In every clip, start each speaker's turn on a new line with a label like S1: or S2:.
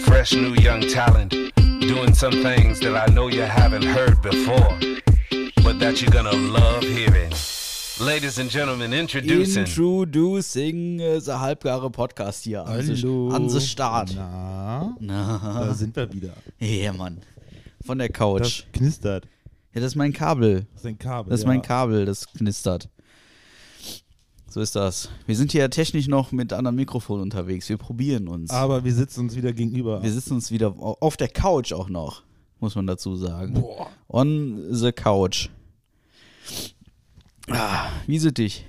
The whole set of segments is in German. S1: fresh new young talent doing some things that I know you haven't heard before, but that you're gonna love hearing. Ladies and gentlemen, introducing.
S2: Introducing äh, der halbgare Podcast hier an sich
S3: Hallo.
S2: an sich Start.
S3: Na, da
S2: Na,
S3: sind wir wieder.
S2: ja, Mann. Von der
S3: Das
S2: Couch.
S3: knistert.
S2: ja, das ist mein Kabel.
S3: Das ist ein Kabel.
S2: Das ist
S3: ja.
S2: mein Kabel, das knistert. So ist das. Wir sind hier technisch noch mit anderen Mikrofon unterwegs. Wir probieren uns.
S3: Aber wir sitzen uns wieder gegenüber.
S2: Wir sitzen uns wieder au- auf der Couch auch noch, muss man dazu sagen. On the Couch. Ah, wie sind dich?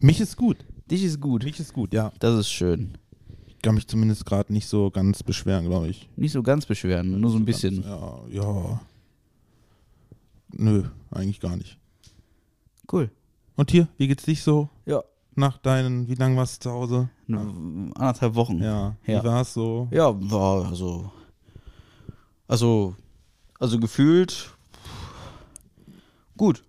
S3: mich ist gut.
S2: Dich ist gut.
S3: Mich ist gut, ja.
S2: Das ist schön.
S3: Ich kann mich zumindest gerade nicht so ganz beschweren, glaube ich.
S2: Nicht so ganz beschweren, nur so ein bisschen.
S3: Ja, ja. Nö, eigentlich gar nicht.
S2: Cool.
S3: Und hier, wie geht's dich so
S2: Ja.
S3: nach deinen, wie lange warst du zu Hause?
S2: Ne, w- anderthalb Wochen.
S3: Ja,
S2: Ja.
S3: wie war's so?
S2: Ja, war also. Also. Also gefühlt. Gut.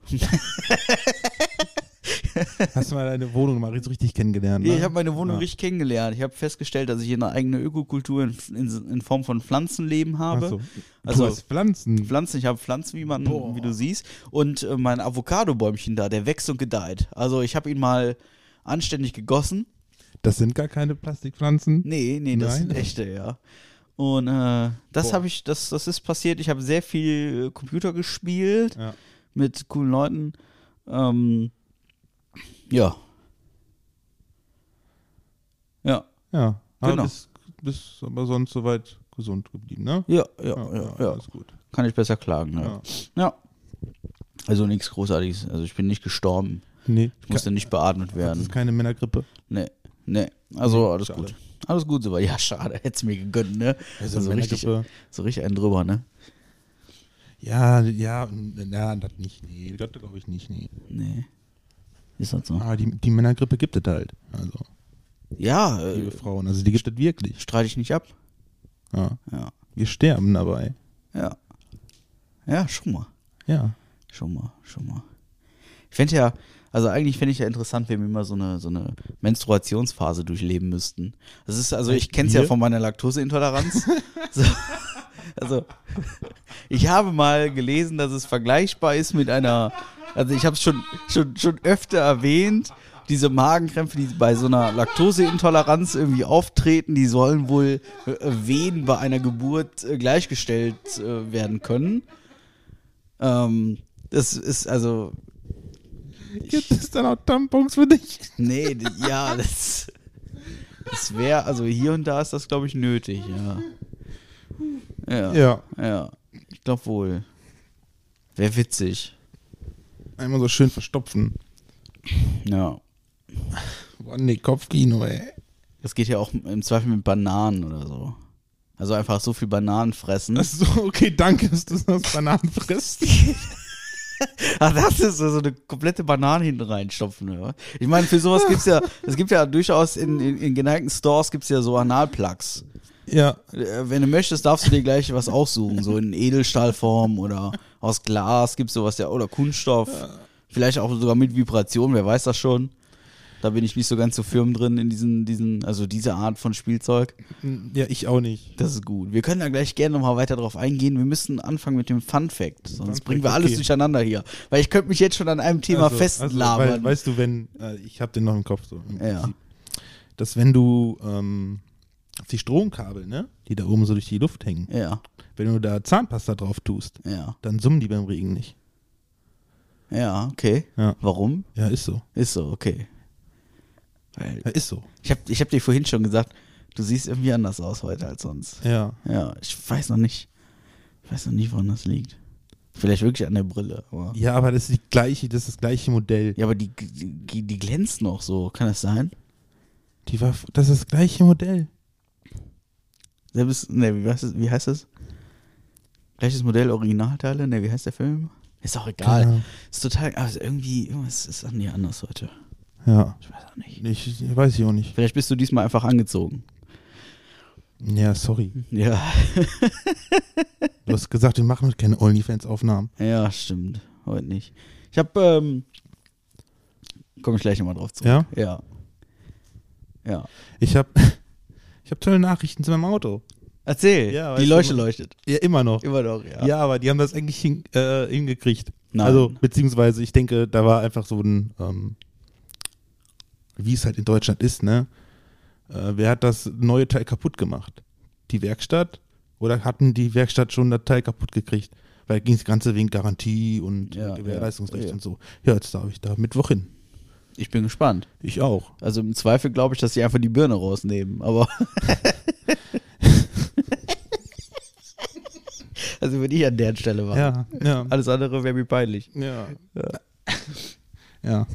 S3: Hast du mal deine Wohnung mal so richtig kennengelernt?
S2: Ja,
S3: ne?
S2: Ich habe meine Wohnung
S3: Ja.
S2: richtig kennengelernt. Ich habe festgestellt, dass ich hier eine eigene Ökokultur in, in, in Form von Pflanzenleben
S3: Ach
S2: habe.
S3: so.
S2: Also-
S3: du hast Pflanzen.
S2: Pflanzen, ich habe Pflanzen, wie man, wie du siehst. Und äh, mein Avocado-Bäumchen da, der wächst und gedeiht. Also ich habe ihn mal anständig gegossen.
S3: Das sind gar keine Plastikpflanzen.
S2: Nee, nee, das
S3: Nein.
S2: sind echte, ja. Und äh, das habe ich, das, das ist passiert. Ich habe sehr viel äh, Computer gespielt
S3: Ja.
S2: mit coolen Leuten. Ähm, ja. Ja.
S3: Ja, aber
S2: Genau.
S3: bist, bist aber sonst soweit gesund geblieben, ne?
S2: Ja, ja, ja, ja,
S3: Alles gut.
S2: Kann ich besser klagen, ja.
S3: Ja.
S2: Ja. Also nichts Großartiges. Also ich bin nicht gestorben.
S3: Nee,
S2: Ich musste nicht beatmet
S3: das
S2: werden.
S3: ist keine Männergrippe.
S2: Nee, nee. Also alles
S3: schade.
S2: gut. Alles gut soweit. Ja, schade. Hätt's mir gegönnt, ne?
S3: Also
S2: so,
S3: meine
S2: richtig,
S3: Grippe.
S2: so richtig einen drüber, ne?
S3: Ja, ja, na, das nicht, nee, das glaube ich nicht, nee.
S2: Nee. Ist das so?
S3: Aber Ah, die, die Männergrippe gibt es halt, also,
S2: Ja, äh,
S3: liebe Frauen, also die gibt es wirklich.
S2: streite ich nicht ab.
S3: Ja.
S2: Ja.
S3: Wir sterben dabei,
S2: Ja. Ja, schon mal.
S3: ja.
S2: Schon mal, schon mal. Ich fände ja, also eigentlich fände ich ja interessant, wenn wir mal so eine, so eine Menstruationsphase durchleben müssten. Das ist, also ich kenne es ja
S3: Hier?
S2: von meiner Laktoseintoleranz. so, also, ich habe mal gelesen, dass es vergleichbar ist mit einer, also ich habe es schon, schon, schon öfter erwähnt, diese Magenkrämpfe, die bei so einer Laktoseintoleranz irgendwie auftreten, die sollen wohl äh, Wehen bei einer Geburt äh, gleichgestellt äh, werden können. Ähm, das ist also.
S3: Gibt es dann auch Tampons für dich?
S2: Nee, d- ja, das. Das wäre, also hier und da ist das, glaube ich, nötig, ja. Ja. Ja.
S3: Ja,
S2: Ich glaube wohl. Wäre witzig.
S3: einmal so schön verstopfen.
S2: Ja.
S3: Boah, nee, Kopfkino, ey.
S2: Das geht ja auch im Zweifel mit Bananen oder so. Also einfach so viel Bananen fressen.
S3: Das ist so, okay, danke, dass du das Bananen frisst.
S2: Ach, Ah, das ist so so eine komplette Banane hinten reinstopfen, ja. Ich meine, für sowas gibt's ja, es gibt ja durchaus in, in, in geneigten Stores gibt's ja so Analplugs.
S3: Ja,
S2: Äh, Wenn du möchtest, darfst du dir gleich was aussuchen. So in Edelstahlform oder aus Glas gibt es sowas ja. Oder Kunststoff. Vielleicht auch sogar mit Vibration, wer weiß das schon. Da bin ich nicht so ganz so firm drin in diesen, diesen, also diese Art von Spielzeug.
S3: ja, ich auch nicht.
S2: Das ist gut. Wir können da gleich gerne nochmal weiter drauf eingehen. Wir müssen anfangen mit dem Fun Fact, sonst
S3: Fact,
S2: bringen wir alles
S3: okay.
S2: durcheinander hier. Weil ich könnte mich jetzt schon an einem Thema
S3: Also-
S2: festlabern.
S3: Also, wei- weißt du, wenn, äh, ich habe den noch im Kopf so, im
S2: Ja.
S3: Prinzip, dass wenn du ähm, die Stromkabel, ne, die da oben so durch die Luft hängen,
S2: ja,
S3: wenn du da Zahnpasta drauf tust,
S2: ja,
S3: dann summen die beim Regen nicht.
S2: ja, okay.
S3: Ja.
S2: Warum?
S3: Ja, ist so.
S2: Ist so, okay. Weil
S3: Ja, ist so.
S2: Ich habe ich hab dir vorhin schon gesagt, du siehst irgendwie anders aus heute als sonst.
S3: Ja.
S2: Ja, ich weiß noch nicht. Ich weiß noch nicht, woran das liegt. Vielleicht wirklich an der Brille. Aber ja.
S3: Ja, aber das ist die gleiche, das ist das gleiche Modell.
S2: aber die, die, die glänzt noch so. Kann das sein?
S3: Die war, fr- das ist das gleiche Modell.
S2: Selbst, ne, wie heißt das? Wie heißt das? Gleiches Modell, Originalteile? Ne, wie heißt der Film? Ist auch egal.
S3: Keine Ahnung.
S2: Ist total, also irgendwie, irgendwas ist an dir anders heute.
S3: Ja.
S2: Ich weiß auch nicht.
S3: Ich, ich weiß ich auch nicht.
S2: Vielleicht bist du diesmal einfach angezogen.
S3: Ja, sorry.
S2: Ja,
S3: Du hast gesagt, wir machen heute keine OnlyFans-Aufnahmen.
S2: ja, stimmt. Heute nicht. Ich hab, ähm, komme ich gleich nochmal drauf zurück.
S3: Ja?
S2: Ja. Ja.
S3: Ich habe ich hab tolle Nachrichten zu meinem Auto.
S2: Erzähl.
S3: Ja, weißt
S2: die
S3: du,
S2: Leuchte
S3: man-
S2: leuchtet.
S3: Ja, immer noch.
S2: Immer noch, ja.
S3: Ja, aber die haben das eigentlich hin, äh, hingekriegt.
S2: Nein.
S3: Also, beziehungsweise, ich denke, da war einfach so ein, ähm, wie es halt in Deutschland ist, ne? Äh, wer hat das neue Teil kaputt gemacht? Die Werkstatt? Oder hatten die Werkstatt schon das Teil kaputt gekriegt? Weil ging das Ganze wegen Garantie und
S2: Ja, ja,
S3: Gewährleistungsrecht
S2: ja.
S3: und so. Ja, jetzt darf ich da Mittwoch hin.
S2: Ich bin gespannt.
S3: Ich auch.
S2: Also im Zweifel glaube ich, dass die einfach die Birne rausnehmen, aber. also wenn ich an der Stelle war.
S3: Ja, ja.
S2: Alles andere wäre mir peinlich.
S3: Ja. Ja.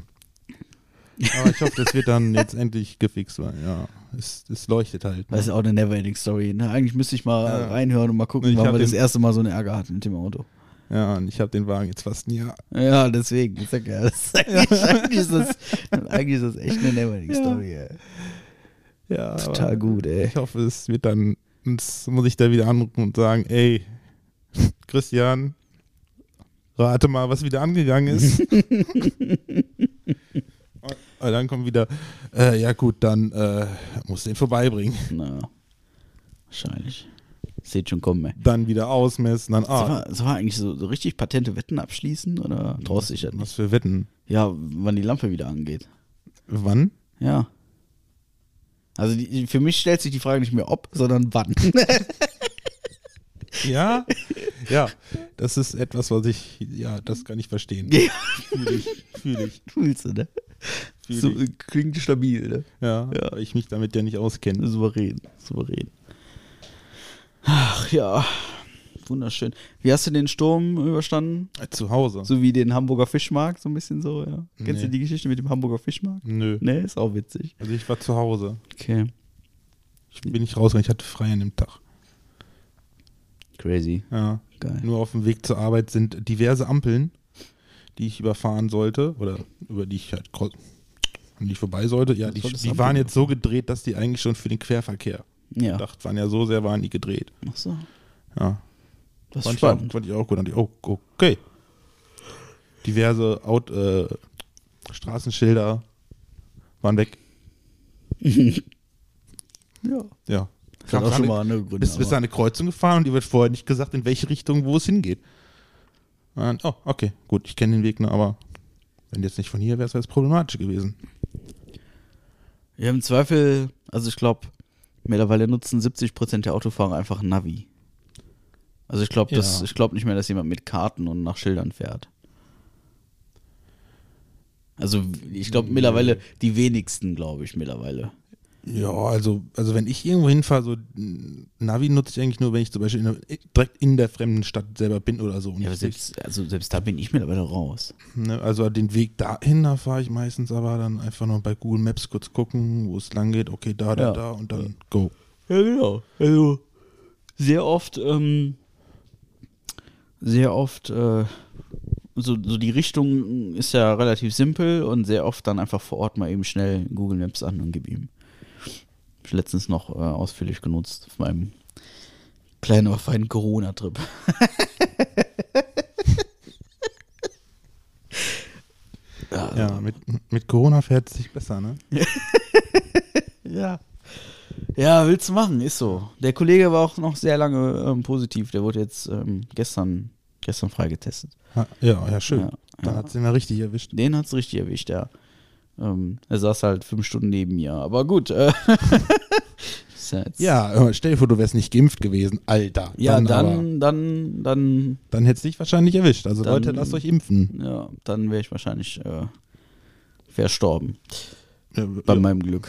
S3: Aber ich hoffe, das wird dann jetzt endlich gefixt, weil ja, es, es leuchtet halt. ne?
S2: Das ist auch eine Neverending Story. Ne? Eigentlich müsste ich mal
S3: Ja.
S2: reinhören und mal gucken,
S3: Ich
S2: wann
S3: hab
S2: wir das
S3: den-
S2: erste Mal so einen Ärger hatten mit dem Auto.
S3: Ja, und ich habe den Wagen jetzt fast ein Jahr.
S2: Ja, deswegen. Ich sag ja, das ist eigentlich, eigentlich, ist das, eigentlich ist das echt eine Neverending Story. Ey.
S3: Ja,
S2: Total gut, ey.
S3: Ich hoffe, es wird dann, jetzt muss ich da wieder anrufen und sagen, ey, Christian, rate mal, was wieder angegangen ist. und und dann kommt wieder, äh, ja gut, dann äh, musst du den vorbeibringen.
S2: Na, wahrscheinlich. Seht schon kommen, ey.
S3: Dann wieder ausmessen, dann,
S2: Soll
S3: ah,
S2: man, soll man eigentlich so, so richtig patente Wetten abschließen oder traust dich das nicht?
S3: was für Wetten.
S2: Ja, wann die Lampe wieder angeht.
S3: Wann?
S2: Ja. Also die, für mich stellt sich die Frage nicht mehr ob, sondern wann.
S3: Ja, ja, das ist etwas, was ich, ja, das kann ich verstehen.
S2: Ja.
S3: Fühle ich, fühle ich,
S2: Fühlst du, ne?
S3: Fühl
S2: So, klingt stabil, ne?
S3: ja,
S2: Ja.
S3: weil ich mich damit ja nicht auskenne.
S2: Souverän, souverän. Ach ja, wunderschön. Wie hast du den Sturm überstanden?
S3: Zu Hause.
S2: So wie den Hamburger Fischmarkt, so ein bisschen so, ja. Kennst du
S3: Nee.
S2: die Geschichte mit dem Hamburger Fischmarkt?
S3: Nö.
S2: Ne, ist auch witzig.
S3: Also ich war zu Hause.
S2: Okay.
S3: Ich
S2: Hm.
S3: bin nicht rausgegangen, ich hatte frei an dem Tag.
S2: Crazy.
S3: Ja.
S2: Geil.
S3: Nur auf dem Weg zur Arbeit sind diverse Ampeln, die ich überfahren sollte oder über die ich halt kro- an die ich vorbei sollte. Ja,
S2: Was
S3: die,
S2: soll das
S3: die
S2: Ampeln
S3: waren jetzt so gedreht, dass die eigentlich schon für den Querverkehr
S2: Ja.
S3: gedacht waren. Ja, so sehr waren die gedreht.
S2: Ach so.
S3: Ja.
S2: Das ist
S3: Fand ich, auch,
S2: spannend.
S3: fand ich auch gut. Fand ich, oh, okay. Diverse Out, äh, Straßenschilder waren weg.
S2: Ja.
S3: Ja.
S2: Das hat auch schon mal andere Gründe,
S3: Bist, bist
S2: aber-
S3: an eine Kreuzung gefahren und die wird vorher nicht gesagt, in welche Richtung, wo es hingeht. Und dann, oh, okay, gut, ich kenne den Weg, ne, aber wenn jetzt nicht von hier wärst, wäre es problematisch gewesen.
S2: Ja, im Zweifel, also ich glaube, mittlerweile nutzen 70% der Autofahrer einfach ein Navi. Also ich glaube, das
S3: Ja.
S2: ich glaube nicht mehr, dass jemand mit Karten und nach Schildern fährt. Also ich glaube mittlerweile die wenigsten, glaube ich, mittlerweile.
S3: Ja, also, also wenn ich irgendwo hinfahre, so mh, Navi nutze ich eigentlich nur, wenn ich zum Beispiel in der, direkt in der fremden Stadt selber bin oder so. Und
S2: Ja, aber
S3: ich-
S2: selbst, also selbst da bin ich mittlerweile raus.
S3: ne, also den Weg dahin, da fahre ich meistens aber dann einfach noch bei Google Maps kurz gucken, wo es lang geht, okay, da, da,
S2: Ja.
S3: da und dann go.
S2: Ja, genau. Also sehr oft, ähm, sehr oft, äh, so, so die Richtung ist ja relativ simpel und sehr oft dann einfach vor Ort mal eben schnell Google Maps an und gib ihm. Hab Ich letztens noch äh, ausführlich genutzt auf meinem kleinen, aber feinen Corona-Trip.
S3: Ja, mit, mit Corona fährt es sich besser, ne?
S2: Ja. Ja, willst du machen, ist so. Der Kollege war auch noch sehr lange ähm, positiv. Der wurde jetzt ähm, gestern, gestern freigetestet.
S3: Ha- Ja, ja, schön.
S2: Ja,
S3: Dann
S2: ja.
S3: hat es ihn ja richtig erwischt.
S2: Den hat's richtig erwischt, ja. Ähm, er saß halt fünf Stunden neben mir. Aber gut. Äh, ist ja, jetzt-
S3: Ja, äh, stell dir vor, du wärst nicht geimpft gewesen, Alter.
S2: ja dann,
S3: aber-
S2: dann, dann, dann,
S3: dann hättest du dich wahrscheinlich erwischt. Also
S2: Dann-
S3: Leute, lasst euch impfen.
S2: ja, dann wäre ich wahrscheinlich äh, verstorben.
S3: Ja,
S2: Bei
S3: ja.
S2: meinem Glück.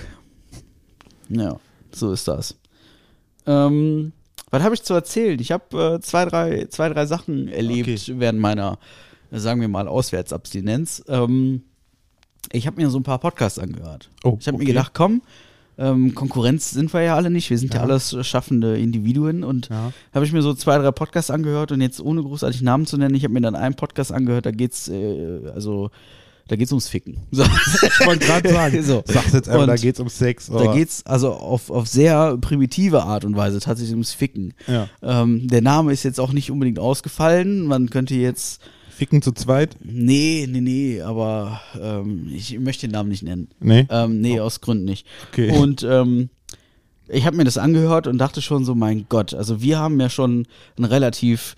S2: Ja, so ist das. Ähm, was habe ich zu erzählen? Ich habe äh, zwei, drei, zwei, drei Sachen erlebt während meiner, äh, sagen wir mal, Auswärtsabstinenz. Ähm, ich habe mir so ein paar Podcasts angehört.
S3: Oh,
S2: ich habe mir
S3: okay.
S2: gedacht, komm, ähm, Konkurrenz sind wir ja alle nicht. Wir sind ja,
S3: Ja.
S2: alles schaffende Individuen. Und
S3: Ja.
S2: habe ich mir so zwei, drei Podcasts angehört und jetzt ohne großartig Namen zu nennen, ich habe mir dann einen Podcast angehört, da geht's, äh, also, da geht's ums Ficken. So.
S3: Ich wollte gerade sagen,
S2: So.
S3: sag's äh, jetzt einfach,
S2: Und
S3: da geht's um Sex.
S2: Da
S3: aber-
S2: geht's also auf, auf sehr primitive Art und Weise tatsächlich ums Ficken.
S3: Ja.
S2: Ähm, der Name ist jetzt auch nicht unbedingt ausgefallen. Man könnte jetzt.
S3: Ficken zu zweit?
S2: Nee, nee, nee, aber ähm, ich möchte den Namen nicht nennen.
S3: Nee.
S2: Ähm, nee, aus Gründen nicht.
S3: Okay.
S2: Und ähm, ich habe mir das angehört und dachte schon so, mein Gott, also wir haben ja schon einen relativ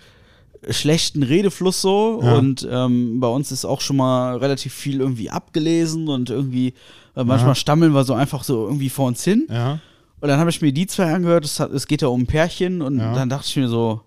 S2: schlechten Redefluss so
S3: Ja.
S2: und ähm, bei uns ist auch schon mal relativ viel irgendwie abgelesen und irgendwie äh, manchmal stammeln wir so einfach so irgendwie vor uns hin.
S3: Ja.
S2: Und dann habe ich mir die zwei angehört, es, hat, es geht ja um ein Pärchen und
S3: Ja.
S2: dann dachte ich mir so,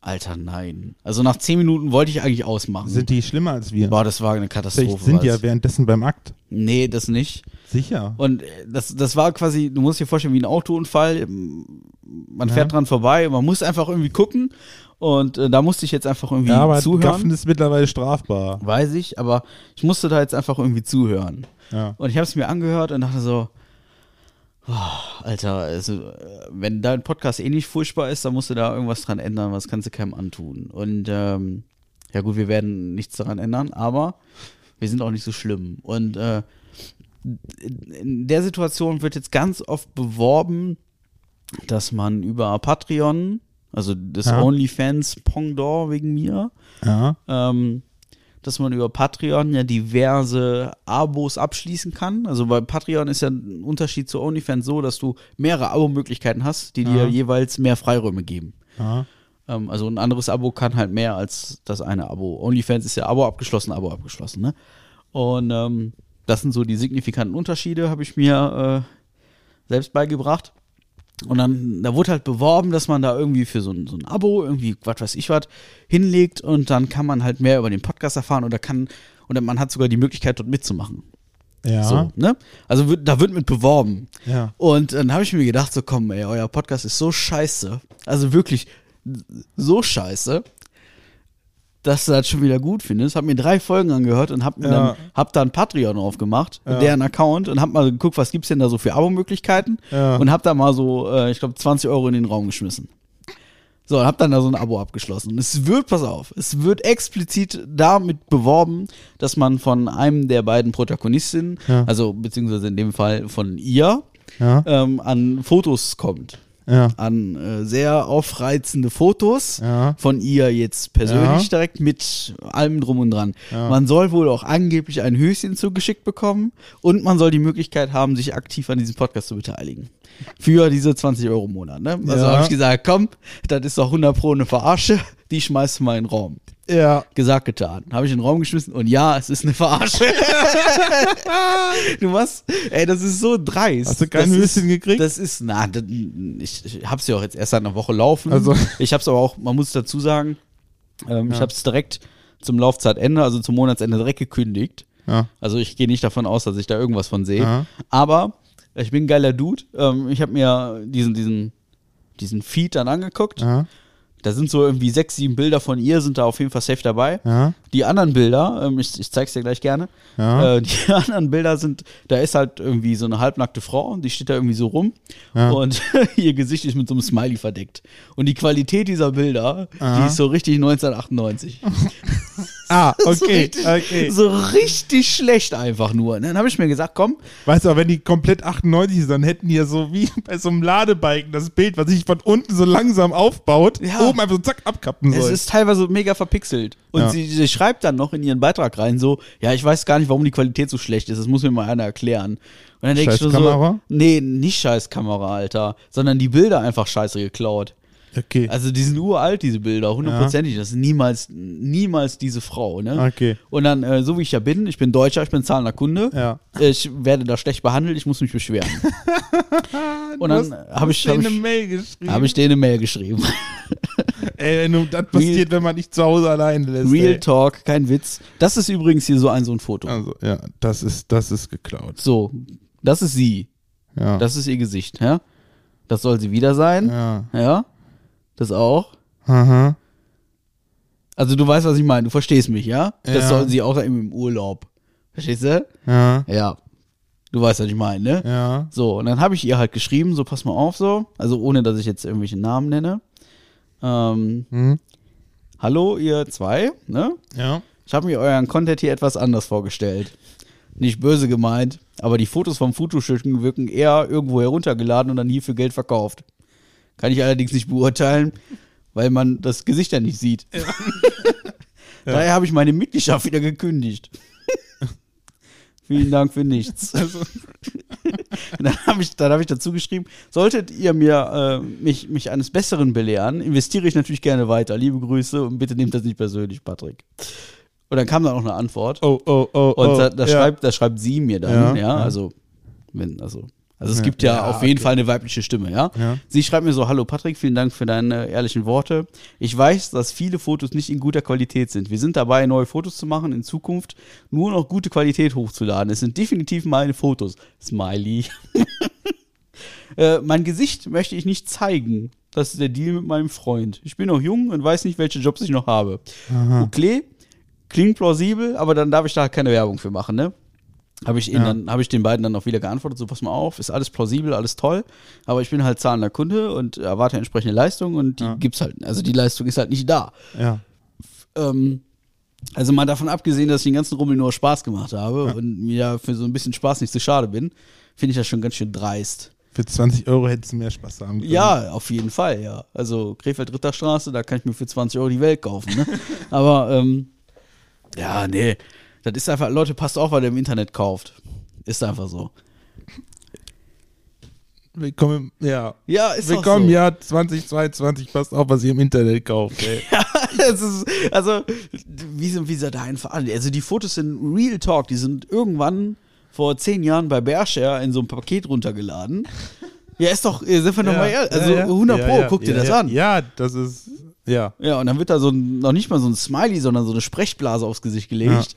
S2: Alter, nein. Also nach zehn Minuten wollte ich eigentlich ausmachen.
S3: Sind die schlimmer als wir?
S2: Boah, das war eine
S3: Vielleicht
S2: Katastrophe.
S3: sind die
S2: war's.
S3: ja währenddessen beim Akt.
S2: nee, das nicht.
S3: Sicher.
S2: Und äh, das, das war quasi, du musst dir vorstellen, wie ein Autounfall. Ähm, Man
S3: Ja.
S2: fährt dran vorbei, man muss einfach irgendwie gucken. Und äh, da musste ich jetzt einfach irgendwie
S3: ja, aber
S2: zuhören.
S3: Gaffen ist mittlerweile strafbar.
S2: Weiß ich, aber ich musste da jetzt einfach irgendwie zuhören.
S3: Ja.
S2: Und ich habe es mir angehört und dachte so, oh, Alter, also, äh, wenn dein Podcast eh nicht furchtbar ist, dann musst du da irgendwas dran ändern, was kannst du keinem antun. Und ähm, ja gut, wir werden nichts daran ändern, aber wir sind auch nicht so schlimm. Und äh, in der Situation wird jetzt ganz oft beworben, dass man über Patreon, also das
S3: Ja.
S2: OnlyFans Pendant wegen mir,
S3: Ja.
S2: ähm, dass man über Patreon ja diverse Abos abschließen kann. Also bei Patreon ist ja ein Unterschied zu OnlyFans so, dass du mehrere Abo-Möglichkeiten hast, die dir
S3: Ja.
S2: jeweils mehr Freiräume geben.
S3: ja.
S2: Ähm, also ein anderes Abo kann halt mehr als das eine Abo. OnlyFans ist ja Abo abgeschlossen, Abo abgeschlossen, ne? Und ähm, das sind so die signifikanten Unterschiede, habe ich mir äh, selbst beigebracht. Und dann, da wurde halt beworben, dass man da irgendwie für so ein, so ein Abo, irgendwie, was weiß ich was, hinlegt und dann kann man halt mehr über den Podcast erfahren oder kann, und man hat sogar die Möglichkeit, dort mitzumachen.
S3: Ja.
S2: So, ne? Also wird, da wird mit beworben.
S3: Ja.
S2: Und dann habe ich mir gedacht, so komm, ey, euer Podcast ist so scheiße. Also wirklich so scheiße, dass du das schon wieder gut findest. Hab mir drei Folgen angehört und hab, mir
S3: Ja.
S2: dann, hab dann Patreon aufgemacht, deren Account, und hab mal geguckt, was gibt's denn da so für Abo-Möglichkeiten.
S3: Ja.
S2: Und hab da mal so, äh, ich glaube, 20 Euro in den Raum geschmissen. So, und hab dann da so ein Abo abgeschlossen. Und es wird, pass auf, es wird explizit damit beworben, dass man von einem der beiden Protagonistinnen,
S3: Ja.
S2: also beziehungsweise in dem Fall von ihr,
S3: Ja.
S2: ähm, an Fotos kommt.
S3: Ja.
S2: An äh, sehr aufreizende Fotos
S3: Ja.
S2: von ihr jetzt persönlich
S3: Ja.
S2: direkt mit allem drum und dran. Man soll wohl auch angeblich ein Höschen zugeschickt bekommen und man soll die Möglichkeit haben, sich aktiv an diesem Podcast zu beteiligen. Für diese 20 Euro im Monat. Ne? Also
S3: Ja.
S2: habe ich gesagt, komm, das ist doch 100 Pro eine Verarsche, die schmeißt du mal in den Raum.
S3: Ja.
S2: Gesagt, getan. Habe ich in den Raum geschmissen und ja, es ist eine Verarsche. du machst, ey, das ist so dreist.
S3: Hast du kein
S2: das
S3: Höschen
S2: ist,
S3: gekriegt?
S2: Das ist, na, das, ich, ich hab's ja auch jetzt erst seit einer Woche laufen.
S3: Also-
S2: Ich hab's aber auch, man muss dazu sagen, ähm, ich hab's direkt zum Laufzeitende, also zum Monatsende direkt gekündigt.
S3: Ja.
S2: Also ich gehe nicht davon aus, dass ich da irgendwas von sehe.
S3: Ja.
S2: Aber ich bin ein geiler Dude. Ähm, ich habe mir diesen, diesen, diesen Feed dann angeguckt.
S3: Ja.
S2: Da sind so irgendwie sechs, sieben Bilder von ihr, sind da auf jeden Fall safe dabei.
S3: Ja.
S2: Die anderen Bilder, ähm, ich, ich zeig's dir gleich gerne,
S3: Ja.
S2: äh, die anderen Bilder sind, da ist halt irgendwie so eine halbnackte Frau und die steht da irgendwie so rum
S3: Ja.
S2: und ihr Gesicht ist mit so einem Smiley verdeckt. Und die Qualität dieser Bilder, die
S3: Aha.
S2: ist so richtig 1998.
S3: Ah,
S2: so
S3: okay.
S2: richtig,
S3: okay.
S2: So richtig schlecht einfach nur. Und dann habe ich mir gesagt, komm,
S3: Weißt du, aber wenn die komplett 98 sind, dann hätten die ja so wie bei so einem Ladebalken das Bild, was sich von unten so langsam aufbaut,
S2: Ja.
S3: oben einfach so zack abkappen
S2: Es
S3: soll.
S2: ist teilweise mega verpixelt. Und
S3: Ja.
S2: sie, sie schreibt dann noch in ihren Beitrag rein so, ja, ich weiß gar nicht, warum die Qualität so schlecht ist. Das muss mir mal einer erklären. Und dann denke ich nur
S3: Scheiß
S2: so,
S3: Kamera?
S2: nee, nicht scheiß Kamera, Alter, sondern die Bilder einfach scheiße geklaut.
S3: okay.
S2: Also die sind uralt, diese Bilder, hundertprozentig. Das ist niemals, niemals diese Frau, ne?
S3: Okay.
S2: Und dann, äh, so wie ich ja bin, ich bin Deutscher, ich bin zahlender Kunde,
S3: Ja.
S2: ich werde da schlecht behandelt, ich muss mich beschweren.
S3: Ah,
S2: Und dann habe ich, hab
S3: denen
S2: ich,
S3: Mail geschrieben.
S2: hab ich denen eine Mail geschrieben.
S3: Ey, wenn du- das passiert, wenn man dich zu Hause allein lässt.
S2: Real
S3: ey.
S2: Talk, kein Witz. Das ist übrigens hier so ein so ein Foto.
S3: Also, ja, das ist, das ist geklaut.
S2: So, das ist sie.
S3: Ja.
S2: Das ist ihr Gesicht, ja? Das soll sie wieder sein,
S3: ja.
S2: ja? Das auch.
S3: Aha.
S2: Also du weißt, was ich meine, du verstehst mich, ja? Das
S3: Ja.
S2: soll sie auch sein im Urlaub. Verstehst du?
S3: Ja.
S2: Ja. Du weißt, was ich meine, ne?
S3: Ja.
S2: So, und dann habe ich ihr halt geschrieben, so pass mal auf, so, also ohne dass ich jetzt irgendwelche Namen nenne. Ähm,
S3: Hm.
S2: hallo, ihr zwei, ne?
S3: Ja.
S2: Ich habe mir euren Content hier etwas anders vorgestellt. Nicht böse gemeint, aber die Fotos vom Fotoschützen wirken eher irgendwo heruntergeladen und dann hier für Geld verkauft. Kann ich allerdings nicht beurteilen, weil man das Gesicht ja nicht sieht. Daher habe ich meine Mitgliedschaft wieder gekündigt. Vielen Dank für nichts. Und dann habe ich, dann hab ich dazu geschrieben, solltet ihr mir, äh, mich, mich eines Besseren belehren, investiere ich natürlich gerne weiter. Liebe Grüße und bitte nehmt das nicht persönlich, Patrick. Und dann kam dann auch eine Antwort.
S3: Oh, oh, oh.
S2: Und
S3: oh,
S2: da, da,
S3: ja.
S2: schreibt, da schreibt sie mir dann,
S3: Ja,
S2: ja,
S3: ja.
S2: also, wenn, also. Also es
S3: Ja,
S2: gibt ja,
S3: ja,
S2: auf jeden
S3: okay.
S2: Fall eine weibliche Stimme, ja?
S3: Ja.
S2: Sie schreibt mir so, hallo Patrick, vielen Dank für deine ehrlichen Worte. Ich weiß, dass viele Fotos nicht in guter Qualität sind. Wir sind dabei, neue Fotos zu machen, in Zukunft nur noch gute Qualität hochzuladen. Es sind definitiv meine Fotos. Smiley. Äh, mein Gesicht möchte ich nicht zeigen. Das ist der Deal mit meinem Freund. Ich bin noch jung und weiß nicht, welche Jobs ich noch habe. Okay, klingt plausibel, aber dann darf ich da keine Werbung für machen, ne? Habe ich, ihnen
S3: Ja.
S2: dann, hab ich den beiden dann auch wieder geantwortet, so pass mal auf, ist alles plausibel, alles toll, aber ich bin halt zahlender Kunde und erwarte entsprechende Leistung und die
S3: Ja.
S2: gibt's halt, also die Leistung ist halt nicht da.
S3: Ja.
S2: Ähm, also mal davon abgesehen, dass ich den ganzen Rummel nur Spaß gemacht habe und mir für so ein bisschen Spaß nicht zu schade bin, finde ich das schon ganz schön dreist.
S3: Für 20 Euro hättest du mehr Spaß haben können.
S2: Ja, auf jeden Fall, ja. Also Krefeld Ritterstraße, da kann ich mir für 20 Euro die Welt kaufen. Ne? Aber ähm, ja, nee. Das ist einfach, Leute, passt auf, weil ihr im Internet kauft. Ist einfach so.
S3: Willkommen, ja.
S2: Ja, ist
S3: Willkommen,
S2: auch so.
S3: Jahr 2022. Passt auf, was ihr im Internet kauft, ey.
S2: Es ist, also, wie sind wie da einfach an? Also die Fotos sind Real Talk, die sind irgendwann vor zehn Jahren bei Bearshare in so einem Paket runtergeladen. Ja, ist doch, äh, sind wir nochmal
S3: Ja,
S2: ehrlich. Also
S3: ja, ja.
S2: 100
S3: Ja,
S2: Pro,
S3: ja,
S2: guck dir
S3: ja,
S2: das
S3: ja.
S2: an.
S3: Ja, das ist, ja.
S2: Ja, und dann wird da so ein, noch nicht mal so ein Smiley, sondern so eine Sprechblase aufs Gesicht gelegt.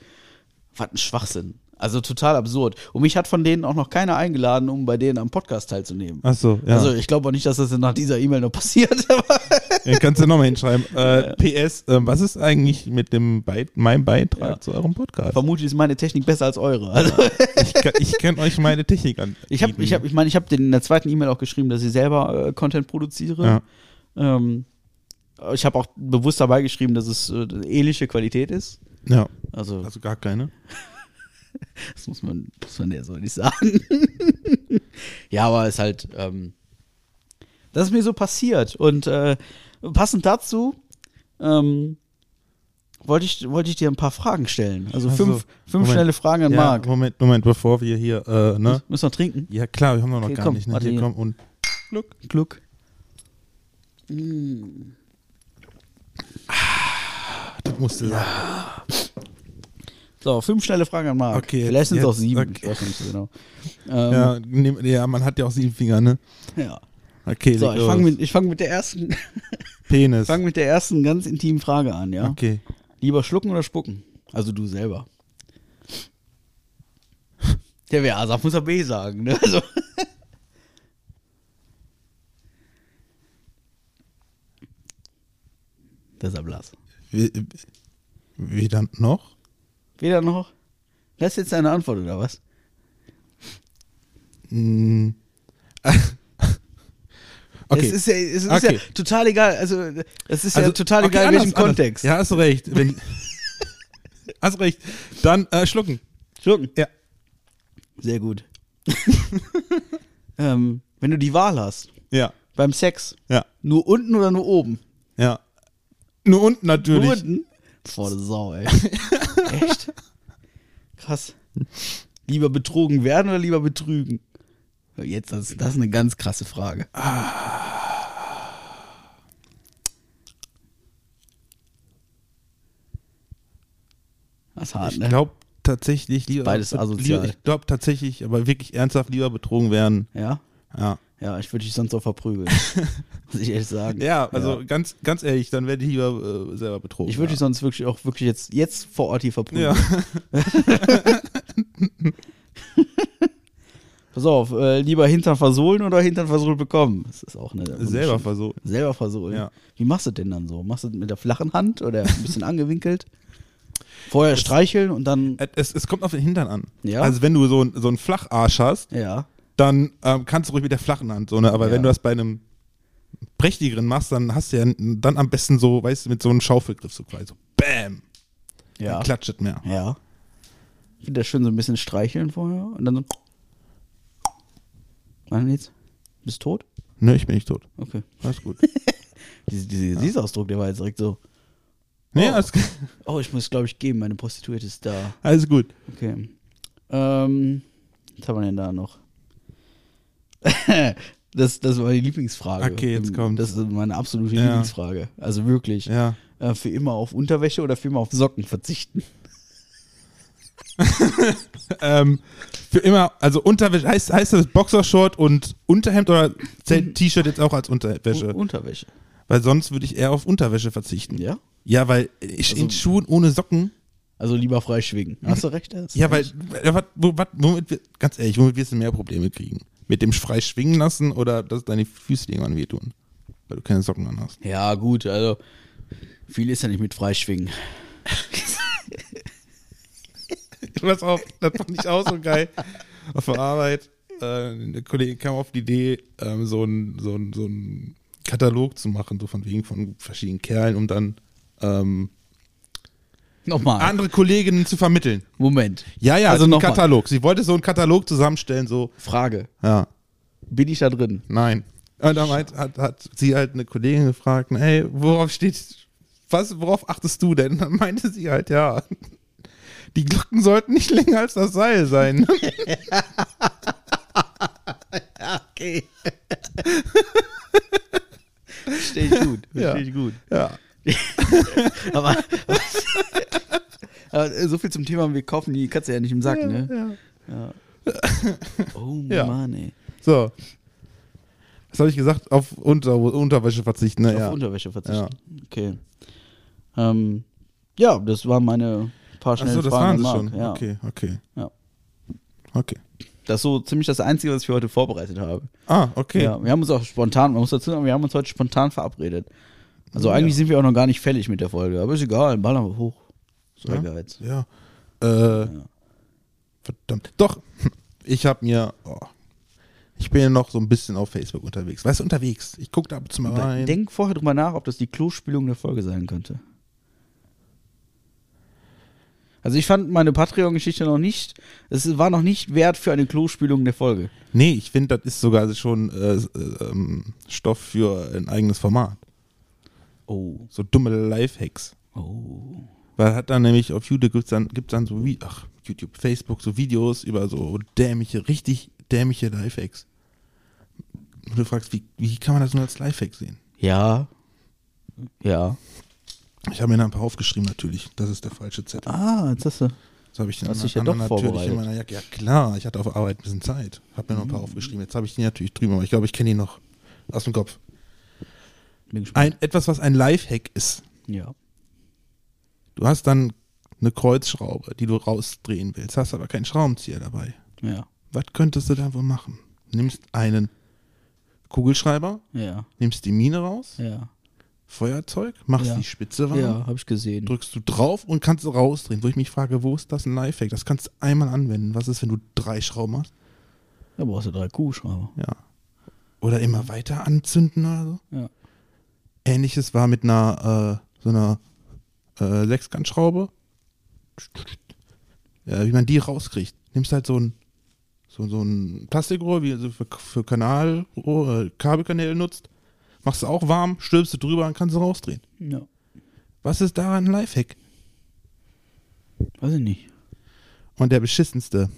S2: Was ein Schwachsinn. Also total absurd. Und mich hat von denen auch noch keiner eingeladen, um bei denen am Podcast teilzunehmen.
S3: Ach so, Ah, ja.
S2: Also ich glaube auch nicht, dass das nach dieser E-Mail noch passiert. aber-
S3: Dann kannst du nochmal hinschreiben. Äh, PS, ähm, was ist eigentlich mit dem Beit meinem Beitrag
S2: Ja.
S3: zu eurem Podcast?
S2: Vermutlich ist meine Technik besser als eure. Also
S3: Ich kann, ich kann euch meine Technik an.
S2: ich habe, ich habe, ich meine, ich habe denen in der zweiten E-Mail auch geschrieben, dass ich selber äh, Content produziere.
S3: Ja.
S2: Ähm, ich habe auch bewusst dabei geschrieben, dass es äh, ähnliche Qualität ist.
S3: Ja.
S2: Also
S3: Also gar keine.
S2: Das muss man, muss man ja so nicht sagen. ja, aber ist halt, ähm, das ist mir so passiert. Und äh, passend dazu ähm, wollte ich, wollte ich dir ein paar Fragen stellen. Also
S3: Ach so.
S2: fünf, fünf
S3: Moment.
S2: schnelle Fragen an Marc.
S3: Moment, Moment, bevor wir hier, äh, ne?
S2: Müssen wir noch trinken?
S3: Ja, klar, wir haben doch noch
S2: Okay,
S3: gar
S2: komm,
S3: nicht. Ne?
S2: warte
S3: Hier
S2: hier.
S3: kommt und
S2: Gluck. Gluck.
S3: das musste sein.
S2: So, fünf schnelle Fragen an Marc.
S3: Okay,
S2: Vielleicht sind es
S3: jetzt-
S2: auch sieben.
S3: okay.
S2: Ich weiß nicht so genau. Ähm, ja.
S3: Ja, nehm, ja, man hat ja auch sieben Finger, ne? Okay,
S2: So,
S3: leg
S2: ich
S3: los.
S2: fange mit, ich fang mit, der ersten-
S3: Penis.
S2: fang mit der ersten ganz intimen Frage an, ja?
S3: Okay.
S2: Lieber schlucken oder spucken? Also du selber. Der wer A sagt, muss er B sagen. Ne? Also, das ist blass.
S3: Wie, wie dann noch?
S2: Weder noch. Das ist jetzt deine Antwort, oder was?
S3: Hm.
S2: Es ist ja, es ist
S3: Okay.
S2: ja total egal. Also, es ist ja total
S3: okay,
S2: egal, in welchem
S3: anders, anders.
S2: Kontext.
S3: Ja, hast du recht. Wenn, hast recht. Dann äh, schlucken.
S2: Schlucken.
S3: Ja.
S2: Sehr gut. ähm, wenn du die Wahl hast,
S3: Ja.
S2: beim Sex,
S3: Ja.
S2: nur unten oder nur oben?
S3: Ja. Nur unten natürlich.
S2: Wurden? Vor der Sau, ey. Echt? Krass. Lieber betrogen werden oder lieber betrügen? Jetzt, das, das ist eine ganz krasse Frage. Das ist hart,
S3: Ich
S2: ne?
S3: glaube tatsächlich lieber.
S2: Beides asozial.
S3: Lieber, ich glaube tatsächlich, aber wirklich ernsthaft lieber betrogen werden.
S2: ja?
S3: Ja.
S2: Ja, ich würde dich sonst auch verprügeln. muss ich ehrlich sagen.
S3: Ja, also Ganz, ganz ehrlich, dann werde ich lieber äh, selber betrogen.
S2: Ich würde dich
S3: ja.
S2: sonst wirklich auch wirklich jetzt, jetzt vor Ort hier verprügeln.
S3: Ja.
S2: Pass auf, äh, lieber Hintern versohlen oder Hintern versohlt bekommen? Das ist auch eine.
S3: selber versuchen.
S2: Selber versohlen.
S3: Ja.
S2: Wie machst du das denn dann so? Machst du das mit der flachen Hand oder ein bisschen angewinkelt? Vorher streicheln und dann.
S3: Es, es kommt auf den Hintern an.
S2: Ja.
S3: Also wenn du so, ein, so einen Flacharsch hast,
S2: Ja.
S3: dann ähm, kannst du ruhig mit der flachen Hand so, ne? Aber
S2: Ja.
S3: wenn du das bei einem prächtigeren machst, dann hast du ja n- dann am besten so, weißt du, mit so einem Schaufelgriff so quasi so BÄM!
S2: Ja.
S3: Dann klatscht es mehr.
S2: Ja. Ich finde das schön so ein bisschen streicheln vorher und dann so. Nein, jetzt. Bist tot?
S3: Nö, Ne, ich bin nicht tot.
S2: Okay.
S3: Alles gut.
S2: Diese, diese Gesichtsausdruck, der war jetzt direkt so.
S3: nee, alles,
S2: Oh, ich muss, glaube ich, geben, meine Prostituierte ist da.
S3: alles gut.
S2: Okay. Ähm, was haben wir denn da noch? Das, das war die Lieblingsfrage. Ähm,
S3: Okay, jetzt kommt's.
S2: Das ist meine absolute
S3: Ja.
S2: Lieblingsfrage. Also wirklich.
S3: Ja.
S2: Äh, für immer auf Unterwäsche oder für immer auf Socken verzichten?
S3: Ähm, für immer, also Unterwäsche, heißt, heißt das Boxershort und Unterhemd oder zählt T-Shirt jetzt auch als Unterwäsche?
S2: U- Unterwäsche.
S3: Weil sonst würde ich eher auf Unterwäsche verzichten.
S2: Ja?
S3: Ja, weil ich in Schuhen ohne Socken.
S2: Also lieber frei schwingen. Hast du recht? Hast du
S3: Mhm. Ja,
S2: recht.
S3: weil, ja, wat- wo- wat- womit wir, ganz ehrlich, womit wirst du mehr Probleme kriegen? Mit dem frei schwingen lassen oder dass deine Füße dir irgendwann wehtun? Weil du keine Socken an hast.
S2: Ja, gut, also viel ist ja nicht mit Freischwingen.
S3: Pass auf, das fand ich auch so geil. Auf der Arbeit, äh, eine Kollegin kam auf die Idee, ähm, so einen so ein, so ein Katalog zu machen, so von wegen von verschiedenen Kerlen, um dann ähm,
S2: Nochmal.
S3: andere Kolleginnen zu vermitteln.
S2: Moment.
S3: Ah. Ja, ja,
S2: Also
S3: also ein
S2: nochmal.
S3: Katalog. Sie wollte so einen Katalog zusammenstellen, so,
S2: Frage.
S3: ja,
S2: Bin ich da drin?
S3: nein. Und dann Äh, meint, hat, hat sie halt eine Kollegin gefragt, hey, worauf steht, was, worauf achtest du denn? Dann meinte sie halt, ja, die Glocken sollten nicht länger als das Seil sein.
S2: Okay. Verstehe ich gut. Verstehe
S3: Ja.
S2: ich gut.
S3: Ja.
S2: Aber, aber so viel zum Thema, wir kaufen die Katze ja nicht im Sack, ne?
S3: ja.
S2: Oh
S3: Ja.
S2: Mann, ey.
S3: So. Was habe ich gesagt? Auf Unter Unterwäsche verzichten. Ne?
S2: Auf
S3: ja.
S2: Unterwäsche verzichten. Okay. Ähm, ja, das waren meine paar schnellen
S3: Achso, das waren
S2: Fragen.
S3: sie
S2: an
S3: schon.
S2: Marc, Ja.
S3: Okay, okay.
S2: Ja.
S3: Okay.
S2: Das ist so ziemlich das Einzige, was ich heute vorbereitet habe.
S3: Ah, okay.
S2: Ja, wir haben uns auch spontan, man muss dazu sagen, wir haben uns heute spontan verabredet. Also eigentlich sind wir auch noch gar nicht fällig mit der Folge, aber ist egal, ballern wir hoch. So
S3: Ja.
S2: Ehrgeiz.
S3: Ja. Äh, Verdammt. Doch, ich habe mir. Oh, ich bin ja noch so ein bisschen auf Facebook unterwegs. Weißt du, unterwegs. Ich gucke da ab und zu mal rein.
S2: Denk vorher drüber nach, ob das die Klospülung der Folge sein könnte. Also ich fand meine Patreon-Geschichte noch nicht, es war noch nicht wert für eine Klospülung der Folge.
S3: nee, ich finde, das ist sogar schon äh, äh, ähm, Stoff für ein eigenes Format.
S2: Oh,
S3: So dumme Lifehacks.
S2: oh.
S3: Weil hat dann nämlich auf YouTube gibt's dann, gibt's dann so wie, ach, YouTube, Facebook, so Videos über so dämliche, richtig dämliche Lifehacks. Und du fragst, wie, wie kann man das nur als Lifehack sehen?
S2: Ja. Ja.
S3: Ich habe mir da ein paar aufgeschrieben, natürlich. Das ist der falsche Zettel.
S2: Ah, jetzt hast du.
S3: Das habe ich dann
S2: hast dich ja
S3: anderen
S2: doch
S3: natürlich in
S2: vorbereitet. Mhm.
S3: meiner Jacke. Ja, klar, ich hatte auf Arbeit ein bisschen Zeit. Habe mir noch ein paar aufgeschrieben. Jetzt habe ich die natürlich drüben, aber ich glaube, ich kenne die noch aus dem Kopf.
S2: Bin gespannt.
S3: Ein, etwas, was ein Lifehack ist.
S2: Ja.
S3: Du hast dann eine Kreuzschraube, die du rausdrehen willst, hast aber keinen Schraubenzieher dabei.
S2: Ja.
S3: Was könntest du da wohl machen? Nimmst einen Kugelschreiber,
S2: Ja.
S3: nimmst die Mine raus,
S2: Ja.
S3: Feuerzeug, machst
S2: Ja.
S3: die Spitze warm,
S2: Ja, hab ich gesehen.
S3: drückst du drauf und kannst sie rausdrehen. Wo ich mich frage, wo ist das ein Lifehack? Das kannst du einmal anwenden. Was ist, wenn du drei Schrauben hast?
S2: Da brauchst du drei Kuhschrauber.
S3: Ja. Oder immer weiter anzünden oder so.
S2: Ja.
S3: Ähnliches war mit einer, äh, so einer äh, Sechskantschraube. Ja, wie man die rauskriegt. Nimmst halt so ein, so, so ein Plastikrohr, wie du für, für Kanal, äh, Kabelkanäle nutzt. Machst du auch warm, stülpst du drüber und kannst du rausdrehen.
S2: Ja.
S3: Was ist daran ein Lifehack?
S2: Weiß ich nicht.
S3: Und der beschissenste.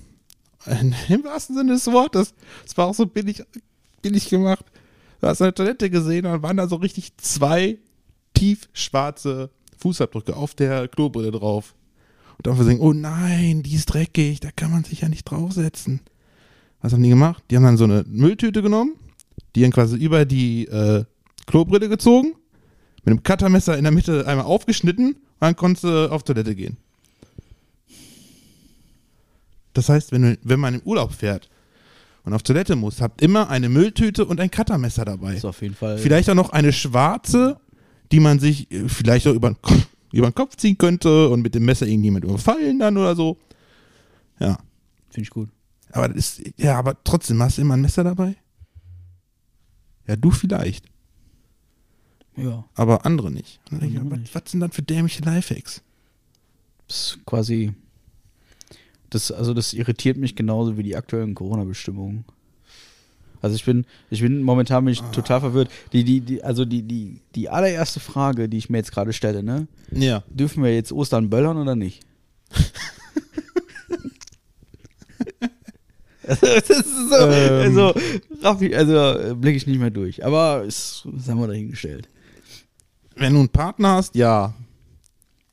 S3: Im wahrsten Sinne des Wortes. Es war auch so billig, billig gemacht. Du hast eine Toilette gesehen und dann waren da so richtig zwei tiefschwarze Fußabdrücke auf der Klobrille drauf. Und dann versehen, oh nein, die ist dreckig, da kann man sich ja nicht draufsetzen. Was haben die gemacht? Die haben dann so eine Mülltüte genommen, die dann quasi über die äh, Klobrille gezogen, mit einem Cuttermesser in der Mitte einmal aufgeschnitten und dann konntest du auf Toilette gehen. Das heißt, wenn, du, wenn man im Urlaub fährt und auf Toilette muss, habt immer eine Mülltüte und ein Cuttermesser dabei.
S2: Ist auf jeden Fall.
S3: Äh. Vielleicht auch noch eine schwarze, die man sich äh, vielleicht auch über den, Kopf, über den Kopf ziehen könnte und mit dem Messer irgendjemand überfallen dann oder so. Ja.
S2: Finde ich gut.
S3: Aber das ist, ja, aber trotzdem, hast du immer ein Messer dabei? Ja, du vielleicht,
S2: Ja.
S3: aber andere nicht. Und dann denke ich,
S2: Andere
S3: ja,
S2: nicht.
S3: was, was sind dann für dämliche Lifehacks?
S2: Das ist quasi. Das, also das irritiert mich genauso wie die aktuellen Corona-Bestimmungen. Also ich bin, ich bin momentan bin ich
S3: Ah.
S2: total verwirrt. Die, die, die, also die, die, die allererste Frage, die ich mir jetzt gerade stelle, ne?
S3: Ja.
S2: Dürfen wir jetzt Ostern böllern oder nicht? Also, das ist so,
S3: Ähm.
S2: also, raff ich, also blicke ich nicht mehr durch. Aber ist, das haben wir dahingestellt.
S3: Wenn du einen Partner hast, ja.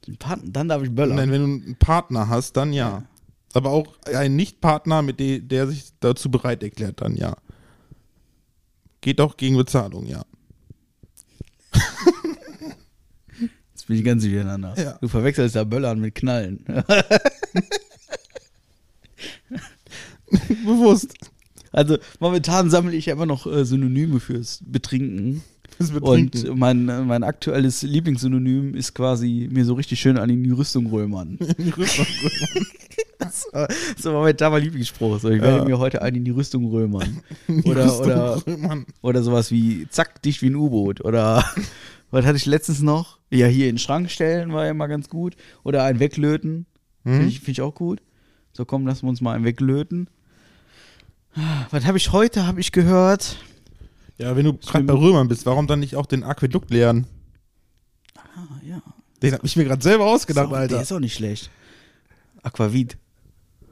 S2: Den Paten- Dann darf ich
S3: Nein,
S2: böllern.
S3: wenn du einen Partner hast, dann ja. Aber auch ein Nicht-Partner, mit dem, der sich dazu bereit erklärt, dann ja. Geht auch gegen Bezahlung, ja.
S2: Jetzt bin ich ganz durcheinander.
S3: Ja.
S2: Du verwechselst da Böllern mit Knallen.
S3: Bewusst.
S2: Also momentan sammle ich ja immer noch äh, Synonyme fürs Betrinken.
S3: Das Betrinken.
S2: Und mein, äh, mein aktuelles Lieblingssynonym ist quasi mir so richtig schön an die Rüstung römern. das war- das war momentan mein Lieblingsspruch. So, ich werde
S3: Ja.
S2: mir heute einen in die Rüstung römern.
S3: Die
S2: Oder,
S3: Rüstung
S2: oder,
S3: römern.
S2: Oder sowas wie zack, dicht wie ein U-Boot. Oder was hatte ich letztens noch? Ja, hier in den Schrank stellen war ja immer ganz gut. Oder ein Weglöten.
S3: Hm?
S2: Finde ich, finde ich auch gut. So, komm, lassen wir uns mal einen Weglöten. Was habe ich heute, habe ich gehört?
S3: Ja, wenn du gerade bei Römern bist, warum dann nicht auch den Aquädukt leeren?
S2: Ah, ja.
S3: Den hab ich mir gerade selber ausgedacht,
S2: Ist auch, Der
S3: Alter.
S2: ist auch nicht schlecht. Aquavit.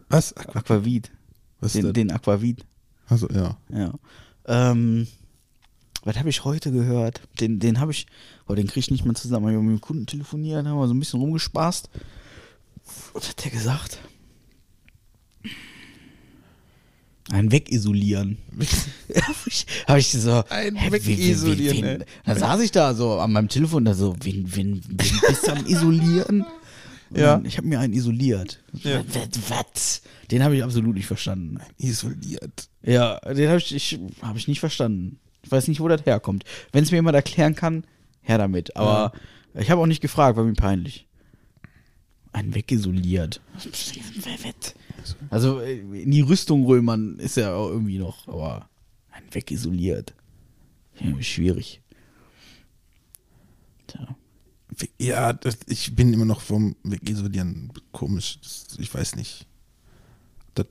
S3: Was?
S2: Aquavit.
S3: Was
S2: Den,
S3: denn?
S2: den Aquavit.
S3: Also, ja.
S2: Ja. Ähm, was habe ich heute gehört? Den, den habe ich, oh, den kriege ich nicht mehr zusammen. Hab Ich mit dem Kunden telefoniert, haben wir so ein bisschen rumgespaßt. Was hat der gesagt? Ein Wegisolieren. habe ich, hab ich so.
S3: Ein
S2: hä, wen- wen-
S3: Wegisolieren, ne?
S2: wen-
S3: ey.
S2: Da saß ich da so an meinem Telefon, da so, wen, wen, wen bist du am Isolieren? Und
S3: Ja.
S2: dann, Ich habe mir einen isoliert.
S3: Ja.
S2: Was- Was? Den habe ich absolut nicht verstanden.
S3: Isoliert.
S2: Ja, den habe ich, ich, hab ich nicht verstanden. Ich weiß nicht, wo das herkommt. Wenn es mir jemand erklären kann, her damit. Aber ich habe auch nicht gefragt, war mir peinlich. Ein wegisoliert. Also äh, in die Rüstung römern ist ja auch irgendwie noch, aber ein wegisoliert. Ja, schwierig. Tja.
S3: Ja, das, ich bin immer noch vom Isolieren komisch. Das, ich weiß nicht. Das,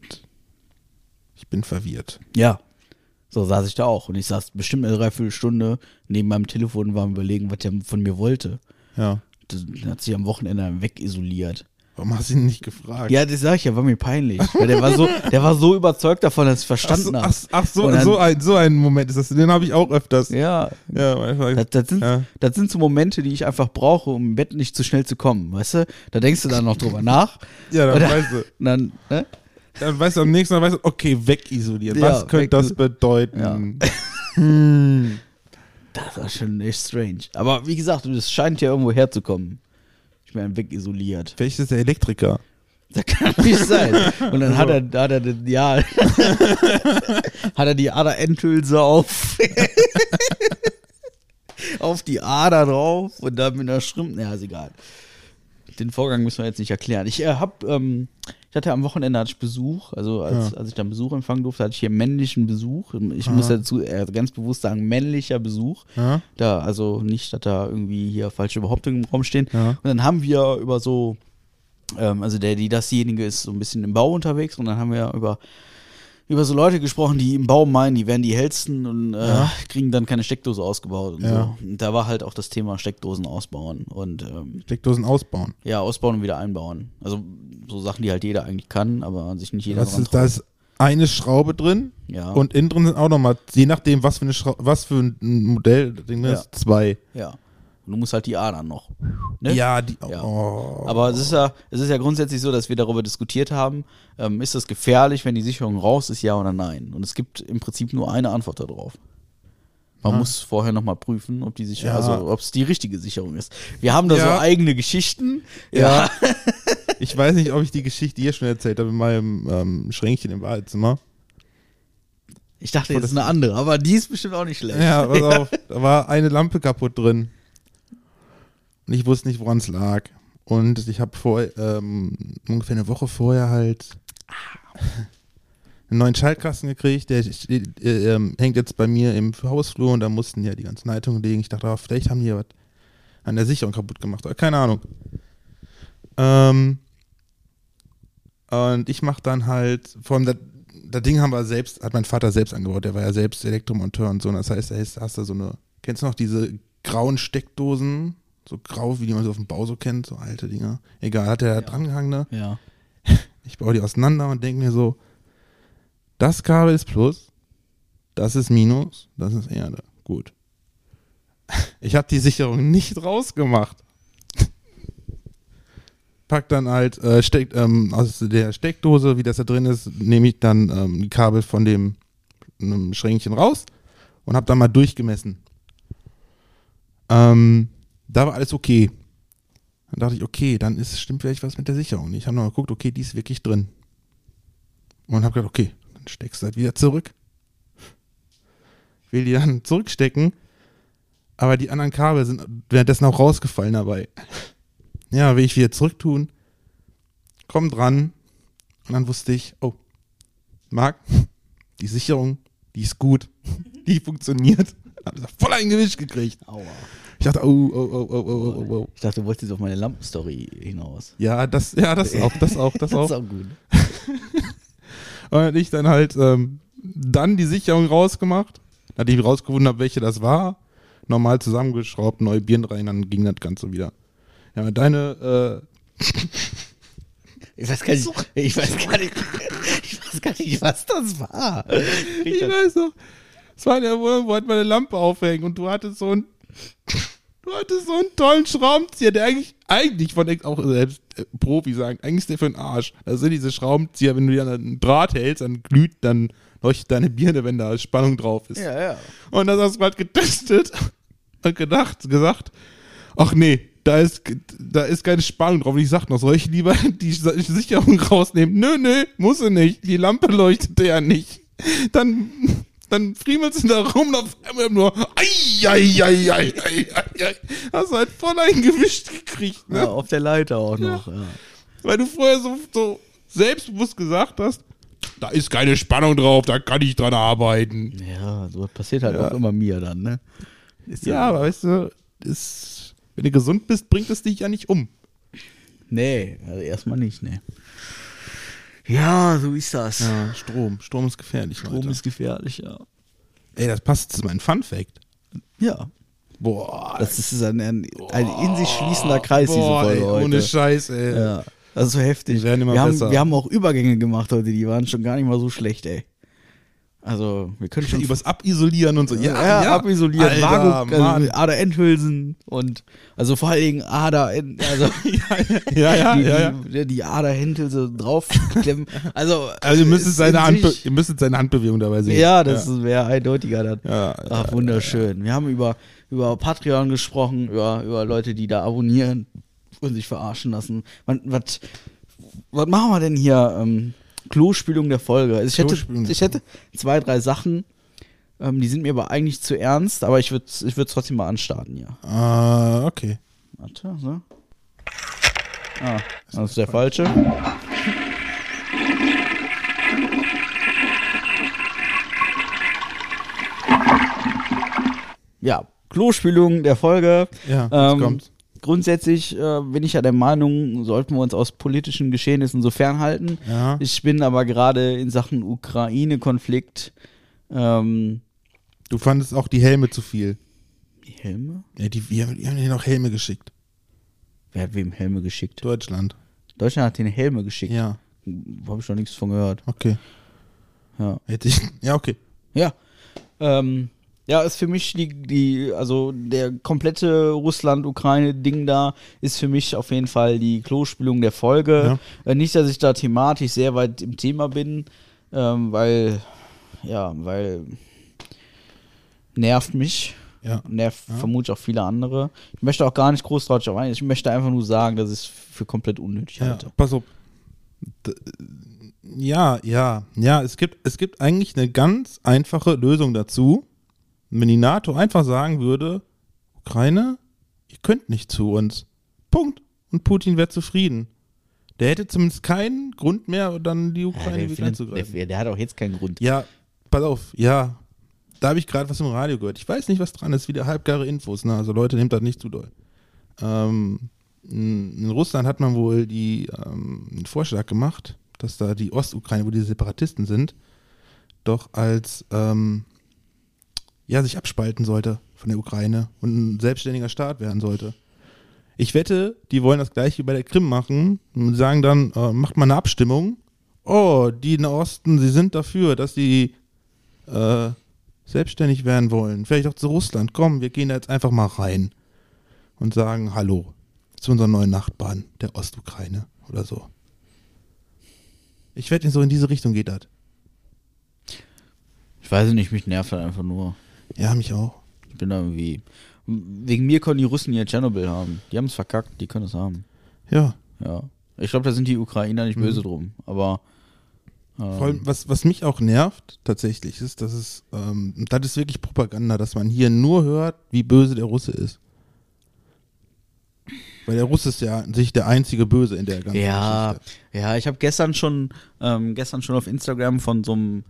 S3: ich bin verwirrt.
S2: Ja. So saß ich da auch. Und ich saß bestimmt eine Dreiviertelstunde neben meinem Telefon und war am überlegen, was der von mir wollte.
S3: Ja.
S2: Das hat sich am Wochenende wegisoliert.
S3: Warum hast du ihn nicht gefragt?
S2: Ja, das sag ich ja, war mir peinlich. Weil der war so, der war so überzeugt davon, dass ich
S3: ach so,
S2: verstanden
S3: ach,
S2: habe.
S3: ach so,
S2: Und dann-
S3: so, ein, so ein Moment ist das. Den habe ich auch öfters.
S2: Ja.
S3: Ja, einfach-
S2: Das, das, sind,
S3: ja.
S2: das sind so Momente, die ich einfach brauche, um im Bett nicht zu schnell zu kommen, weißt du? Da denkst du dann noch drüber nach.
S3: Ja, dann
S2: Und
S3: weißt du.
S2: und Dann, ne?
S3: Dann weißt du am nächsten Mal, weißt du, okay, wegisoliert.
S2: Ja,
S3: Was könnte das bedeuten?
S2: Das war schon echt strange. Aber wie gesagt, das scheint ja irgendwo herzukommen. Ich meine, wegisoliert.
S3: Vielleicht ist der Elektriker.
S2: Das kann nicht sein. Und dann hat er, hat er den, ja, hat er die Aderendhülse auf, auf die Ader drauf und dann mit einer Schrimp, naja, ist egal. Den Vorgang müssen wir jetzt nicht erklären. Ich äh, hab, ähm, ich hatte am Wochenende hatte ich Besuch, also als, als ich dann Besuch empfangen durfte, hatte ich hier männlichen Besuch. Ich muss dazu äh, ganz bewusst sagen, männlicher Besuch.
S3: Ja.
S2: Da, also nicht, dass da irgendwie hier falsche Behauptungen im Raum stehen.
S3: Ja.
S2: Und dann haben wir über so ähm, also der, die dasjenige ist so ein bisschen im Bau unterwegs und dann haben wir über über so Leute gesprochen, die im Bau meinen, die wären die hellsten und äh, kriegen dann keine Steckdose ausgebaut und
S3: Ja.
S2: so. Und da war halt auch das Thema Steckdosen ausbauen und ähm,
S3: Steckdosen ausbauen.
S2: ja, ausbauen und wieder einbauen. Also so Sachen, die halt jeder eigentlich kann, aber sich nicht jeder
S3: Das
S2: dran
S3: ist, da
S2: traut.
S3: ist eine Schraube drin
S2: Ja.
S3: und innen drin sind auch nochmal, je nachdem, was für, eine Schraube, was für ein Modell das Ding
S2: Ja.
S3: ist, zwei.
S2: Ja. Und du musst halt die Adern noch. Ne?
S3: Ja, die.
S2: Ja.
S3: Oh.
S2: Aber es ist ja, es ist ja grundsätzlich so, dass wir darüber diskutiert haben, ähm, ist das gefährlich, wenn die Sicherung raus ist, ja oder nein? Und es gibt im Prinzip nur eine Antwort darauf. Man muss vorher nochmal prüfen, ob die Sicherung,
S3: Ah. Ja.
S2: also ob es die richtige Sicherung ist. Wir haben da
S3: Ja.
S2: so eigene Geschichten.
S3: Ja. ich weiß nicht, ob ich die Geschichte hier schon erzählt habe in meinem ähm, Schränkchen im Badezimmer.
S2: Ich dachte, jetzt ist eine andere, aber die ist bestimmt auch nicht schlecht.
S3: Ja, pass auf, da war eine Lampe kaputt drin. Und ich wusste nicht, woran es lag. Und ich habe vor ähm, ungefähr eine Woche vorher halt einen neuen Schaltkasten gekriegt. Der steht, äh, ähm, hängt jetzt bei mir im Hausflur und da mussten ja die ganzen Leitungen liegen. Ich dachte, ah, vielleicht haben die ja was an der Sicherung kaputt gemacht. Aber keine Ahnung. Ähm, und ich mache dann halt, vor allem das, das Ding haben wir selbst, hat mein Vater selbst angebaut, der war ja selbst Elektromonteur und so. Und das heißt, da hast, hast du so eine, kennst du noch diese grauen Steckdosen? So grau, wie die man so auf dem Bau so kennt, so alte Dinger. Egal, hat er da drangehangen, ne?
S2: Ja.
S3: Ich baue die auseinander und denke mir so, das Kabel ist Plus, Das ist Minus, das ist Erde. Gut. Ich habe die Sicherung nicht rausgemacht. Pack dann halt äh, steck, ähm, aus der Steckdose, wie das da drin ist, nehme ich dann ähm, ein Kabel von dem einem Schränkchen raus und habe dann mal durchgemessen. Ähm, da war alles okay. Dann dachte ich, okay, dann ist, stimmt vielleicht was mit der Sicherung. Ich habe nochmal geguckt, okay, die ist wirklich drin. Und habe gedacht, okay, dann steckst du halt wieder zurück. Will die dann zurückstecken, aber die anderen Kabel sind währenddessen auch rausgefallen dabei. Ja, will ich wieder zurücktun, komm dran. Und dann wusste ich, oh, Marc, die Sicherung, die ist gut, die funktioniert. Hab ich voll ein Gewicht gekriegt.
S2: Aua.
S3: Ich dachte, oh, oh, oh, oh, oh, oh, oh.
S2: Ich dachte, du wolltest jetzt auf meine Lampenstory hinaus.
S3: Ja, das, ja, das auch, das auch, das
S2: Das
S3: auch.
S2: ist auch gut.
S3: Und ich dann halt ähm, dann die Sicherung rausgemacht, nachdem ich rausgefunden habe, welche das war, normal zusammengeschraubt, neue Birnen rein, dann ging das Ganze wieder. Ja, aber deine, äh,
S2: Ich weiß gar nicht, ich weiß gar nicht, ich weiß gar nicht was das war.
S3: äh, ich weiß noch, es war in der Wohnung, wo halt meine Lampe aufhängen und du hattest so einen, du hattest so einen tollen Schraubenzieher, der eigentlich, eigentlich von ex- auch selbst äh, Profi sagen, eigentlich ist der für den Arsch. Das sind diese Schraubenzieher, wenn du dir an einen Draht hältst, dann glüht, dann leuchtet deine Birne, wenn da Spannung drauf ist.
S2: Ja, ja.
S3: Und das hast du halt getestet und gedacht, gesagt, ach nee, da ist, da ist keine Spannung drauf. Und ich sagte noch, soll ich lieber die Sicherung rausnehmen? Nö, nö, muss sie nicht. Die Lampe leuchtete ja nicht. Dann, dann friemelt sie da rum und auf einmal nur, ai, ai, ai, ai, ai, ai, ai. Hast halt voll eingewischt gekriegt, ne?
S2: ja, auf der Leiter auch noch. Ja.
S3: Weil du vorher so, so selbstbewusst gesagt hast, da ist keine Spannung drauf, da kann ich dran arbeiten.
S2: Ja, so was passiert halt auch immer mir dann, ne? Ist
S3: Ja, aber weißt du, ist, wenn du gesund bist, bringt es dich ja nicht um.
S2: Nee, also erstmal nicht, ne. Ja, so ist das.
S3: Ja, Strom. Strom ist gefährlich.
S2: Strom ist gefährlich, ja.
S3: Ey, das passt zu meinem Fun Fact.
S2: Ja.
S3: Boah.
S2: Das ist ein, ein, ein in sich schließender Kreis,
S3: boah,
S2: diese
S3: ey,
S2: Folge heute.
S3: ohne Scheiß, ey.
S2: Ja, das ist so heftig.
S3: Die werden immer
S2: wir,
S3: besser.
S2: Haben, wir haben auch Übergänge gemacht heute, die waren schon gar nicht mal so schlecht, ey. Also, wir können schon
S3: Übers Abisolieren und so. Ja, ja,
S2: ja, abisoliert,
S3: Alter,
S2: Vago,
S3: Mann.
S2: also Ader-Endhülsen und also vor allen Dingen Ader, also
S3: ja, ja,
S2: die,
S3: ja, ja.
S2: die, die Aderhändelse draufklemmen. Also,
S3: Also ihr müsst,
S2: ist
S3: jetzt seine
S2: in
S3: Handbe
S2: sich-
S3: ihr müsst jetzt seine Handbewegung dabei sehen.
S2: Ja, das wäre eindeutiger dann.
S3: Ja,
S2: Ach, wunderschön. Wir haben über, über Patreon gesprochen, über, über Leute, die da abonnieren und sich verarschen lassen. Man- Was, was machen wir denn hier? Ähm, Klospülung der Folge. Also ich, hätte,
S3: Klospülung der
S2: ich hätte zwei, drei Sachen, ähm, die sind mir aber eigentlich zu ernst, aber ich würde es ich würd's trotzdem mal anstarten hier.
S3: Ah, okay.
S2: Warte, so. Ah, das ist der falsche. Ja, Klospülung der Folge.
S3: Ja, jetzt
S2: ähm,
S3: kommt's.
S2: Grundsätzlich äh, bin ich ja der Meinung, sollten wir uns aus politischen Geschehnissen so fernhalten.
S3: Ja.
S2: Ich bin aber gerade in Sachen Ukraine-Konflikt. Ähm,
S3: Du fandest auch die Helme zu viel.
S2: die Helme?
S3: Ja, die, wir, haben- wir haben dir noch Helme geschickt.
S2: Wer hat wem Helme geschickt?
S3: Deutschland.
S2: Deutschland hat den Helme geschickt.
S3: Ja,
S2: Habe ich noch nichts von gehört.
S3: okay.
S2: Ja.
S3: Hätte ich. Ja, okay.
S2: Ja. Ähm, ja, ist für mich die, die also der komplette Russland-Ukraine-Ding da ist für mich auf jeden Fall die Klospülung der Folge. Äh, nicht, dass ich da thematisch sehr weit im Thema bin, ähm, weil, ja, weil nervt mich.
S3: Ja.
S2: Nervt vermutlich auch viele andere. Ich möchte auch gar nicht groß drauf eingehen. Ich möchte einfach nur sagen, dass ich es für komplett unnötig
S3: Ja,
S2: halte.
S3: pass auf. D- Ja, ja, ja, es gibt, es gibt eigentlich eine ganz einfache Lösung dazu. Wenn die NATO einfach sagen würde, Ukraine, ihr könnt nicht zu uns. Punkt. Und Putin wäre zufrieden. Der hätte zumindest keinen Grund mehr, dann die
S2: Ja,
S3: Ukraine
S2: der,
S3: wieder
S2: findet,
S3: einzugreifen.
S2: der, der hat auch jetzt keinen Grund.
S3: Ja, pass auf, ja. Da habe ich gerade was im Radio gehört. Ich weiß nicht, was dran ist. Wieder halbgare Infos. Ne? Also Leute, nehmt das nicht zu doll. Ähm, in in Russland hat man wohl die, ähm, einen Vorschlag gemacht, dass da die Ostukraine, wo die Separatisten sind, doch als ähm, ja, sich abspalten sollte von der Ukraine und ein selbstständiger Staat werden sollte. Ich wette, die wollen das gleiche wie bei der Krim machen und sagen dann, äh, macht mal eine Abstimmung. Oh, die in Osten, sie sind dafür, dass die äh, selbstständig werden wollen, vielleicht auch zu Russland, komm, wir gehen da jetzt einfach mal rein und sagen Hallo zu unseren neuen Nachbarn der Ostukraine oder so. Ich werde ihn so in diese Richtung geht das.
S2: Ich weiß nicht, mich nervt halt einfach nur.
S3: Ja, mich auch.
S2: Ich bin da irgendwie. Wegen mir können die Russen hier Tschernobyl haben. Die haben es verkackt, die können es haben.
S3: Ja.
S2: Ja. Ich glaube, da sind die Ukrainer nicht böse drum. Aber. ähm,
S3: Vor allem, was, was mich auch nervt tatsächlich, ist, dass es, ähm, und das ist wirklich Propaganda, dass man hier nur hört, wie böse der Russe ist. Weil der Russe ist ja an sich der einzige Böse in der ganzen
S2: Ja,
S3: Geschichte.
S2: ja, ich habe gestern schon, ähm, gestern schon auf Instagram von so einem,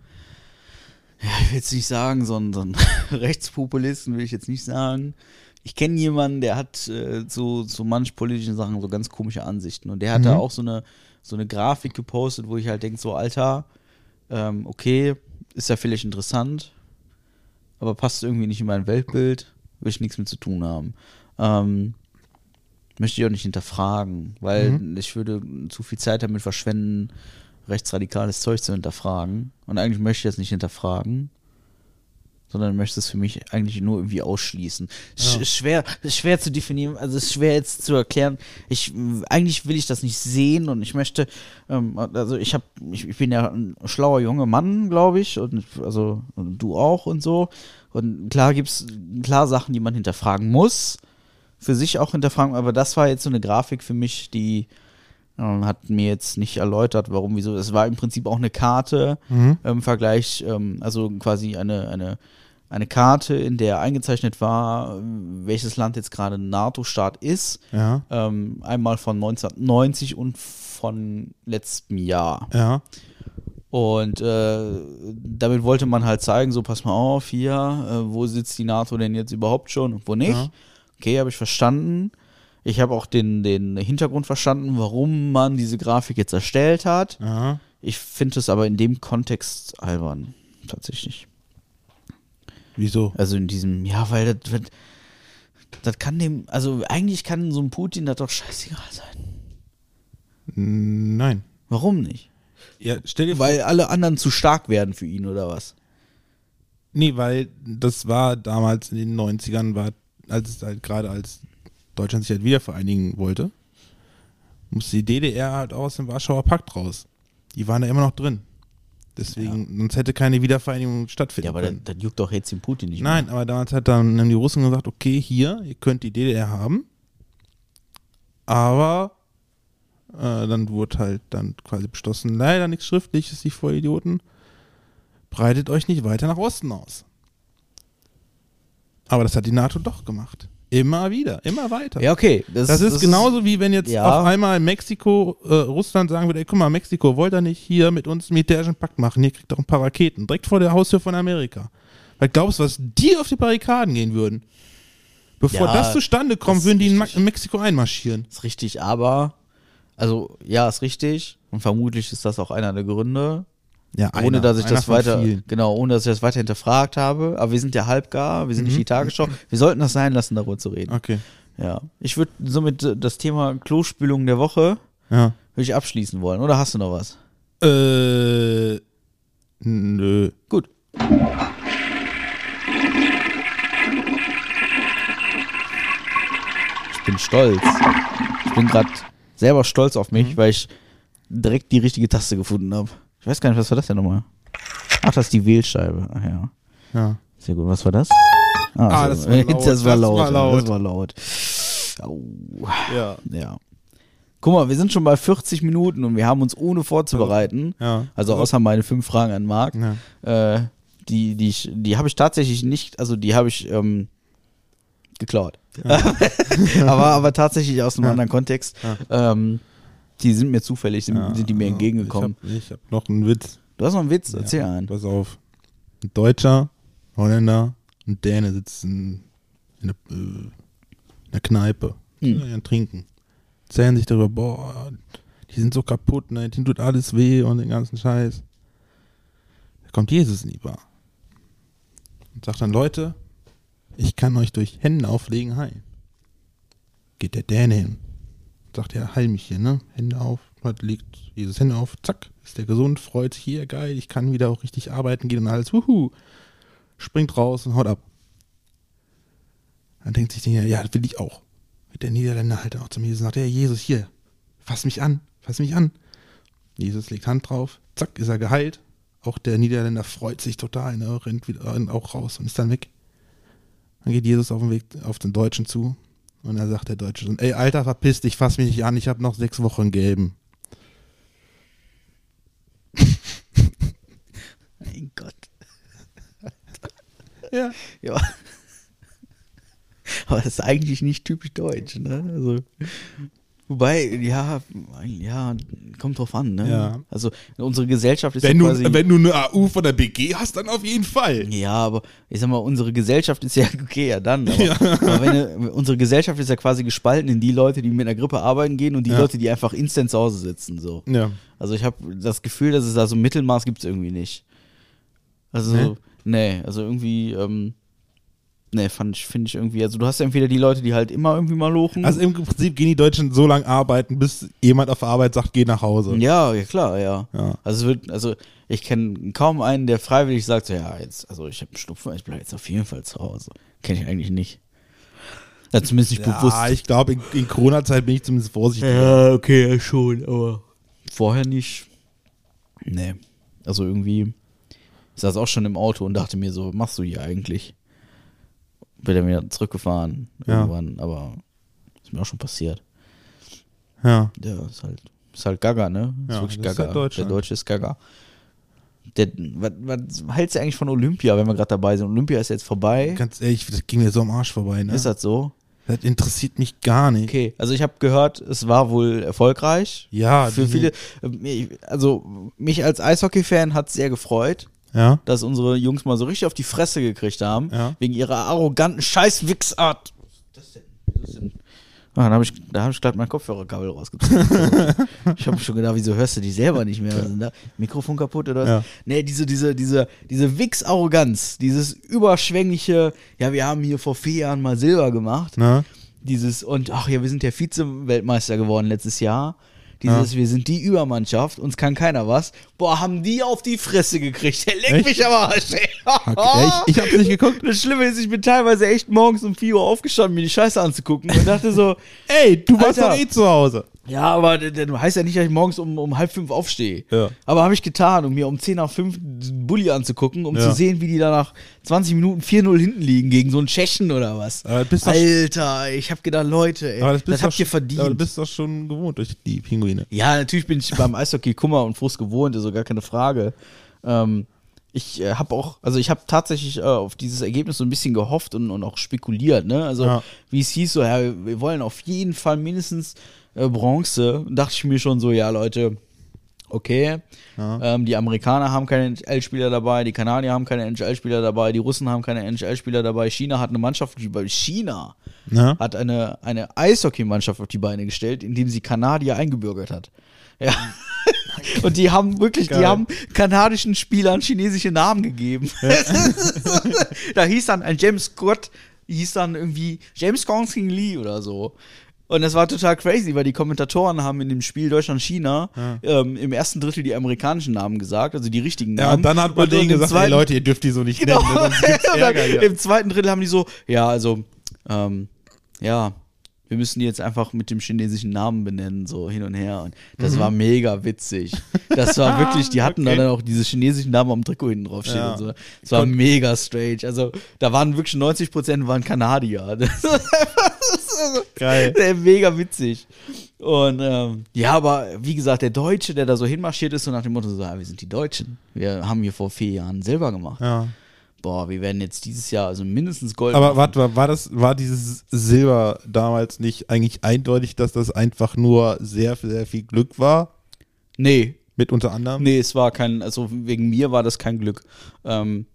S2: ja, ich will jetzt nicht sagen, so einem so einem Rechtspopulisten will ich jetzt nicht sagen. Ich kenne jemanden, der hat äh, so so manch politischen Sachen so ganz komische Ansichten und der hat da auch so eine so eine Grafik gepostet, wo ich halt denke so Alter, ähm, okay, ist ja vielleicht interessant, aber passt irgendwie nicht in mein Weltbild, will ich nichts mit zu tun haben. Ähm, möchte ich auch nicht hinterfragen, weil ich würde zu viel Zeit damit verschwenden, rechtsradikales Zeug zu hinterfragen. Und eigentlich möchte ich das nicht hinterfragen, sondern möchte es für mich eigentlich nur irgendwie ausschließen. Sch schwer, schwer zu definieren, also ist schwer jetzt zu erklären. Ich eigentlich will ich das nicht sehen und ich möchte, ähm, also ich habe, ich, ich bin ja ein schlauer junger Mann, glaube ich, und also und du auch und so. Und klar gibt's klar Sachen, die man hinterfragen muss für sich auch hinterfragen, aber das war jetzt so eine Grafik für mich, die ähm, hat mir jetzt nicht erläutert, warum, wieso. Es war im Prinzip auch eine Karte ähm, im Vergleich, ähm, also quasi eine, eine, eine Karte, in der eingezeichnet war, ähm, welches Land jetzt gerade ein NATO-Staat ist.
S3: Ja,
S2: Ähm, einmal von 1990 und von letztem Jahr.
S3: ja,
S2: Und äh, damit wollte man halt zeigen, so pass mal auf, hier, äh, wo sitzt die NATO denn jetzt überhaupt schon und wo nicht.
S3: Ja.
S2: Okay, habe ich verstanden. Ich habe auch den, den Hintergrund verstanden, warum man diese Grafik jetzt erstellt hat.
S3: ja.
S2: Ich finde es aber in dem Kontext albern, tatsächlich.
S3: Wieso?
S2: Also in diesem, ja, weil das wird, das kann dem, also eigentlich kann so ein Putin das doch scheißegal sein.
S3: Nein.
S2: Warum nicht?
S3: Ja, stell dir
S2: Weil alle anderen zu stark werden für ihn oder was?
S3: Nee, weil das war damals in den 90ern, war, als es halt gerade als Deutschland sich halt wieder vereinigen wollte, musste die DDR halt aus dem Warschauer Pakt raus. Die waren da immer noch drin. Deswegen, sonst hätte keine Wiedervereinigung stattfinden
S2: Ja, aber das,
S3: können.
S2: das juckt doch jetzt den Putin nicht
S3: Nein, aber damals hat dann haben die Russen gesagt, okay, hier, ihr könnt die DDR haben, aber äh, dann wurde halt dann quasi beschlossen, leider nichts Schriftliches, die Vollidioten, breitet euch nicht weiter nach Osten aus. Aber das hat die NATO doch gemacht. Immer wieder, immer weiter.
S2: Ja, okay. Das,
S3: Das ist genauso wie wenn jetzt
S2: Ja.
S3: auf einmal Mexiko, äh, Russland sagen würde, ey, guck mal, Mexiko, wollt ihr nicht hier mit uns einen militärischen Pakt machen? Hier kriegt doch ein paar Raketen, direkt vor der Haustür von Amerika. Weil glaubst du, was die auf die Barrikaden gehen würden? Bevor
S2: Ja,
S3: das zustande kommt,
S2: das
S3: würden die in, Ma
S2: richtig.
S3: in Mexiko einmarschieren.
S2: Ist richtig, aber. Also, ja, ist richtig. Und vermutlich ist das auch einer der Gründe.
S3: Ja,
S2: ohne dass ich das
S3: von
S2: weiter.
S3: vielen.
S2: Genau, ohne dass ich das weiter hinterfragt habe. Aber wir sind ja halbgar, wir sind
S3: Mhm.
S2: nicht die Tagesschau. Wir sollten das sein lassen, darüber zu reden.
S3: Okay.
S2: Ja. Ich würde somit äh, das Thema Klospülung der Woche
S3: Ja.
S2: würde ich abschließen wollen. Oder hast du noch was?
S3: Äh. Nö.
S2: Gut. Ich bin stolz. Ich bin gerade selber stolz auf
S3: Mhm.
S2: mich, weil ich direkt die richtige Taste gefunden habe. Ich weiß gar nicht, was war das denn nochmal? Ach, das ist die Wählscheibe. Ach ja.
S3: Ja.
S2: Sehr gut. Was war das?
S3: Ah,
S2: so.
S3: das war laut,
S2: Das war
S3: das
S2: laut. Das war
S3: war laut.
S2: laut. Au,
S3: Ja.
S2: ja. Guck mal, wir sind schon bei 40 Minuten und wir haben uns ohne vorzubereiten,
S3: Ja.
S2: also außer meine fünf Fragen an Marc,
S3: Ja.
S2: äh, die, die, ich- die habe ich tatsächlich nicht, also die habe ich ähm, geklaut. aber, aber tatsächlich aus einem anderen Kontext. Ähm, die sind mir zufällig, sind, sind die mir entgegengekommen.
S3: Ich hab, ich hab noch einen Witz.
S2: du hast noch einen Witz, erzähl einen.
S3: Pass auf. Ein Deutscher, Holländer und Däne sitzen in einer, äh, in einer Kneipe Ja, und trinken. Zählen sich darüber, boah, die sind so kaputt, ne? denen tut alles weh und den ganzen Scheiß. Da kommt Jesus in die Bar. Und sagt dann, Leute, ich kann euch durch Hände auflegen heilen. Geht der Däne hin. Sagt er, heil mich hier, ne? Hände auf. Hat, legt Jesus Hände auf. Zack, ist der gesund, freut sich hier, geil. Ich kann wieder auch richtig arbeiten gehen und alles. Wuhu. springt raus und haut ab. Dann denkt sich der, ja, das will ich auch. Wird der Niederländer halt auch zum Jesus und sagt, ja, Jesus, hier, fass mich an, fass mich an. Jesus legt Hand drauf, zack, ist er geheilt. Auch der Niederländer freut sich total, ne, rennt wieder rennt auch raus und ist dann weg. Dann geht Jesus auf den Weg auf den Deutschen zu und dann sagt der Deutsche so, ey, Alter, verpiss dich, fass mich nicht an, ich habe noch sechs Wochen gelben.
S2: Mein Gott.
S3: Ja.
S2: Ja. Aber das ist eigentlich nicht typisch deutsch, ne? Also, wobei, ja, ja, kommt drauf an, ne?
S3: Ja.
S2: Also unsere Gesellschaft ist
S3: Wenn
S2: ja
S3: du,
S2: quasi.
S3: wenn du eine AU von der BG hast, dann auf jeden Fall.
S2: ja, aber ich sag mal, unsere Gesellschaft ist ja, okay, ja dann. Aber,
S3: Ja.
S2: aber wenn, äh, unsere Gesellschaft ist ja quasi gespalten in die Leute, die mit einer Grippe arbeiten gehen und die
S3: Ja. Mhm.
S2: Leute, die einfach instant zu Hause sitzen. So.
S3: Ja.
S2: Also ich habe das Gefühl, dass es da so ein Mittelmaß gibt es irgendwie nicht. Also, nee, also irgendwie, ähm, nee, fand ich, finde ich irgendwie, also du hast ja entweder die Leute, die halt immer irgendwie mal lochen.
S3: Also im Prinzip gehen die Deutschen so lange arbeiten, bis jemand auf der Arbeit sagt, geh nach Hause.
S2: ja, ja, klar, ja.
S3: Ja.
S2: Also es wird, also ich kenne kaum einen, der freiwillig sagt, so, ja, jetzt, also ich habe einen Schnupfen, ich bleibe jetzt auf jeden Fall zu Hause. Kenne ich eigentlich nicht. Ja, zumindest nicht bewusst.
S3: Ja, ich glaube, in, in Corona-Zeit bin ich zumindest vorsichtig.
S2: Ja, okay, ja schon, aber. Vorher nicht. Nee. Also irgendwie. Ich saß auch schon im Auto und dachte mir so, was machst du hier eigentlich? Bin dann wieder zurückgefahren
S3: Ja.
S2: irgendwann, aber ist mir auch schon passiert.
S3: Ja.
S2: Ja, ist halt, ist halt Gaga, ne? Ist
S3: Ja,
S2: wirklich
S3: das ist
S2: Gaga.
S3: halt Deutschland.
S2: Der Deutsche ist Gaga. Der, was, was hältst du eigentlich von Olympia, wenn wir gerade dabei sind? Olympia ist jetzt vorbei.
S3: Ganz ehrlich, das ging mir so am Arsch vorbei, ne?
S2: Ist das so?
S3: das interessiert mich gar nicht.
S2: Okay, also ich habe gehört, es war wohl erfolgreich.
S3: Ja,
S2: für
S3: die-
S2: viele, ähm, ich- also mich als Eishockey-Fan hat sehr gefreut,
S3: Ja.
S2: dass unsere Jungs mal so richtig auf die Fresse gekriegt haben,
S3: Ja.
S2: wegen ihrer arroganten Scheißwichsart. Ah, da habe ich, da hab ich gerade mein Kopfhörerkabel rausgezogen. ich habe schon gedacht, wieso hörst du dich selber nicht mehr? Was ist denn da? Mikrofon kaputt oder was?
S3: Ja.
S2: Nee, diese, diese, diese, diese Wichs-Arroganz, dieses überschwängliche, ja, wir haben hier vor vier Jahren mal Silber gemacht
S3: Ne?
S2: dieses und ach ja, wir sind der Vize-Weltmeister geworden letztes Jahr. Dieses, wir sind die Übermannschaft, uns kann keiner was. Boah, haben die auf die Fresse gekriegt. Der leckt
S3: Echt?
S2: mich aber Arsch. ey.
S3: Ja, ich, ich habe nicht geguckt.
S2: das Schlimme ist, ich bin teilweise echt morgens um 4 Uhr aufgestanden, mir die Scheiße anzugucken und dachte so,
S3: Ey, du warst
S2: Alter.
S3: doch eh zu Hause.
S2: ja, aber d- d- heißt ja nicht, dass ich morgens um, um halb fünf aufstehe.
S3: Ja.
S2: Aber habe ich getan, um mir um 10 nach 5 den Bulli anzugucken, um
S3: Ja.
S2: zu sehen, wie die da nach 20 Minuten 4-0 hinten liegen gegen so einen Tschechen oder was.
S3: Aber das bist doch-
S2: Alter, ich habe gedacht, Leute, ey,
S3: Aber
S2: das,
S3: bist doch
S2: habt ihr
S3: sch-
S2: verdient.
S3: Aber du bist doch schon gewohnt durch die Pinguine.
S2: Ja, natürlich bin ich beim Eishockey Kummer und Frust gewohnt, also gar keine Frage. Ähm, ich äh, habe auch, also ich habe tatsächlich äh, auf dieses Ergebnis so ein bisschen gehofft und, und auch spekuliert, ne? Also
S3: Ja.
S2: wie es hieß, so, ja, wir- wir wollen auf jeden Fall mindestens äh, Bronze. Dachte ich mir schon so, ja, Leute, okay. Ähm, die Amerikaner haben keine NHL-Spieler dabei, die Kanadier haben keine NHL-Spieler dabei, die Russen haben keine NHL-Spieler dabei, China hat eine Mannschaft die bei China
S3: Ne?
S2: hat eine, eine Eishockeymannschaft auf die Beine gestellt, indem sie Kanadier eingebürgert hat. Ja. Und die haben wirklich,
S3: Geil.
S2: die haben kanadischen Spielern chinesische Namen gegeben. da hieß dann ein James Scott, hieß dann irgendwie James Gonsing Lee oder so. Und das war total crazy, weil die Kommentatoren haben in dem Spiel Deutschland-China ähm, im ersten Drittel die amerikanischen Namen gesagt, also die richtigen Namen.
S3: Ja, und dann hat man
S2: und
S3: denen
S2: im
S3: gesagt, ey
S2: zweiten-
S3: Leute, ihr dürft die so nicht
S2: Genau.
S3: nennen, ne, sonst gibt's
S2: Und
S3: Ärger
S2: dann,
S3: hier.
S2: Im zweiten Drittel haben die so, ja, also, ähm, ja, wir müssen die jetzt einfach mit dem chinesischen Namen benennen, so hin und her. Und das war mega witzig. Das war wirklich, die hatten
S3: Mhm. Okay.
S2: dann auch diese chinesischen Namen am Trikot hinten drauf stehen
S3: Ja.
S2: und so. Das war mega strange. Also, da waren wirklich 90 Prozent waren Kanadier. Das
S3: Geil.
S2: der mega witzig. Und ähm, ja, aber wie gesagt, der Deutsche, der da so hinmarschiert ist, so nach dem Motto, so, ah, wir sind die Deutschen. Wir haben hier vor vier Jahren Silber gemacht.
S3: Ja.
S2: Boah, wir werden jetzt dieses Jahr also mindestens Gold.
S3: Aber
S2: machen.
S3: warte mal, war das, war dieses Silber damals nicht eigentlich eindeutig, dass das einfach nur sehr, sehr viel Glück war?
S2: nee,
S3: Mit unter anderem?
S2: nee, es war kein, also wegen mir war das kein Glück. Ähm,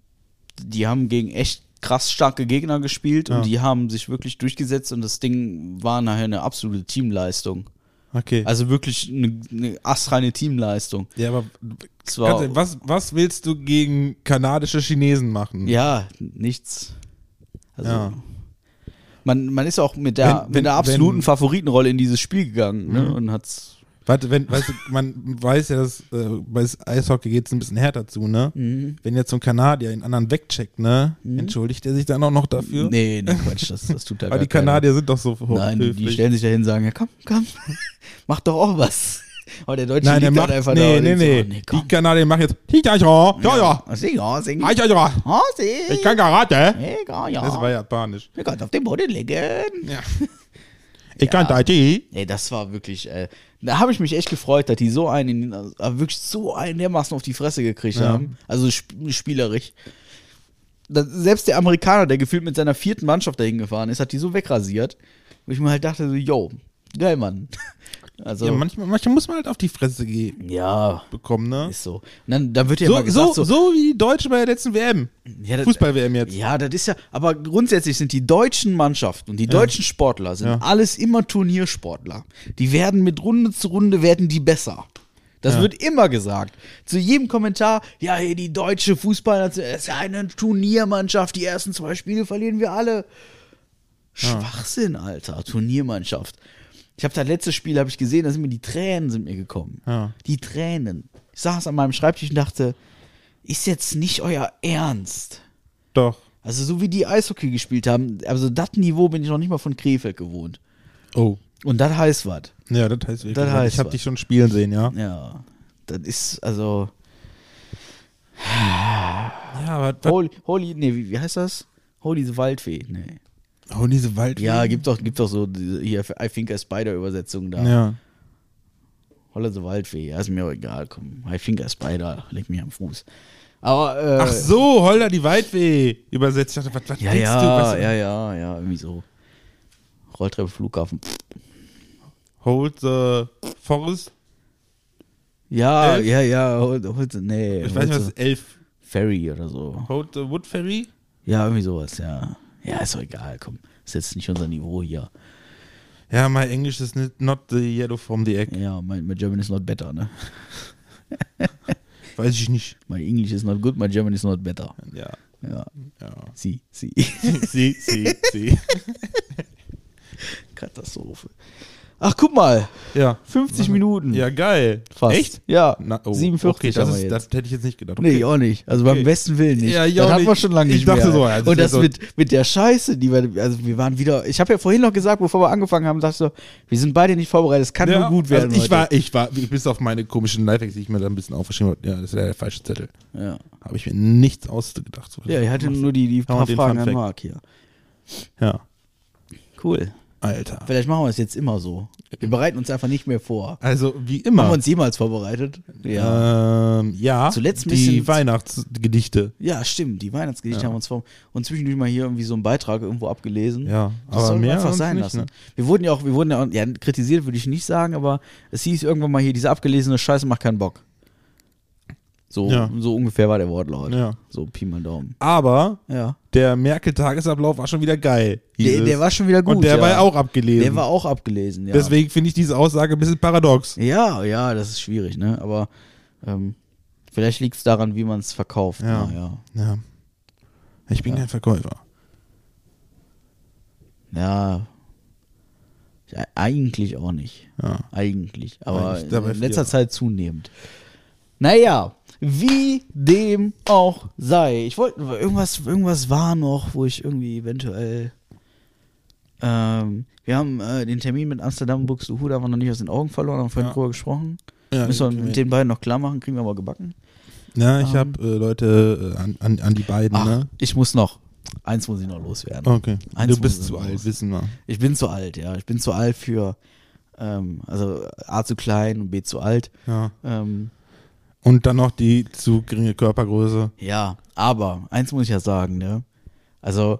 S2: die haben gegen echt krass starke Gegner gespielt
S3: Ja.
S2: und die haben sich wirklich durchgesetzt und das Ding war nachher eine absolute Teamleistung.
S3: Okay.
S2: Also wirklich eine, eine astreine Teamleistung.
S3: ja, aber
S2: Es
S3: ganz
S2: war,
S3: ehrlich, was, was willst du gegen kanadische Chinesen machen?
S2: ja, nichts. Also,
S3: Ja.
S2: man, man ist auch mit der,
S3: Wenn-
S2: mit
S3: wenn-
S2: der absoluten
S3: wenn- Mhm.
S2: Favoritenrolle in dieses Spiel gegangen ne? und hat's
S3: Warte, wenn, weißt du, man weiß ja, dass äh, bei Eishockey geht es ein bisschen härter zu, ne?
S2: Mhm.
S3: Wenn jetzt so ein Kanadier einen anderen wegcheckt, ne? Entschuldigt er sich dann auch noch dafür?
S2: Nee, nee, Quatsch, das, das tut da
S3: Aber
S2: gar
S3: die
S2: keiner.
S3: Kanadier sind doch so hoch.
S2: Äh, Nein, die, die stellen sich dahin und sagen, ja komm, komm, mach doch auch was. Aber der Deutsche
S3: Nein, der
S2: liegt
S3: macht,
S2: halt einfach da
S3: nee,
S2: und
S3: nee,
S2: denkt so,
S3: nee.
S2: oh, nee,
S3: die
S2: komm.
S3: Kanadier machen jetzt, ja, ja, ja, ja,
S2: Ah, sing, ja, sing.
S3: ja, ja, ja,
S2: Ah, sing.
S3: ich kann Karate.
S2: Egal, ja.
S3: Das war japanisch.
S2: Wir können auf dem Boden liegen.
S3: Ja. Ich kann Tai Chi.
S2: Ey, das war wirklich, äh, da habe ich mich echt gefreut, dass die so einen, also, wirklich so einen dermaßen auf die Fresse gekriegt
S3: Ja.
S2: haben. Also sp spielerisch. Da, selbst der Amerikaner, der gefühlt mit seiner vierten Mannschaft dahin gefahren ist, hat die so wegrasiert. Wo ich mir halt dachte, so, yo, geil, Mann. Also,
S3: Ja,
S2: ja,
S3: manchmal, manchmal muss man halt auf die Fresse ge- bekommen, ne?
S2: ist so. Und dann, dann wird ja
S3: So,
S2: immer gesagt, so,
S3: so, so wie die Deutschen bei der letzten WM.
S2: Ja, das-
S3: Fußball-WM jetzt.
S2: Ja, das ist ja, aber grundsätzlich sind die deutschen Mannschaften und die deutschen Sportler sind
S3: Ja.
S2: alles immer Turniersportler. Die werden mit Runde zu Runde werden die besser. Das wird immer gesagt. Zu jedem Kommentar, ja, hey, die deutsche Fußballnation das ist ja eine Turniermannschaft, die ersten zwei Spiele verlieren wir alle. Schwachsinn, Alter, Turniermannschaft. Ich habe das letzte Spiel habe ich gesehen, da sind mir die Tränen sind mir gekommen.
S3: Ja.
S2: Die Tränen. Ich saß an meinem Schreibtisch und dachte, ist jetzt nicht euer Ernst.
S3: Doch.
S2: Also so wie die Eishockey gespielt haben, also das Niveau bin ich noch nicht mal von Krefeld gewohnt.
S3: Oh.
S2: Und das heißt was.
S3: Ja, das heißt wirklich.
S2: Das heißt
S3: ich habe
S2: was.
S3: dich schon spielen sehen, ja.
S2: Ja, das ist also
S3: Ja, aber was-
S2: Holy, Holy nee, wie, wie heißt das? Holy the Waldfee, nee.
S3: oh, diese Wald.
S2: Ja, gibt doch, gibt doch so diese, hier I think a Spider Übersetzung da.
S3: Ja.
S2: Holla the Waldfee, ja, ist mir auch egal, komm. I think a Spider, leg mich am Fuß. Aber äh,
S3: Ach so, Holder die Waldweh. Übersetzt. Ich dachte, was, was
S2: ja,
S3: denkst
S2: ja,
S3: du? Was-
S2: ja, ja, ja, irgendwie so. Rolltreppe Flughafen. Pff.
S3: Hold the Forest.
S2: Ja,
S3: Elf?
S2: ja, ja, hol, hol, nee,
S3: Äh? Ich
S2: hol
S3: weiß nicht,
S2: so
S3: was ist elf.
S2: Ferry oder so.
S3: Hold the Wood Ferry?
S2: Ja, irgendwie sowas, ja. Ja, ist doch egal, komm. Ist jetzt nicht unser Niveau hier.
S3: Ja, my English is not- not the yellow from the egg.
S2: Ja, mein, my German is not better, ne?
S3: Weiß ich nicht.
S2: My English is not good, my German is not better.
S3: Ja.
S2: Ja,
S3: ja.
S2: sie, sie.
S3: sie, sie, sie.
S2: Katastrophe. Ach, guck mal,
S3: Ja.
S2: 50 Minuten.
S3: Hm. Ja, geil.
S2: fast.
S3: Echt?
S2: Ja,
S3: Na, oh,
S2: 47
S3: okay, das,
S2: haben wir
S3: ist,
S2: jetzt.
S3: das hätte ich jetzt nicht gedacht.
S2: Nee,
S3: Okay.
S2: ich auch nicht. Also beim
S3: Okay.
S2: besten Willen nicht.
S3: Ja, ich
S2: das
S3: auch
S2: hatten wir
S3: nicht.
S2: schon lange
S3: Ich
S2: nicht
S3: dachte
S2: mehr.
S3: so, ja, das
S2: Und
S3: wär
S2: das
S3: so-
S2: mit, mit der Scheiße, die wir, also wir waren wieder, ich habe ja vorhin noch gesagt, bevor wir angefangen haben, dachte ich so, wir sind beide nicht vorbereitet, es kann nur gut werden
S3: Also ich
S2: heute.
S3: war, ich war, bis auf meine komischen Lifehacks, die ich mir da ein bisschen aufgeschrieben habe, ja, das ist der falsche Zettel.
S2: ja.
S3: Habe ich mir nichts ausgedacht. So,
S2: ja, ich hatte nur die, die paar
S3: und den
S2: Fragen
S3: Fun
S2: an
S3: Fact.
S2: Marc hier.
S3: Ja,
S2: Cool.
S3: Alter.
S2: Vielleicht machen wir es jetzt immer so. Wir bereiten uns einfach nicht mehr vor.
S3: Also, wie
S2: Haben wir
S3: immer.
S2: uns jemals vorbereitet? Ja.
S3: Ähm, ja,
S2: Zuletzt ein
S3: die
S2: bisschen-
S3: Weihnachtsgedichte.
S2: Ja, stimmt. Die Weihnachtsgedichte haben wir uns vor. Und zwischendurch mal hier irgendwie so einen Beitrag irgendwo abgelesen.
S3: Ja,
S2: das
S3: aber
S2: soll
S3: mehr
S2: einfach
S3: sonst
S2: sein
S3: nicht,
S2: lassen.
S3: ne?
S2: Wir wurden ja auch, wir wurden ja, auch, ja, kritisiert würde ich nicht sagen, aber es hieß irgendwann mal hier, diese abgelesene Scheiße macht keinen Bock. So,
S3: Ja.
S2: so ungefähr war der Wortlaut.
S3: ne? Ja.
S2: So Pi mal Daumen.
S3: Aber
S2: Ja.
S3: der Merkel-Tagesablauf war schon wieder geil. hieß
S2: Der, der
S3: es.
S2: war schon wieder gut.
S3: Und der
S2: ja.
S3: war auch abgelesen.
S2: Der war auch abgelesen, ja.
S3: Deswegen finde ich diese Aussage ein bisschen paradox.
S2: Ja, ja, das ist schwierig, ne? Aber ähm, vielleicht liegt es daran, wie man es verkauft.
S3: Ja.
S2: Na, ja.
S3: Ja. Ich bin kein Verkäufer.
S2: Ja. Ja, Eigentlich auch nicht.
S3: Ja.
S2: Eigentlich. Aber
S3: Eigentlich dabei
S2: in letzter
S3: viel.
S2: Zeit zunehmend. Naja, wie dem auch sei. Ich wollte, irgendwas, irgendwas war noch, wo ich irgendwie eventuell. Ähm, wir haben äh, den Termin mit Amsterdam Buxtehude haben wir noch nicht aus den Augen verloren, haben vorhin
S3: Ja.
S2: drüber gesprochen.
S3: Ja,
S2: Müssen wir
S3: irgendwie.
S2: mit den beiden noch klar machen, kriegen wir aber gebacken.
S3: Na, ich
S2: Ähm.
S3: habe äh, Leute äh, an, an, an die beiden,
S2: Ach,
S3: ne?
S2: ich muss noch. Eins muss ich noch loswerden.
S3: Okay.
S2: Eins
S3: du bist
S2: muss
S3: zu
S2: raus.
S3: alt, wissen wir.
S2: Ich bin zu alt, ja. Ich bin zu alt für, ähm, also A zu klein und B zu alt.
S3: Ja.
S2: Ähm,
S3: Und dann noch die zu geringe Körpergröße.
S2: ja, aber eins muss ich ja sagen, ne? Also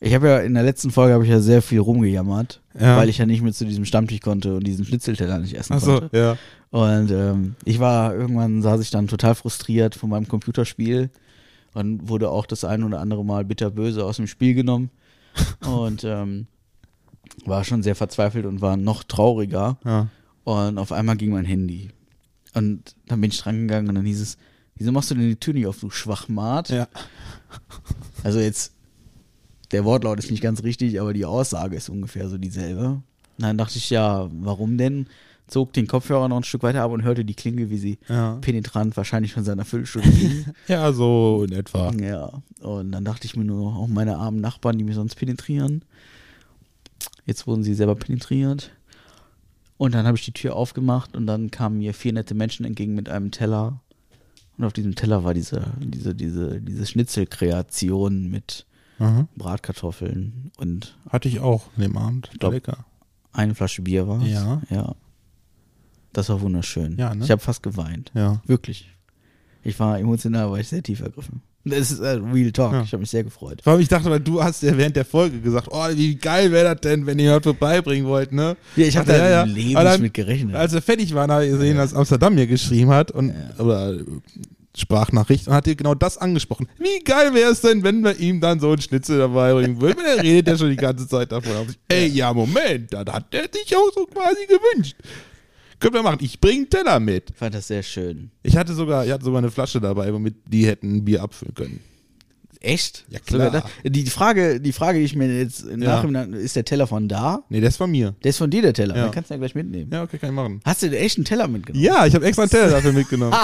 S2: ich habe ja in der letzten Folge habe ich ja sehr viel rumgejammert,
S3: Ja.
S2: weil ich ja nicht mehr zu diesem Stammtisch konnte und diesen Schnitzelteller nicht essen
S3: Achso,
S2: konnte.
S3: ja.
S2: Und ähm, ich war irgendwann saß ich dann total frustriert von meinem Computerspiel und wurde auch das ein oder andere Mal bitterböse aus dem Spiel genommen und ähm, war schon sehr verzweifelt und war noch trauriger.
S3: ja.
S2: Und auf einmal ging mein Handy. Und dann bin ich dran gegangen und dann hieß es, wieso machst du denn die Tür nicht auf, du Schwachmat?
S3: Ja.
S2: Also jetzt, der Wortlaut ist nicht ganz richtig, aber die Aussage ist ungefähr so dieselbe. Und dann dachte ich, ja, warum denn? Und zog den Kopfhörer noch ein Stück weiter ab und hörte die Klingel, wie sie
S3: Ja.
S2: penetrant wahrscheinlich von seiner Viertelstunde ging.
S3: Ja, so in etwa.
S2: Ja, und dann dachte ich mir nur, auch meine armen Nachbarn, die mich sonst penetrieren. Jetzt wurden sie selber penetriert. Und dann habe ich die Tür aufgemacht und dann kamen mir vier nette Menschen entgegen mit einem Teller. Und auf diesem Teller war diese, diese, diese, diese Schnitzelkreation mit
S3: Aha.
S2: Bratkartoffeln und
S3: Hatte ich auch an dem Abend.
S2: glaub-
S3: Lecker.
S2: eine Flasche Bier war es.
S3: Ja.
S2: ja. Das war wunderschön.
S3: Ja, ne?
S2: Ich habe fast geweint.
S3: Ja.
S2: Wirklich. Ich war emotional, war ich sehr tief ergriffen. Das ist äh, Real Talk.
S3: Ja.
S2: Ich habe mich sehr gefreut.
S3: Vor allem, ich dachte, weil du hast ja während der Folge gesagt, oh, wie geil wäre das denn, wenn ihr heute vorbeibringen wollt, ne?
S2: Ja, ich hab
S3: Dachte,
S2: da im Leben
S3: Aber
S2: nicht mit gerechnet.
S3: Als wir fertig waren, habe ich gesehen, dass Amsterdam mir geschrieben hat und oder äh, Sprachnachricht und hat dir genau das angesprochen. Wie geil wäre es denn, wenn wir ihm dann so einen Schnitzel dabei bringen würden? Weil er redet ja schon die ganze Zeit davon. Da hab ich, Ey, ja, Moment, das hat er sich auch so quasi gewünscht. Können wir machen. Ich bringe Teller mit.
S2: Ich fand das sehr schön.
S3: Ich hatte sogar, ich hatte sogar eine Flasche dabei, womit die hätten Bier abfüllen können.
S2: Echt?
S3: Ja, klar.
S2: Sogar da- Die Frage, die Frage, die ich mir jetzt im
S3: Ja.
S2: Nachhinein, ist der Teller von da?
S3: Nee, das war mir.
S2: Der ist von dir, der Teller.
S3: Ja.
S2: Dann kannst du ja gleich mitnehmen.
S3: Ja, okay, kann ich machen.
S2: Hast du dir echt einen Teller mitgenommen?
S3: Ja, ich habe extra einen Teller dafür mitgenommen.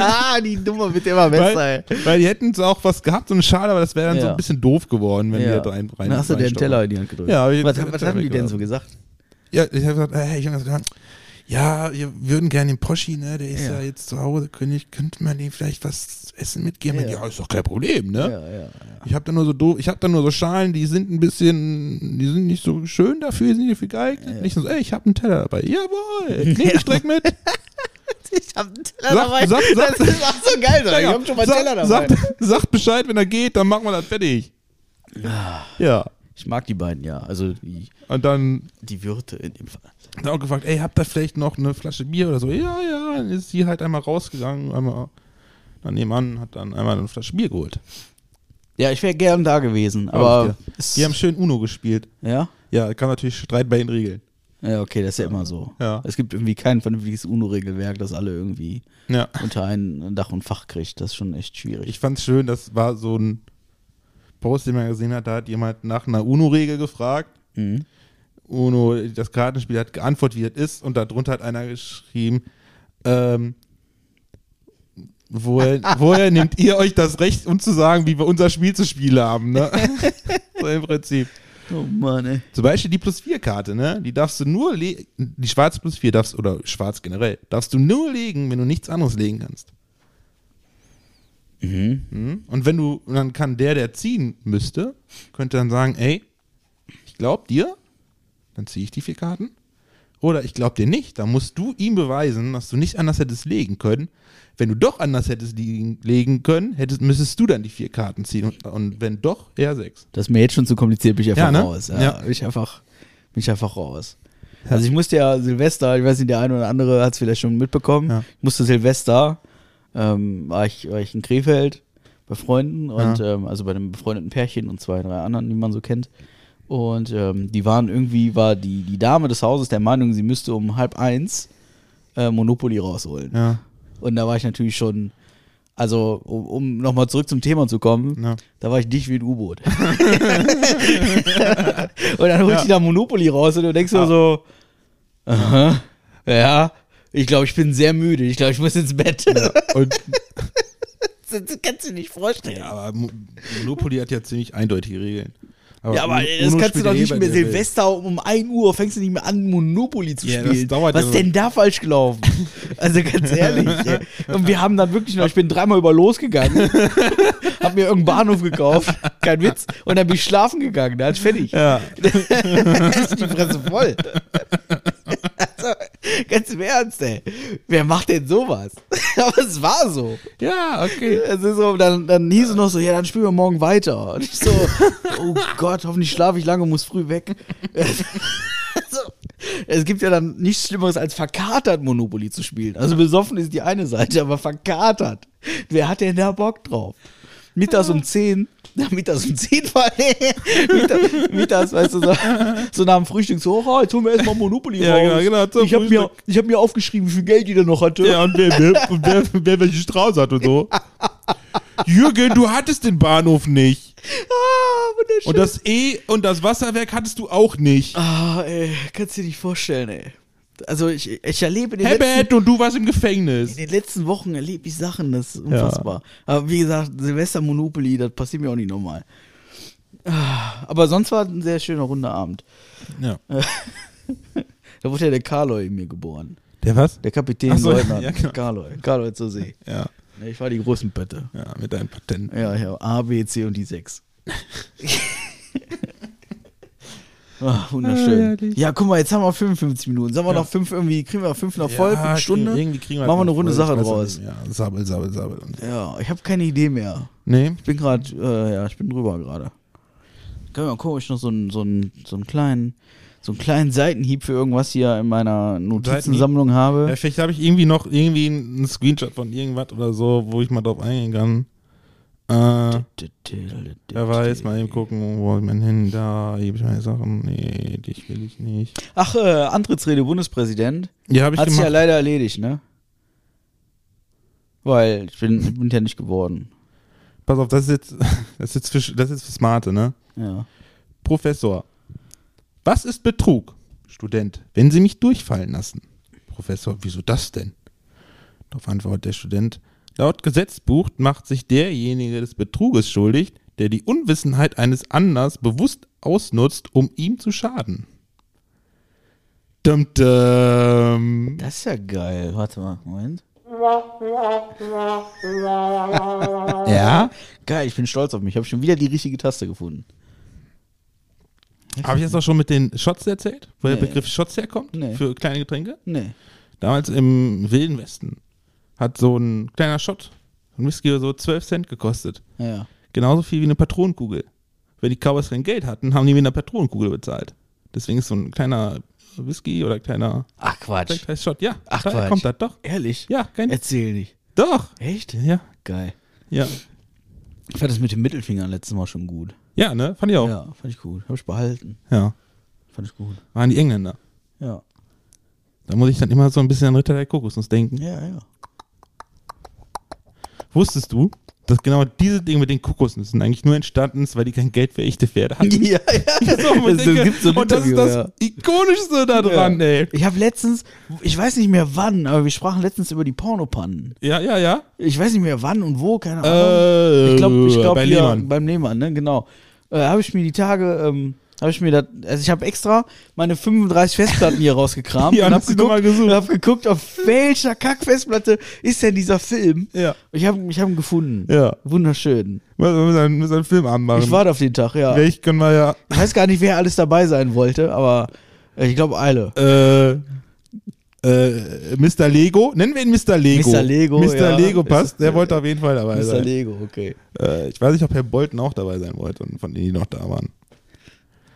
S2: Ah, die Nummer wird immer besser,
S3: weil,
S2: ey.
S3: weil die hätten auch was gehabt und schade, aber das wäre dann so
S2: Ja.
S3: ein bisschen doof geworden, wenn die da rein, rein
S2: Dann hast du dir einen
S3: reinstopfen.
S2: Teller in die Hand gedrückt.
S3: Ja, hab ich
S2: was was
S3: den Teller
S2: haben die denn
S3: mitgenommen.
S2: so gesagt?
S3: Ja, ich habe gesagt, hey, ich hab gesagt, ja, wir würden gerne den Poschi, ne, der ist ja,
S2: Ja.
S3: jetzt zu Hause, könnte ich- könnte man dem vielleicht was essen mitgeben? Ja,
S2: Ja.
S3: ist doch kein Problem, ne?
S2: Ja, ja.
S3: Ich habe da nur so doof, ich habe da nur so Schalen, die sind ein bisschen, die sind nicht so schön dafür, die sind nicht dafür geeignet. Nicht so, ey, ich habe einen Teller dabei. Jawohl, nehme ich direkt mit.
S2: Ich hab einen Teller
S3: Sag- dabei. sag- sag- Das
S2: ist auch so geil,
S3: Digga, sag- Sagt, sagt Bescheid, wenn er geht, dann machen wir das fertig. Ja.
S2: Ich mag die beiden, ja. Also die,
S3: Und dann
S2: die Wirte in dem Fall.
S3: dann auch gefragt, ey, habt ihr vielleicht noch eine Flasche Bier oder so? Ja, ja. Dann ist sie halt einmal rausgegangen, einmal dann nebenan, hat dann einmal eine Flasche Bier geholt.
S2: Ja, ich wäre gern da gewesen,
S3: Glaub
S2: aber.
S3: ich dir.
S2: ist-
S3: die haben schön Uno gespielt.
S2: ja?
S3: Ja, kam natürlich Streit bei den Regeln.
S2: Ja, okay, das ist ja immer so.
S3: Ja.
S2: Es gibt irgendwie kein vernünftiges UNO-Regelwerk, das alle irgendwie
S3: Ja.
S2: unter ein Dach und Fach kriegt. Das ist schon echt schwierig.
S3: Ich fand's schön, das war so ein Post, den man gesehen hat, da hat jemand nach einer UNO-Regel gefragt.
S2: Mhm.
S3: UNO, das Kartenspiel hat geantwortet, wie das ist, und darunter hat einer geschrieben, ähm, woher, woher nehmt ihr euch das Recht, uns zu sagen, wie wir unser Spiel zu spielen haben, ne? so im Prinzip.
S2: oh Mann, ey.
S3: Zum Beispiel die Plus-4-Karte, ne? Die darfst du nur legen, die schwarze Plus-4 darfst, oder schwarz generell, darfst du nur legen, wenn du nichts anderes legen kannst. Mhm. Und wenn du, und dann kann der, der ziehen müsste, könnte dann sagen, ey, ich glaub dir, dann ziehe ich die vier Karten. Oder ich glaub dir nicht, dann musst du ihm beweisen, dass du nicht anders hättest legen können. Wenn du doch anders hättest liegen, legen können, hättest, müsstest du dann die vier Karten ziehen. Und, und wenn doch, er sechs.
S2: Das ist mir jetzt schon zu kompliziert, bin ich einfach
S3: Ja, ne?
S2: raus. Ja,
S3: Ja.
S2: Bin ich einfach, bin ich einfach raus. Also ich musste ja Silvester, ich weiß nicht, der eine oder andere hat es vielleicht schon mitbekommen,
S3: Ja.
S2: ich musste Silvester, ähm, war, ich, war ich in Krefeld bei Freunden und ähm, also bei einem befreundeten Pärchen und zwei, drei anderen, die man so kennt. Und ähm, die waren irgendwie, war die, die Dame des Hauses der Meinung, sie müsste um halb eins äh, Monopoly rausholen.
S3: Ja.
S2: Und da war ich natürlich schon, also um, um nochmal zurück zum Thema zu kommen,
S3: Ja.
S2: da war ich dicht wie ein U-Boot. und dann holst du da Monopoly raus und du denkst nur so, aha, ja, ich glaube, ich bin sehr müde, ich glaube, ich muss ins Bett.
S3: Und
S2: das kannst du nicht vorstellen.
S3: Ja,
S2: Ja.
S3: aber Mo- Monopoly hat ja ziemlich eindeutige Regeln.
S2: aber
S3: Un-
S2: das
S3: Uno
S2: kannst du
S3: spielt
S2: doch
S3: ja
S2: nicht
S3: eh bei
S2: mehr.
S3: der Welt.
S2: Silvester um 1 Uhr fängst du nicht mehr an, Monopoly zu
S3: Ja, das
S2: spielen.
S3: dauert
S2: Was
S3: ja so.
S2: denn da falsch gelaufen? Also ganz ehrlich. ey. Und wir haben dann wirklich noch, ich bin dreimal über losgegangen, hab mir irgendeinen Bahnhof gekauft, kein Witz, und dann bin ich schlafen gegangen, da ist fertig.
S3: Ja,
S2: ist die Fresse voll. also, ganz im Ernst, ey. Wer macht denn sowas? Aber es war so.
S3: ja okay.
S2: Es ist so, dann, dann hieß es noch so, ja, dann spielen wir morgen weiter. Und ich so, oh Gott, hoffentlich schlafe ich lange, muss früh weg. also, es gibt ja dann nichts Schlimmeres, als verkatert Monopoly zu spielen. Also besoffen ist die eine Seite, aber verkatert. Wer hat denn da Bock drauf? Mittags um 10, na, mittags um 10 vor mittags, mittags, weißt du, so, so nach dem Frühstück so, oh, jetzt holen wir erstmal Monopoly
S3: Ja,
S2: raus.
S3: genau, genau, zum
S2: ich habe mir,
S3: Frühstück.
S2: ich hab mir aufgeschrieben, wie viel Geld jeder noch hatte.
S3: Ja, und wer, wer, und wer, wer welche Strauß hat und so. Jürgen, du hattest den Bahnhof nicht.
S2: Ah, wunderschön.
S3: Und das E und das Wasserwerk hattest du auch nicht.
S2: Ah, ey, kannst dir nicht vorstellen, ey. Also ich, ich erlebe den letzten
S3: Herbert, und du warst im Gefängnis.
S2: In den letzten Wochen erlebe ich Sachen, das ist unfassbar. Aber wie gesagt, Silvester Monopoly, das passiert mir auch nicht normal. Ah, Aber sonst war es ein sehr schöner runder Abend.
S3: Ja.
S2: Da wurde ja der Karloy in mir geboren.
S3: Der was?
S2: Der Kapitän
S3: Ach so,
S2: Leutnant
S3: ja, genau.
S2: Karloy. Karloy zur See.
S3: Ja.
S2: Ich war die großen Bötte.
S3: Ja, mit deinen Patenten.
S2: Ja, ich habe A, B, C und die 6. Ah,
S3: Ah,
S2: wunderschön.
S3: herrlich.
S2: ja, guck mal, jetzt haben wir 55 Minuten. Sagen wir
S3: Ja.
S2: noch fünf irgendwie, kriegen wir fünf noch voll,
S3: Ja,
S2: fünf Stunden.
S3: Irgendwie kriegen wir
S2: Machen wir eine
S3: noch
S2: runde
S3: voll, ich
S2: Sache
S3: weiß auch
S2: draus.
S3: nicht mehr. Sabbel, sabbel, sabbel. Und
S2: Ja, ich habe keine Idee mehr.
S3: nee,
S2: Ich bin gerade, äh, ja, ich bin drüber gerade. Können wir mal gucken, ob ich noch so einen, so einen, so einen kleinen, so einen kleinen Seitenhieb für irgendwas hier in meiner Notizensammlung
S3: Ja,
S2: habe.
S3: vielleicht habe ich irgendwie noch irgendwie einen Screenshot von irgendwas oder so, wo ich mal drauf eingehen kann. Äh, wer weiß, mal eben gucken, wo ich mein Handy da, hier hab ich meine Sachen. Nee, dich will ich nicht.
S2: Ach, äh, Antrittsrede Bundespräsident.
S3: Ja, habe ich
S2: Hat sich ja
S3: gemacht.
S2: leider erledigt, ne? Weil ich bin, ich bin ja nicht geworden.
S3: Pass auf, das ist jetzt, das ist jetzt für, das ist für Smarte, ne?
S2: Ja.
S3: Professor, was ist Betrug? Student, wenn Sie mich durchfallen lassen. Professor, wieso das denn? Darauf antwortet der Student, laut Gesetzbuch macht sich derjenige des Betruges schuldig, der die Unwissenheit eines Anders bewusst ausnutzt, um ihm zu schaden. Dum -dum.
S2: Das ist ja geil. Warte mal, Moment.
S3: Ja?
S2: Geil, ich bin stolz auf mich. Ich habe schon wieder die richtige Taste gefunden.
S3: Habe ich das auch schon mit den Shots erzählt? Wo der
S2: Nee.
S3: Begriff Shots herkommt?
S2: Nee.
S3: Für kleine Getränke?
S2: Nee.
S3: damals im Wilden Westen hat so ein kleiner Shot, ein Whisky oder so, 12 Cent gekostet.
S2: Ja.
S3: Genauso viel wie eine Patronenkugel. Wenn die Cowboys kein Geld hatten, haben die mit einer Patronenkugel bezahlt. Deswegen ist so ein kleiner Whisky oder kleiner
S2: Ach Quatsch.
S3: Black Ice Shot, ja.
S2: Ach,
S3: daher
S2: Quatsch.
S3: kommt das doch.
S2: Ehrlich?
S3: Ja, kein.
S2: Erzähl nicht.
S3: doch.
S2: Echt?
S3: Ja,
S2: Geil.
S3: ja.
S2: Ich fand das mit dem Mittelfinger letztes Mal schon gut.
S3: Ja, ne? Fand ich auch. Ja.
S2: Ja, fand ich gut. Hab ich behalten. Fand ich gut.
S3: Waren die Engländer.
S2: Ja.
S3: Da muss ich dann immer so ein bisschen an Ritter der Kokosnuss denken.
S2: Ja, ja.
S3: Wusstest du, dass genau dieses Ding mit den Kokosnüssen eigentlich nur entstanden ist, weil die kein Geld für echte Pferde hatten?
S2: Ja, ja.
S3: So, wo ich
S2: Es
S3: denke,
S2: gibt so ein
S3: und das ist
S2: Interview,
S3: das
S2: ja.
S3: Ikonischste da dran, ey.
S2: Ich habe letztens, ich weiß nicht mehr wann, aber wir sprachen letztens über die Pornopannen.
S3: Ja, ja, ja.
S2: Ich weiß nicht mehr wann und wo, keine Ahnung.
S3: Äh,
S2: ich glaube, ich glaub,
S3: bei
S2: hier
S3: Lehmann.
S2: beim Lehmann, ne, genau. Äh, habe ich mir die Tage, ähm, habe ich mir das, also ich habe extra meine 35 Festplatten hier rausgekramt
S3: Ja,
S2: und habe
S3: hast du noch mal
S2: geguckt,
S3: gesucht.
S2: und hab geguckt, auf welcher Kackfestplatte ist denn dieser Film?
S3: Ja.
S2: Ich habe ich hab ihn gefunden.
S3: Ja. Ähm,
S2: Wunderschön.
S3: Wir müssen einen, müssen einen Filmabend machen.
S2: Ich war da auf den Tag, ja. Ich
S3: Vielleicht können wir ja.
S2: weiß gar nicht, wer alles dabei sein wollte, aber äh, ich glaube alle.
S3: Äh, äh, Mr. Lego, nennen wir ihn Mr. Lego.
S2: Mr. Lego,
S3: Mr.
S2: ja.
S3: Lego passt,
S2: Ist-
S3: der wollte auf jeden Fall dabei
S2: Mr.
S3: sein.
S2: Lego, okay.
S3: Äh, ich weiß nicht, ob Herr Bolton auch dabei sein wollte und von denen, die noch da waren.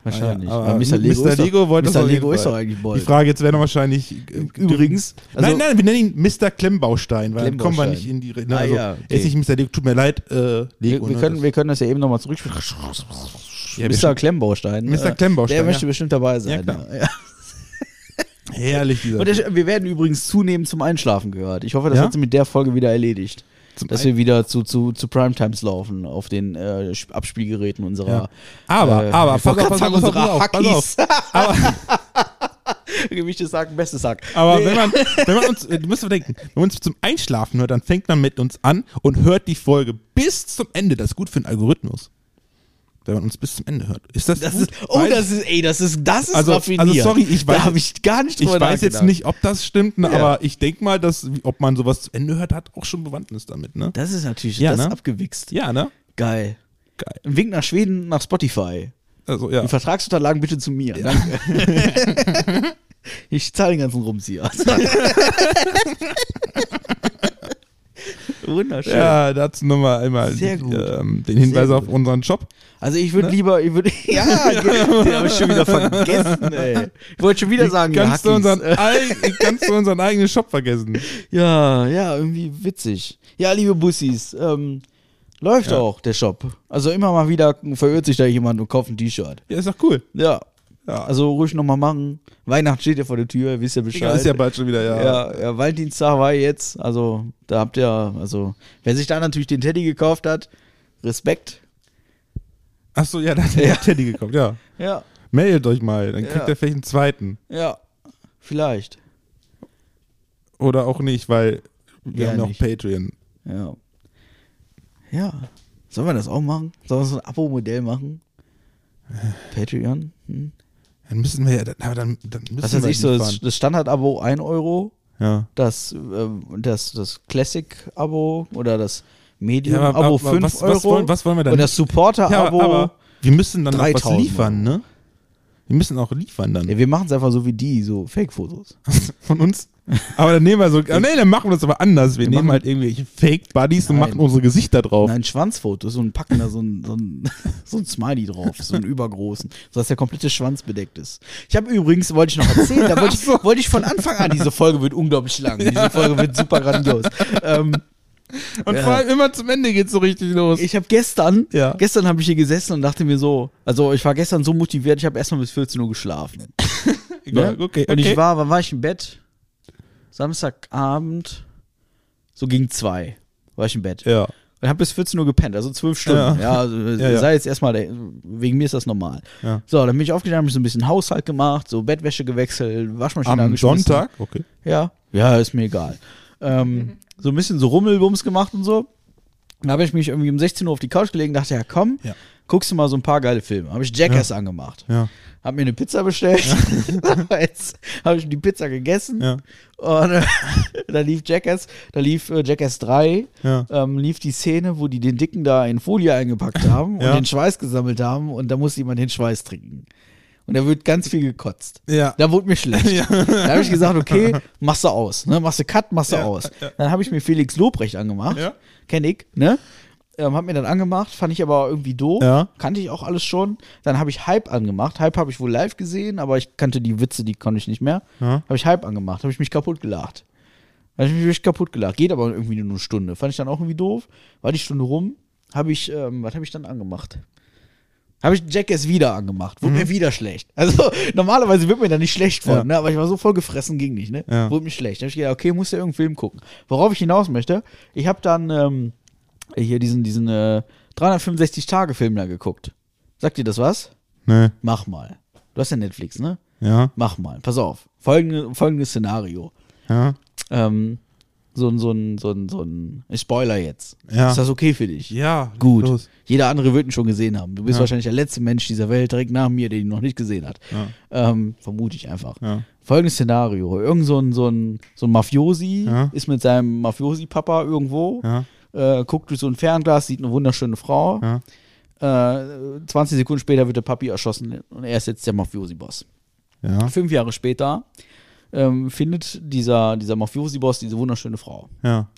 S2: Wahrscheinlich.
S3: Aber
S2: Aber Mr. Lego,
S3: Mr.
S2: ist doch-
S3: Lego wollte das
S2: Mr.
S3: auf jeden
S2: Lego ist
S3: Fall.
S2: doch eigentlich
S3: Die
S2: Bold.
S3: Frage jetzt wäre noch wahrscheinlich. äh,
S2: Übrigens, also-
S3: nein, nein, wir nennen ihn Mr. Klemmbaustein, weil dann kommen wir
S2: Klemmbaustein.
S3: nicht in die. Re- Ne,
S2: Ah,
S3: also,
S2: ja,
S3: Er ist
S2: okay.
S3: nicht Mr. Lego, tut mir leid. Äh,
S2: Wir,
S3: Lego,
S2: wir,
S3: ne,
S2: können,
S3: das-
S2: wir können das ja eben nochmal zurückspielen.
S3: Ja,
S2: Mr. Klemmbaustein.
S3: Mr.
S2: äh,
S3: Klemmbaustein,
S2: Der möchte
S3: ja.
S2: bestimmt dabei sein.
S3: Ja, klar.
S2: ja.
S3: herrlich, dieser.
S2: Und der, wir werden übrigens zunehmend zum Einschlafen gehört. Ich hoffe, das
S3: Ja?
S2: hat sie mit der Folge wieder erledigt.
S3: Zum
S2: dass
S3: Ein-
S2: wir wieder zu, zu, zu Primetimes laufen auf den äh, Sp- Abspielgeräten unserer.
S3: Ja. Aber,
S2: äh,
S3: aber,
S2: ich wollte
S3: pass auf,
S2: gerade
S3: pass
S2: sagen,
S3: auf, pass auf,
S2: unserer
S3: pass
S2: Hackies.
S3: aber
S2: Gewichte sagen, beste Sack.
S3: aber wenn, man, wenn man uns, äh, du musst bedenken, wenn man uns zum Einschlafen hört, dann fängt man mit uns an und hört die Folge bis zum Ende. Das ist gut für den Algorithmus. Wenn man uns bis zum Ende hört. Ist das,
S2: Das
S3: gut?
S2: ist, oh,
S3: Weiß-
S2: das ist, ey, das ist, das ist
S3: Also- also
S2: raffiniert.
S3: sorry, ich weiß-
S2: Da habe ich gar nicht
S3: ich
S2: drüber
S3: weiß jetzt
S2: nachgedacht.
S3: nicht, ob das stimmt, ne,
S2: Ja.
S3: aber ich denke mal, dass, ob man sowas zu Ende hört, hat auch schon Bewandtnis damit, ne?
S2: Das ist natürlich,
S3: Ja,
S2: das ist
S3: ne?
S2: abgewichst.
S3: Ja, ne?
S2: Geil.
S3: Geil.
S2: Ein Wink nach Schweden, nach Spotify.
S3: Also, ja.
S2: Die Vertragsunterlagen bitte zu mir. Danke. ich zahle den ganzen Rumzieher. Wunderschön.
S3: Ja, dazu nochmal einmal
S2: Sehr gut.
S3: Ähm, den Hinweis
S2: Sehr
S3: auf unseren Shop.
S2: Also ich
S3: Ne?
S2: würde lieber, ich würde, ja, den habe ich schon wieder vergessen, ey. Ich wollte schon wieder sagen, ja,
S3: Kannst du,
S2: Hackies.
S3: unseren, eig- kannst du unseren eigenen Shop vergessen?
S2: ja, ja, irgendwie witzig. Ja, liebe Bussis, ähm, läuft
S3: Ja.
S2: auch der Shop. Also immer mal wieder verirrt sich da jemand und kauft ein T-Shirt.
S3: Ja, ist doch cool.
S2: Ja.
S3: Ja.
S2: Also ruhig nochmal machen. Weihnachten steht ja vor der Tür, wisst ihr Bescheid.
S3: Egal, ist ja bald schon wieder, ja.
S2: Ja, ja, Valentinstag war jetzt, also da habt ihr, also wer sich da natürlich den Teddy gekauft hat, Respekt.
S3: Achso, ja, da hat der Teddy gekommen, ja.
S2: Ja,
S3: Meldet euch mal, dann kriegt
S2: Ja.
S3: er vielleicht einen zweiten.
S2: ja, vielleicht.
S3: oder auch nicht, weil wir
S2: Ja,
S3: haben ja auch
S2: nicht.
S3: Patreon.
S2: Ja. Ja. Sollen wir das auch machen? Sollen wir so ein Abo-Modell machen? Patreon? Hm?
S3: Dann müssen wir ja, dann, aber dann, dann müssen
S2: Was
S3: wir halt
S2: weiß ich so, das
S3: hinfahren.
S2: das Standard-Abo 1 Euro,
S3: Ja.
S2: das, ähm, das, das Classic-Abo oder das
S3: Ja, aber- aber
S2: Medium-Abo 5
S3: was- was
S2: Euro
S3: wollen- was wollen wir denn?
S2: und das Supporter-Abo.
S3: aber, aber wir müssen dann auch was
S2: 3000
S3: liefern, ne? Wir müssen auch liefern dann.
S2: ja, wir machen es einfach so wie die, so Fake-Fotos.
S3: von uns. Aber dann nehmen wir so. Ah, nee, dann machen wir das aber anders. Wir,
S2: Wir
S3: nehmen
S2: machen-
S3: halt irgendwelche Fake-Buddies und
S2: Nein.
S3: machen unsere Gesichter drauf.
S2: Nein, Schwanzfotos und packen da so ein, so ein, so ein Smiley drauf, so einen übergroßen, sodass der komplette Schwanz bedeckt ist. Ich habe übrigens, wollte ich noch erzählen, da wollte ich, wollte ich von Anfang an, diese Folge wird unglaublich lang, diese Folge wird super grandios. Ähm,
S3: Und
S2: Ja.
S3: vor allem immer zum Ende geht's so richtig los.
S2: ich habe gestern,
S3: Ja.
S2: gestern habe ich hier gesessen und dachte mir so, also ich war gestern so motiviert, ich habe erstmal bis 14 Uhr geschlafen.
S3: Ja,
S2: Ne?
S3: okay,
S2: Und
S3: okay.
S2: ich war, wann war ich im Bett? Samstagabend, so gegen zwei war ich im Bett.
S3: ja.
S2: Ich habe bis 14 Uhr gepennt, also zwölf Stunden. Ja,
S3: Ja.
S2: also, äh,
S3: Ja, ja.
S2: sei jetzt erstmal, der- wegen mir ist das normal.
S3: Ja.
S2: So, dann bin ich aufgestanden, habe ich so ein bisschen Haushalt gemacht, so Bettwäsche gewechselt, Waschmaschine
S3: Am
S2: angeschmissen.
S3: Sonntag. Okay.
S2: Ja, ja, ist mir egal. Ähm, so ein bisschen so Rummelbums gemacht und so. Dann habe ich mich irgendwie um 16 Uhr auf die Couch gelegt und dachte, ja komm,
S3: Ja.
S2: guckst du mal so ein paar geile Filme. Habe ich Jackass angemacht.
S3: Ja.
S2: Hab mir eine Pizza bestellt. Jetzt habe ich die Pizza gegessen.
S3: Ja.
S2: Und äh, da lief Jackass, da lief äh, Jackass 3,
S3: Ja.
S2: ähm, lief die Szene, wo die den Dicken da in Folie eingepackt haben
S3: Ja.
S2: und den Schweiß gesammelt haben und da muss jemand den Schweiß trinken. Und da wird ganz viel gekotzt.
S3: Ja.
S2: Da wurde mir schlecht. Da habe ich gesagt, okay, machst du aus. Ne? Machst du Cut, machst du
S3: Ja,
S2: aus. Dann habe ich mir Felix Lobrecht angemacht.
S3: Ja.
S2: Kenn ich, ne? Ähm, hab mir dann angemacht, fand ich aber irgendwie doof.
S3: Ja.
S2: Kannte ich auch alles schon. Dann habe ich Hype angemacht. Hype habe ich wohl live gesehen, aber ich kannte die Witze, die konnte ich nicht mehr.
S3: Ja.
S2: Habe ich Hype angemacht, habe ich mich kaputt gelacht. Habe ich mich wirklich kaputt gelacht. Geht aber irgendwie nur eine Stunde. Fand ich dann auch irgendwie doof. War die Stunde rum, habe ich, ähm, was habe ich dann angemacht? Habe ich Jackass wieder angemacht. Wurde mir wieder schlecht. Also normalerweise wird mir da nicht schlecht von,
S3: Mhm. Ja.
S2: ne? aber ich war so voll gefressen, ging nicht. Ne?
S3: Ja.
S2: Wurde mir schlecht. Da habe ich gedacht, okay, muss ja irgendeinen Film gucken. Worauf ich hinaus möchte, ich habe dann ähm, hier diesen, diesen äh, 365-Tage-Film da geguckt. Sagt dir das was?
S3: Nee.
S2: Mach mal. Du hast ja Netflix, ne?
S3: Ja.
S2: Mach mal. Pass auf. Folgende, folgendes Szenario.
S3: Ja.
S2: Ähm, so ein, so ein, so ein, so ein. Ich spoiler jetzt.
S3: Ja.
S2: Ist das okay für dich?
S3: Ja.
S2: Gut.
S3: Los.
S2: Jeder andere wird ihn schon gesehen haben. Du bist
S3: Ja.
S2: wahrscheinlich der letzte Mensch dieser Welt direkt nach mir, der ihn noch nicht gesehen hat.
S3: Ja.
S2: Ähm, vermute ich einfach.
S3: Ja.
S2: Folgendes Szenario: Irgend so ein, so ein, so ein Mafiosi
S3: Ja.
S2: ist mit seinem Mafiosi-Papa irgendwo,
S3: Ja.
S2: äh, guckt durch so ein Fernglas, sieht eine wunderschöne Frau.
S3: Ja.
S2: Äh, 20 Sekunden später wird der Papi erschossen und er ist jetzt der Mafiosi-Boss.
S3: Ja.
S2: Fünf Jahre später ähm, findet dieser, dieser Mafiosi-Boss diese wunderschöne Frau
S3: Ja.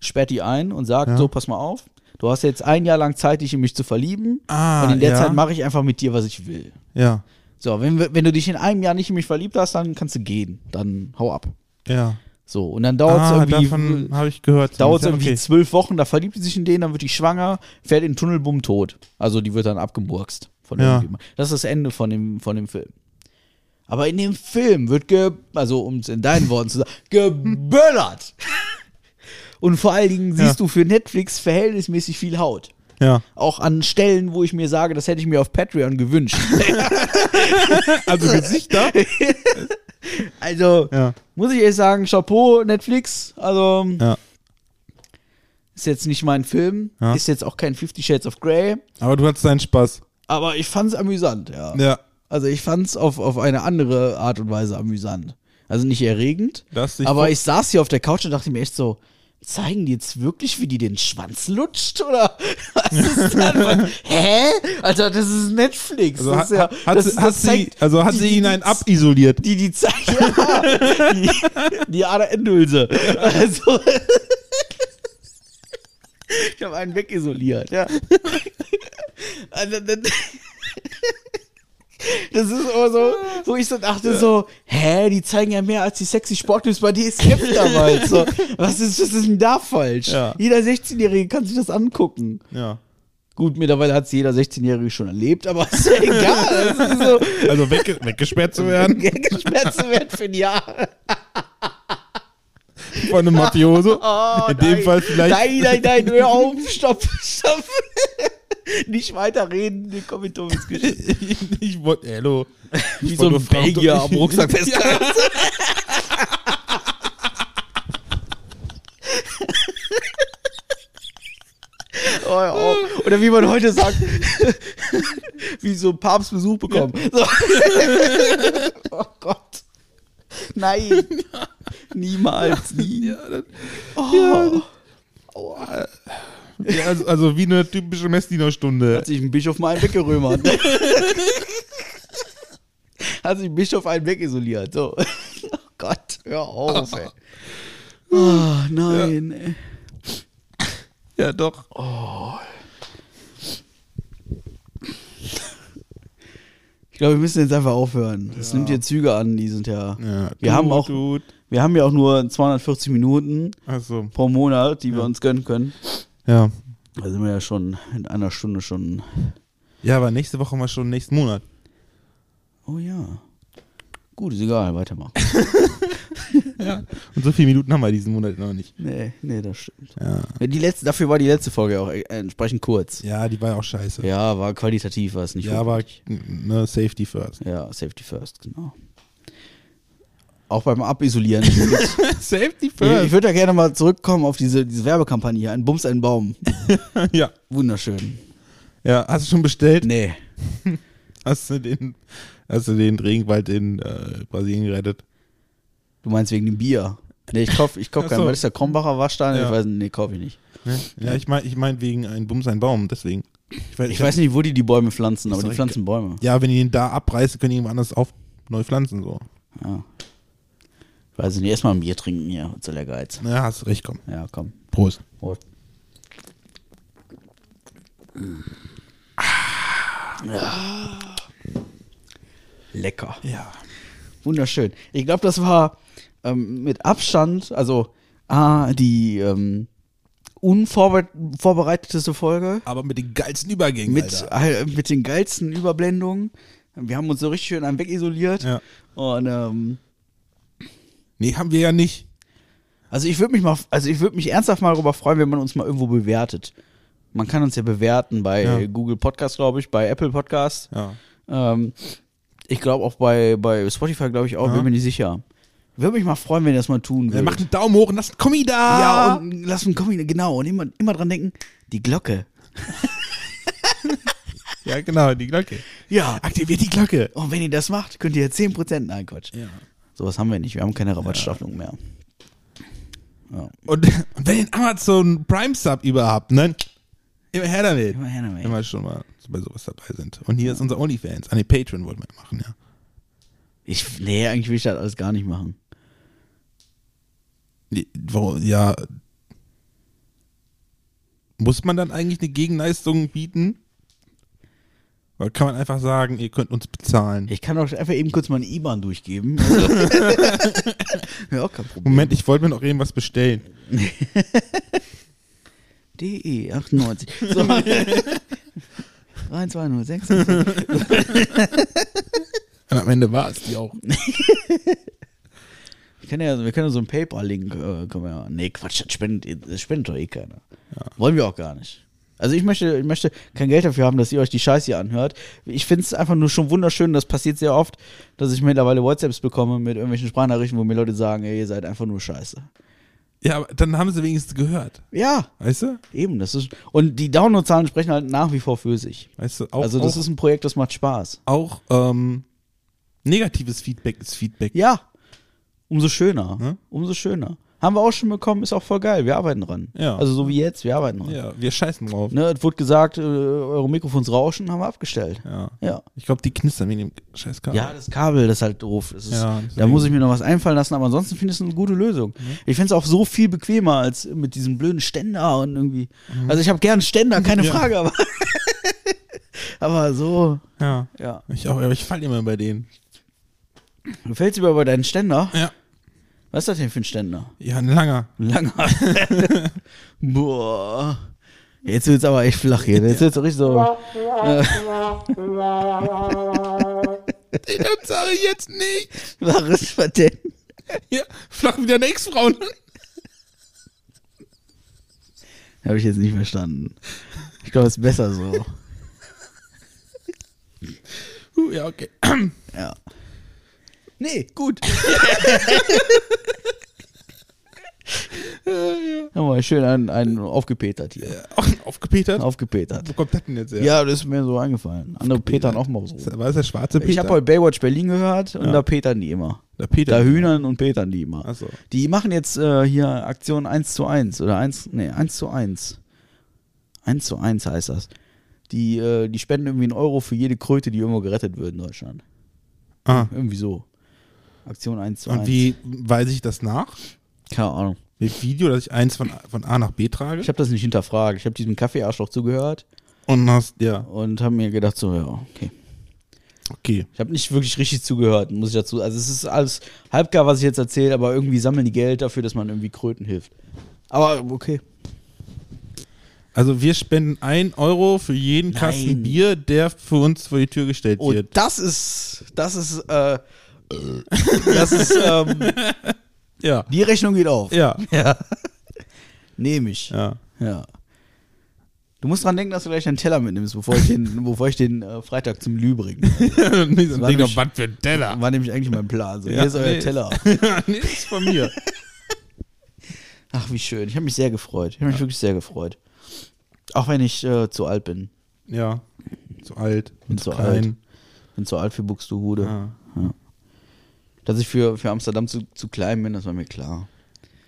S2: sperrt die ein und sagt,
S3: Ja.
S2: so, pass mal auf, du hast jetzt ein Jahr lang Zeit, dich in mich zu verlieben.
S3: Ah,
S2: und in der
S3: ja.
S2: Zeit mache ich einfach mit dir, was ich will.
S3: Ja.
S2: So, wenn, wir- wenn du dich in einem Jahr nicht in mich verliebt hast, dann kannst du gehen. Dann hau ab.
S3: Ja.
S2: So, und dann dauert es
S3: ah,
S2: irgendwie,
S3: davon habe ich gehört.
S2: dauert's
S3: Ja,
S2: irgendwie zwölf Wochen, da verliebt sie sich in den, dann wird die schwanger, fährt in den Tunnel, bumm, tot. Also die wird dann abgemurkst. Von
S3: Ja.
S2: irgendjemandem. Das ist das Ende von dem, von dem Film. Aber in dem Film wird ge, also um es in deinen Worten zu sagen, geböllert. Und vor allen Dingen siehst
S3: Ja.
S2: du für Netflix verhältnismäßig viel Haut.
S3: Ja.
S2: Auch an Stellen, wo ich mir sage, das hätte ich mir auf Patreon gewünscht.
S3: Also Gesichter.
S2: Also,
S3: ja.
S2: muss ich ehrlich sagen, Chapeau, Netflix. Also,
S3: Ja.
S2: ist jetzt nicht mein Film.
S3: Ja.
S2: Ist jetzt auch kein Fifty Shades of Grey.
S3: Aber du hattest deinen Spaß.
S2: Aber ich fand's amüsant, ja.
S3: Ja.
S2: Also ich fand's auf, auf eine andere Art und Weise amüsant. Also nicht erregend.
S3: Lass dich
S2: aber
S3: vor-
S2: ich saß hier auf der Couch und dachte mir echt so, zeigen die jetzt wirklich, wie die den Schwanz lutscht? Oder was ist das? Hä? Alter, das ist Netflix.
S3: Also
S2: das
S3: hat,
S2: ist ja,
S3: hat,
S2: das,
S3: sie,
S2: das
S3: hat, sie,
S2: zeigt
S3: also hat
S2: die-
S3: sie
S2: die-
S3: ihn einen abisoliert.
S2: Die, die zeigt, ja, die, die ADN-Dülse. Also, ich habe einen wegisoliert, ja. Also, das, das ist immer so, wo ich so dachte, so, hä, die zeigen ja mehr als die sexy Sportclips bei DSF damals. So, was, ist, was ist denn da falsch?
S3: Ja.
S2: Jeder 16-Jährige kann sich das angucken.
S3: Ja.
S2: Gut, mittlerweile hat es jeder 16-Jährige schon erlebt, aber ist ja egal. Das ist so,
S3: Also wegge weggesperrt zu werden
S2: gesperrt zu werden für ein Jahr.
S3: von einem Mafioso.
S2: Oh,
S3: In dem
S2: nein.
S3: Fall vielleicht-
S2: Nein, nein, nein, hör auf, stopp, stopp. Nicht weiterreden, den komme ich dumm ins Gesicht.
S3: ich wollte, hallo. Ich
S2: Wie
S3: wollte nur fragen, ob ich-
S2: Rucksack festgehalten. hör auf. Oh, Oder wie man heute sagt, wie so Papstbesuch bekommen. So. oh Gott. Nein. Niemals. Nie. Oh.
S3: Ja, also, also wie eine typische Messdienerstunde.
S2: Hat sich ein Bischof mal einen weggerömert. Hat sich ein Bischof einen wegisoliert. So. Oh Gott, hör auf, ey. Oh, nein, ey.
S3: Ja, doch.
S2: Ich glaube, wir müssen jetzt einfach aufhören. Es nimmt hier Züge an, die sind ja.
S3: Ja,
S2: wir, haben auch,
S3: Tut.
S2: wir haben ja auch nur 240 Minuten
S3: Also,
S2: pro Monat, die wir uns gönnen können.
S3: ja.
S2: Da sind wir ja schon in einer Stunde schon.
S3: Ja, aber nächste Woche mal schon nächsten Monat.
S2: Oh ja. Gut, ist egal, weitermachen.
S3: Und so viele Minuten haben wir diesen Monat noch nicht.
S2: Nee, nee, das stimmt.
S3: Ja,
S2: Ja, Die letzte, dafür war die letzte Folge auch äh, entsprechend kurz.
S3: ja die war ja auch scheiße.
S2: Ja, war qualitativ, war es nicht.
S3: Ja, aber
S2: hochwertig.
S3: ne, Safety first.
S2: ja, Safety First, genau. Auch beim Abisolieren. ich
S3: Safety
S2: ich würde da gerne mal zurückkommen auf diese, diese Werbekampagne hier. Ein Bums, ein Baum.
S3: Ja,
S2: Wunderschön.
S3: ja. Hast du schon bestellt?
S2: Nee.
S3: Hast du den, hast du den Regenwald in äh, Brasilien gerettet?
S2: Du meinst wegen dem Bier. Nee, ich kauf, ich kauf
S3: Ach
S2: keinen.
S3: so.
S2: Weil das ist der Kronbacher Waschstein.
S3: Ja.
S2: Ich weiß nicht, nee, kauf ich nicht.
S3: Ja, ich meine ich mein wegen ein Bums, ein Baum, deswegen. weiß,
S2: Ich weiß nicht, wo die die Bäume pflanzen, aber
S3: doch
S2: die
S3: egal.
S2: pflanzen Bäume.
S3: Ja, wenn ihr ihn da abreißt, könnt ihr irgendwo anders auf neu pflanzen. So.
S2: Ja. Ich weiß nicht, erstmal ein Bier trinken hier. Was soll der Geiz?
S3: Na, Ne, hast du recht, komm.
S2: Ja, komm.
S3: Prost.
S2: Prost. Ja. Lecker.
S3: Ja.
S2: Wunderschön. Ich glaube, das war ähm, mit Abstand, also ah, die ähm, unvorbereiteteste Folge
S3: Aber mit den geilsten Übergängen.
S2: mit, äh, mit den geilsten Überblendungen. Wir haben uns so richtig schön am Wegisoliert.
S3: Ja.
S2: Und ähm,
S3: Nee, haben wir ja nicht.
S2: also ich würde mich mal, also ich würde mich ernsthaft mal darüber freuen, wenn man uns mal irgendwo bewertet. Man kann uns ja bewerten bei
S3: Ja.
S2: Google Podcast, glaube ich, bei Apple Podcast.
S3: Ja.
S2: Ähm, ich glaube auch bei, bei Spotify, glaube ich auch, bin mir nicht sicher. Würde mich mal freuen, wenn ihr das mal tun
S3: Ja,
S2: würdet.
S3: macht einen Daumen hoch und lasst einen Kommi da.
S2: Ja, und lass einen Kommi, genau. Und immer, immer dran denken, die Glocke.
S3: ja, genau, die Glocke.
S2: Ja.
S3: Aktiviert die Glocke.
S2: Und wenn ihr das macht, könnt ihr 10%. Nein, Quatsch.
S3: Ja.
S2: Sowas haben wir nicht. Wir haben keine Rabattstaffelung mehr.
S3: Und, und wenn ihr einen Amazon Prime Sub überhaupt, ne? Immer her damit.
S2: Immer her damit.
S3: Wenn wir schon mal bei sowas dabei sind. Und hier ist unser OnlyFans. An den Patreon wollten wir machen, ja.
S2: Ich, nee, eigentlich will ich das alles gar nicht machen.
S3: Nee, warum- Ja. Muss man dann eigentlich eine Gegenleistung bieten? Oder kann man einfach sagen, ihr könnt uns bezahlen?
S2: Ich kann doch einfach eben kurz mal eine IBAN durchgeben. Also ja, auch kein Problem.
S3: Moment, ich wollte mir noch irgendwas bestellen.
S2: DE 98. E So. 3206.
S3: Und am Ende war es die auch.
S2: Ich kann ja, wir können ja so einen PayPal-Link. Äh, können wir ja- nee, Quatsch, das spendet, das spendet doch eh keiner. Wollen wir auch gar nicht. Also ich möchte, ich möchte kein Geld dafür haben, dass ihr euch die Scheiße hier anhört. Ich finde es einfach nur schon wunderschön, das passiert sehr oft, dass ich mittlerweile WhatsApps bekomme mit irgendwelchen Sprachnachrichten, wo mir Leute sagen, ey, ihr seid einfach nur scheiße.
S3: Ja, aber dann haben sie wenigstens gehört.
S2: Ja,
S3: Weißt du?
S2: eben, das ist. Und die Downloadzahlen sprechen halt nach wie vor für sich.
S3: Weißt du, auch,
S2: also das
S3: auch,
S2: ist ein Projekt, das macht Spaß.
S3: auch ähm, negatives Feedback ist Feedback.
S2: Ja. Umso schöner.
S3: Hm?
S2: Umso schöner. Haben wir auch schon bekommen, ist auch voll geil. Wir arbeiten dran.
S3: Ja.
S2: Also so wie jetzt, wir arbeiten dran.
S3: Ja, wir scheißen drauf.
S2: Ne, es wurde gesagt, äh, eure Mikrofons rauschen, haben wir abgestellt.
S3: Ja.
S2: Ja.
S3: Ich glaube, die knistern wegen dem scheiß Kabel.
S2: Ja, das Kabel, das ist halt doof. Das ist,
S3: Ja,
S2: da
S3: deswegen.
S2: muss ich mir noch was einfallen lassen, aber ansonsten finde ich es eine gute Lösung. Ich finde es auch so viel bequemer als mit diesem blöden Ständer und irgendwie. Also ich habe gern einen Ständer, keine
S3: Ja.
S2: Frage, aber, aber so,
S3: ja.
S2: ja.
S3: Ich auch, aber ich falle immer bei denen.
S2: Du fällst über bei deinen Ständer.
S3: Ja.
S2: Was ist das denn für ein Ständer?
S3: Ja, ein langer.
S2: Ein langer. Boah. Jetzt wird's aber echt flach hier. Jetzt wird's richtig so.
S3: Das sage ich jetzt nicht.
S2: Was ist das denn?
S3: Hier, flach wieder eine Ex-Frau.
S2: Habe ich jetzt nicht verstanden. Ich glaube, es ist besser so.
S3: Uh, ja, okay.
S2: Ja. Nee, gut. Haben wir schön einen, einen aufgepetert hier.
S3: Auch aufgepetert?
S2: Aufgepetert.
S3: Wo kommt das denn jetzt her?
S2: Ja, das ist mir so eingefallen. Andere petern auch mal so.
S3: War das der schwarze Peter?
S2: Ich habe heute Baywatch Berlin gehört und da petern die immer.
S3: Der Peter.
S2: Da hühnern und petern die immer.
S3: Ach so.
S2: Die machen jetzt äh, hier Aktion 1 zu 1 oder 1, nee, 1 zu 1. 1 zu 1 heißt das. Die, äh, die spenden irgendwie einen Euro für jede Kröte, die irgendwo gerettet wird in Deutschland.
S3: Ah.
S2: Irgendwie so. Aktion 1 zu 1.
S3: Und wie weise ich das nach?
S2: Keine Ahnung.
S3: Mit Video, dass ich eins von, von A nach B trage?
S2: Ich habe das nicht hinterfragt. Ich habe diesem Kaffeearschloch zugehört
S3: und hast, ja,
S2: und habe mir gedacht so, ja, okay.
S3: okay.
S2: Ich habe nicht wirklich richtig zugehört, muss ich dazu. Also es ist alles halbgar, was ich jetzt erzähle, aber irgendwie sammeln die Geld dafür, dass man irgendwie Kröten hilft. Aber okay.
S3: Also wir spenden 1 Euro für jeden Kasten
S2: Nein.
S3: Bier, der für uns vor die Tür gestellt
S2: Und
S3: wird.
S2: das ist, das ist, äh, das ist, ähm,
S3: Ja.
S2: die Rechnung geht auf.
S3: Ja.
S2: Ja. Nehme ich. Ja.
S3: ja.
S2: Du musst dran denken, dass du gleich einen Teller mitnimmst, bevor ich den, bevor ich den äh, Freitag zum Lü bringe.
S3: Nicht so ein
S2: war
S3: Ding,
S2: nämlich-
S3: was für ein Teller.
S2: War nämlich eigentlich mein Plan. So,
S3: Ja,
S2: hier ist euer
S3: nee.
S2: Teller.
S3: nee, das ist von mir.
S2: Ach, wie schön. Ich habe mich sehr gefreut. Ich habe mich wirklich sehr gefreut. Auch wenn ich äh, zu alt bin.
S3: Ja. Zu alt.
S2: Bin
S3: zu
S2: zu
S3: klein.
S2: Bin zu alt für Buxtehude.
S3: Ja.
S2: Dass ich für, für Amsterdam zu, zu klein bin, das war mir klar.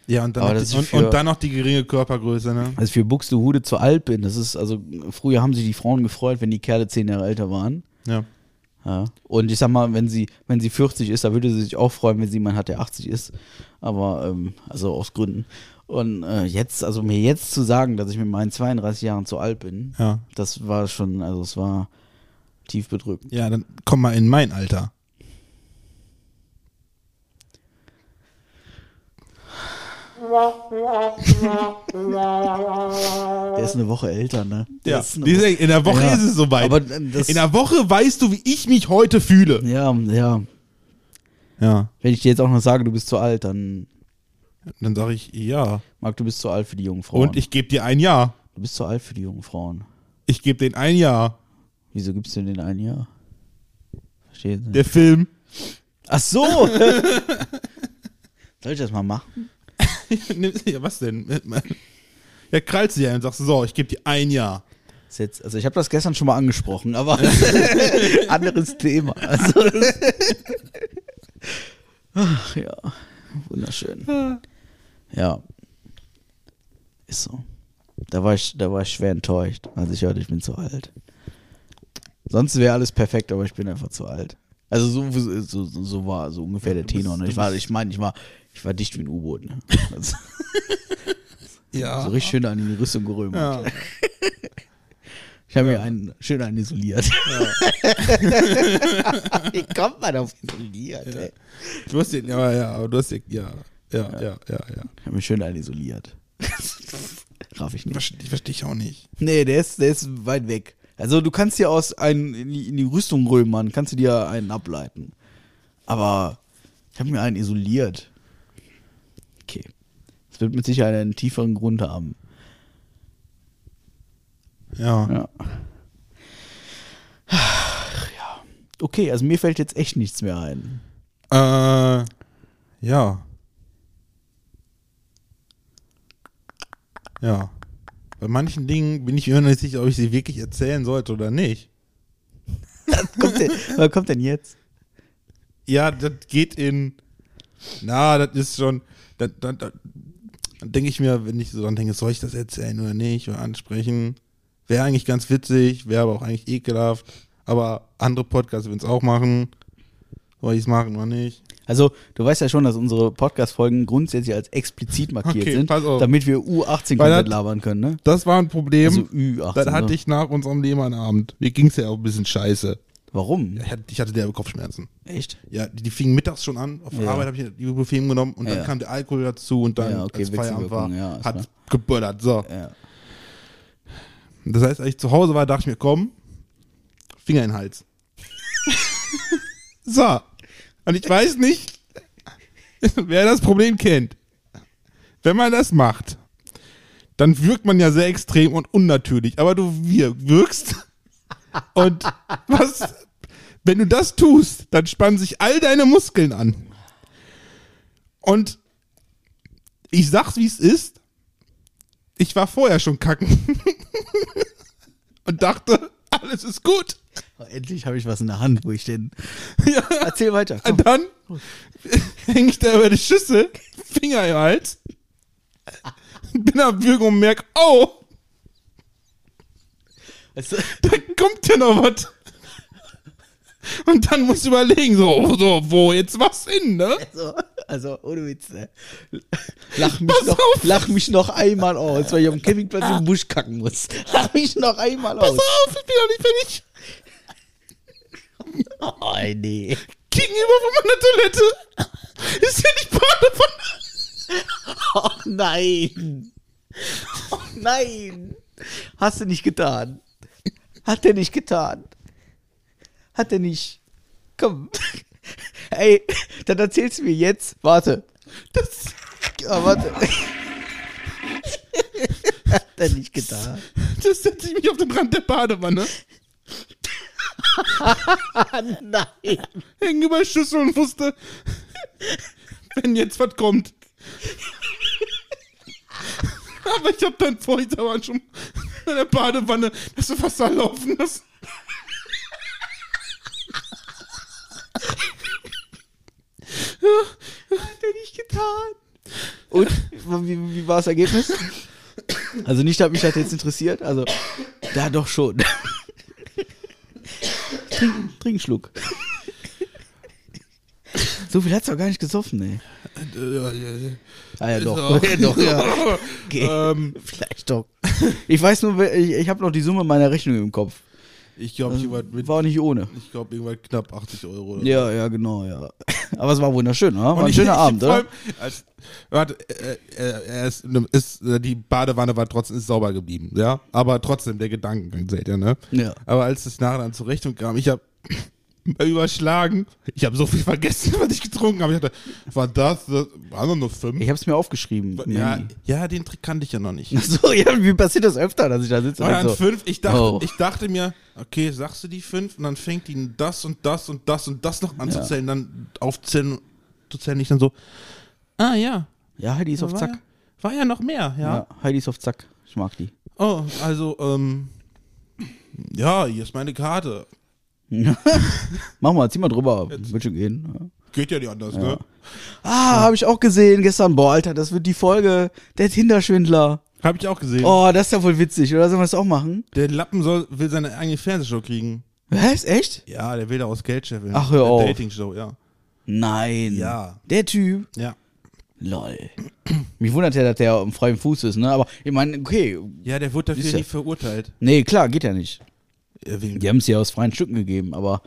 S3: Ja, und dann,
S2: Aber
S3: noch
S2: das
S3: die,
S2: ist
S3: und,
S2: für-
S3: und dann noch die geringe Körpergröße, ne?
S2: Dass ich Also für Buxtehude zu alt bin, das ist, also früher haben sich die Frauen gefreut, wenn die Kerle zehn Jahre älter waren.
S3: Ja.
S2: Ja. Und ich sag mal, wenn sie, wenn sie 40 ist, da würde sie sich auch freuen, wenn sie jemanden hat, der 80 ist. Aber, ähm, also aus Gründen. Und äh, jetzt, also mir jetzt zu sagen, dass ich mit meinen 32 Jahren zu alt bin,
S3: Ja.
S2: das war schon, also es war tief bedrückend.
S3: Ja, dann komm mal in mein Alter.
S2: Der ist eine Woche älter, ne? Der
S3: Ja.
S2: ist eine
S3: Diese- In der Woche
S2: Ja.
S3: ist es soweit.
S2: Aber äh, das-
S3: in der Woche weißt du, wie ich mich heute fühle.
S2: Ja, ja.
S3: Ja.
S2: Wenn ich dir jetzt auch noch sage, du bist zu alt, dann
S3: Dann sage ich, ja.
S2: Marc, du bist zu alt für die jungen Frauen.
S3: Und ich gebe dir ein Jahr.
S2: du bist zu alt für die jungen Frauen.
S3: Ich gebe den ein Jahr.
S2: Wieso gibst du denen ein Jahr? Verstehe nicht.
S3: Der Film.
S2: Ach so! Soll ich das mal machen?
S3: Nimmst- ja, was denn? Äh, Ja, krallst du dir einen und sagst, so, ich gebe dir ein Jahr.
S2: Ist Jetzt, also ich habe das gestern schon mal angesprochen, aber anderes Thema. Also, ach ja, wunderschön. Ja, ist so. Da war ich, da war ich schwer enttäuscht, als ich hörte, ich bin zu alt. Sonst wäre alles perfekt, aber ich bin einfach zu alt. Also so, so, so- so war so ungefähr der Tenor. Ne? Ich war, ich meine, ich war, ich war dicht wie ein U-Boot. Ne? Also,
S3: Ja.
S2: so richtig schön an die Rüstung gerömt.
S3: ja.
S2: Ich habe mir einen schön einen isoliert. Wie kommt man auf isoliert? Ey?
S3: Du hast den, ja, ja, aber du hast den, ja, ja, ja, ja, ja.
S2: Ich habe mir schön einen isoliert. Raff ich nicht.
S3: Verstehe versteh ich auch nicht.
S2: Nee, der ist, der ist weit weg. Also du kannst dir aus einen in die, in die Rüstung römern, kannst du dir einen ableiten. Aber ich habe mir einen isoliert. Okay. Das wird mit Sicherheit einen tieferen Grund haben.
S3: Ja.
S2: Ja. Ja. Okay, also mir fällt jetzt echt nichts mehr ein.
S3: Äh, ja. Ja. Bei manchen Dingen bin ich mir noch nicht sicher, ob ich sie wirklich erzählen sollte oder nicht.
S2: Kommt denn, was kommt denn jetzt?
S3: Ja, das geht in. Na, das ist schon. Dann, dann, dann, dann denke ich mir, wenn ich so dran denke, soll ich das erzählen oder nicht oder ansprechen? Wäre eigentlich ganz witzig, wäre aber auch eigentlich ekelhaft. Aber andere Podcasts würden es auch machen. Soll ich es machen oder nicht?
S2: Also, du weißt ja schon, dass unsere Podcast-Folgen grundsätzlich als explizit markiert
S3: Okay,
S2: sind,
S3: pass auf.
S2: damit wir U18
S3: Weil
S2: komplett
S3: das-
S2: labern können, ne?
S3: Das war ein Problem.
S2: Also Ü18.
S3: Dann hatte
S2: ne?
S3: ich nach unserem Lehmann-Abend. Mir ging es ja auch ein bisschen scheiße.
S2: Warum?
S3: Ich hatte, ich hatte derbe Kopfschmerzen.
S2: Echt?
S3: Ja, die, die fingen mittags schon an. Auf der
S2: Ja.
S3: Arbeit habe ich die Ibuprofen genommen und dann
S2: Ja.
S3: kam der Alkohol dazu und dann,
S2: Ja, okay,
S3: als Feierabend war,
S2: Wechselwirkung, ja, ist
S3: hat
S2: klar.
S3: geböllert. So.
S2: Ja.
S3: Das heißt, als ich zu Hause war, dachte ich mir, komm, Finger in den Hals. so. Und ich weiß nicht, wer das Problem kennt. Wenn man das macht, dann wirkt man ja sehr extrem und unnatürlich. Aber du wir- wirkst. Und was, wenn du das tust, dann spannen sich all deine Muskeln an. Und Ich sag's, wie es ist. Ich war vorher schon kacken. Und dachte, alles ist gut.
S2: Oh, Endlich habe ich was in der Hand, wo ich den. Erzähl weiter. komm.
S3: Und dann hänge ich da über die Schüssel, Finger im Hals, bin am Würgen und merk, oh,
S2: Weißt du,
S3: da kommt ja noch was. Und dann muss ich überlegen, so, so, wo jetzt was hin, ne?
S2: Also, also ohne Witz. Ne? Lach, mich
S3: Pass
S2: noch,
S3: auf.
S2: lach mich noch einmal aus, weil ich am Campingplatz im Busch kacken muss. Lach mich noch einmal
S3: Pass
S2: aus.
S3: auf, ich bin noch nicht fertig.
S2: Oh, nee.
S3: Gegenüber von meiner Toilette ist ja die Bahn von.
S2: Oh nein. Oh nein. Hast du nicht getan. Hat er nicht getan. Hat er nicht. Komm. Ey, dann erzählst du mir jetzt. Warte.
S3: Das,
S2: Ja, warte. Hat er nicht getan.
S3: das setze ich mich auf den Rand der Badewanne.
S2: Nein.
S3: hängen über Schüssel und wusste, wenn jetzt was kommt. Aber ich hab dann vorhin da waren schon in der Badewanne das Wasser laufen lassen.
S2: Hat er nicht getan. Und wie, wie war das Ergebnis? Also nicht, dass mich das jetzt interessiert. Also, da doch schon. Trink, trink einen Schluck. So viel hat's doch gar nicht gesoffen, ey.
S3: Äh,
S2: Ah ja, doch. Ja, doch, ja. Okay.
S3: Ähm,
S2: Vielleicht doch. Ich weiß nur, wer- ich, ich habe noch die Summe meiner Rechnung im Kopf.
S3: ich glaube, ich war mit.
S2: War auch nicht ohne.
S3: Ich glaube, irgendwann knapp 80 Euro. Oder
S2: Ja, ja, genau, ja. Aber es war wunderschön, oder? War
S3: Und
S2: ein
S3: ich-
S2: schöner
S3: ich-
S2: Abend,
S3: vor
S2: oder?
S3: allem- Also, warte, äh, äh, er ist, ist, äh, die Badewanne war trotzdem ist sauber geblieben, ja. Aber trotzdem, der Gedankengang, seht ihr, ne?
S2: Ja.
S3: Aber als es nachher dann zur Rechnung kam, ich habe überschlagen, ich habe so viel vergessen, was ich getrunken habe. Ich dachte, war das, das waren doch nur fünf.
S2: Ich habe es mir aufgeschrieben. im
S3: ja,
S2: Handy.
S3: ja, den Trick kannte ich ja noch nicht.
S2: Ach So, ja, wie passiert das öfter, dass ich da sitze?
S3: War dann
S2: so,
S3: fünf, ich dachte,
S2: oh.
S3: ich dachte mir, okay, sagst du die fünf und dann fängt die das und das und das und das noch an zu zählen, dann aufzählen, zu zählen, ich dann so, ah ja,
S2: Ja, Heidi ist auf
S3: war
S2: Zack.
S3: Ja, war ja noch mehr, ja.
S2: Ja. Heidi ist auf Zack. Ich mag die.
S3: Oh, also, ähm. Ja, hier ist meine Karte.
S2: Mach mal, zieh mal drüber. Wird schon gehen. Ja.
S3: Geht ja nicht anders, ne?
S2: Ah, habe ich auch gesehen gestern. Boah, Alter, das wird die Folge. Der Tinder-Schwindler.
S3: Hab ich auch gesehen.
S2: Oh, das ist ja wohl witzig, oder? Sollen wir das auch machen?
S3: Der Lappen soll, will seine eigene Fernsehshow kriegen.
S2: Was? Echt?
S3: Ja, der will daraus Geld scheffeln.
S2: Ach, hör
S3: Eine
S2: auf.
S3: Dating-Show, ja.
S2: Nein.
S3: Ja.
S2: Der Typ.
S3: Ja.
S2: Lol. Mich wundert ja, dass der auf freiem Fuß ist, ne? Aber ich meine, okay.
S3: Ja, der wurde
S2: Ist
S3: dafür
S2: ja-
S3: nie verurteilt.
S2: Nee, klar, geht ja nicht.
S3: Ja, wegen-
S2: Die haben es ja aus freien Stücken gegeben, aber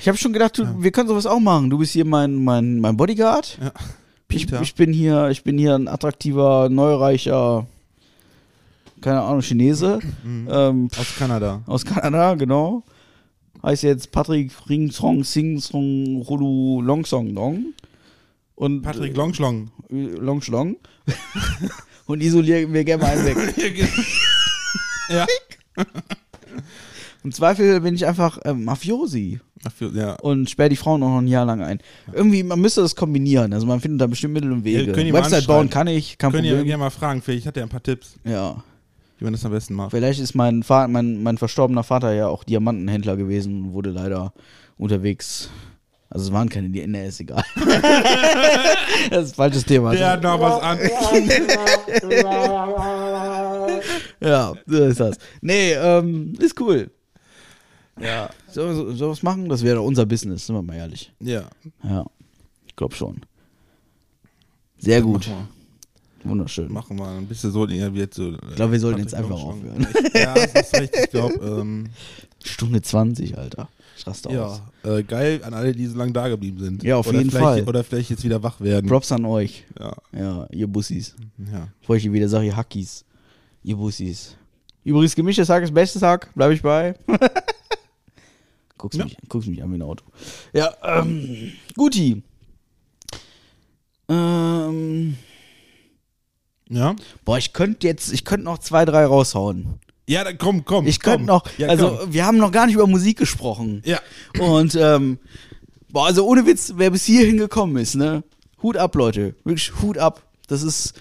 S2: ich habe schon gedacht, du, wir können sowas auch machen. Du bist hier mein, mein, mein Bodyguard.
S3: Ja.
S2: Ich,
S3: Peter.
S2: ich bin hier, ich bin hier ein attraktiver, neureicher, keine Ahnung, Chinese
S3: Mhm.
S2: ähm,
S3: Aus Kanada.
S2: aus Kanada, genau. Heißt jetzt Patrick Ring Song Sing Song Hulu Long Song Long. Und
S3: Patrick Longschlong.
S2: äh, Long Schlong. Und isoliere mir gerne mal einen weg.
S3: ja.
S2: Im Zweifel bin ich einfach ähm, Mafiosi.
S3: Ach, für- ja.
S2: und sperrt die Frauen auch noch ein Jahr lang ein. Irgendwie, man müsste das kombinieren. Also man findet da bestimmt Mittel und Wege.
S3: Ja, können die mal
S2: Website bauen
S3: anschreiben.
S2: kann ich, kein
S3: Könnt ihr
S2: Problem.
S3: gerne mal fragen, vielleicht hat er ein paar Tipps,
S2: Ja.
S3: wie man das am besten macht.
S2: Vielleicht ist mein, Vater, mein, mein verstorbener Vater ja auch Diamantenhändler gewesen und wurde leider unterwegs. Also es waren keine, die nee, ist egal. das ist ein falsches Thema.
S3: Der hat noch was an.
S2: Ja, so ist das. Nee, ähm, ist cool. Ja. So, so, so was machen, das wäre doch unser Business, sind wir mal ehrlich.
S3: ja.
S2: Ja, ich glaube schon. Sehr gut.
S3: Machen
S2: Wunderschön.
S3: wir. Machen wir. Ein bisschen so, ja, wie jetzt so.
S2: Ich glaube, wir sollten jetzt einfach aufhören.
S3: Ja, das ist richtig. Ich glaube, ähm,
S2: Stunde 20, Alter. Ich raste aus.
S3: Ja, äh, geil an alle, die so lange da geblieben sind.
S2: Ja, auf
S3: oder
S2: jeden
S3: vielleicht,
S2: Fall.
S3: Oder vielleicht jetzt wieder wach werden.
S2: Props an euch.
S3: Ja,
S2: Ja, ihr Bussis.
S3: ja.
S2: Bevor ich hier wieder sage, ihr Hackis. Ihr Bussis. Übrigens, gemischtes Hack ist bestes Hack. Bleib ich bei. guckst,
S3: Ja.
S2: mich, guckst mich an wie ein Auto. Ja, ähm, Guti. Ähm,
S3: Ja,
S2: boah, ich könnte jetzt, ich könnte noch zwei, drei raushauen.
S3: ja dann komm, komm.
S2: Ich
S3: komm.
S2: könnte noch,
S3: Ja,
S2: also
S3: komm.
S2: wir haben noch gar nicht über Musik gesprochen.
S3: Ja,
S2: Und ähm, boah, also ohne Witz, wer bis hierhin gekommen ist, ne? Hut ab, Leute. Wirklich Hut ab. Das ist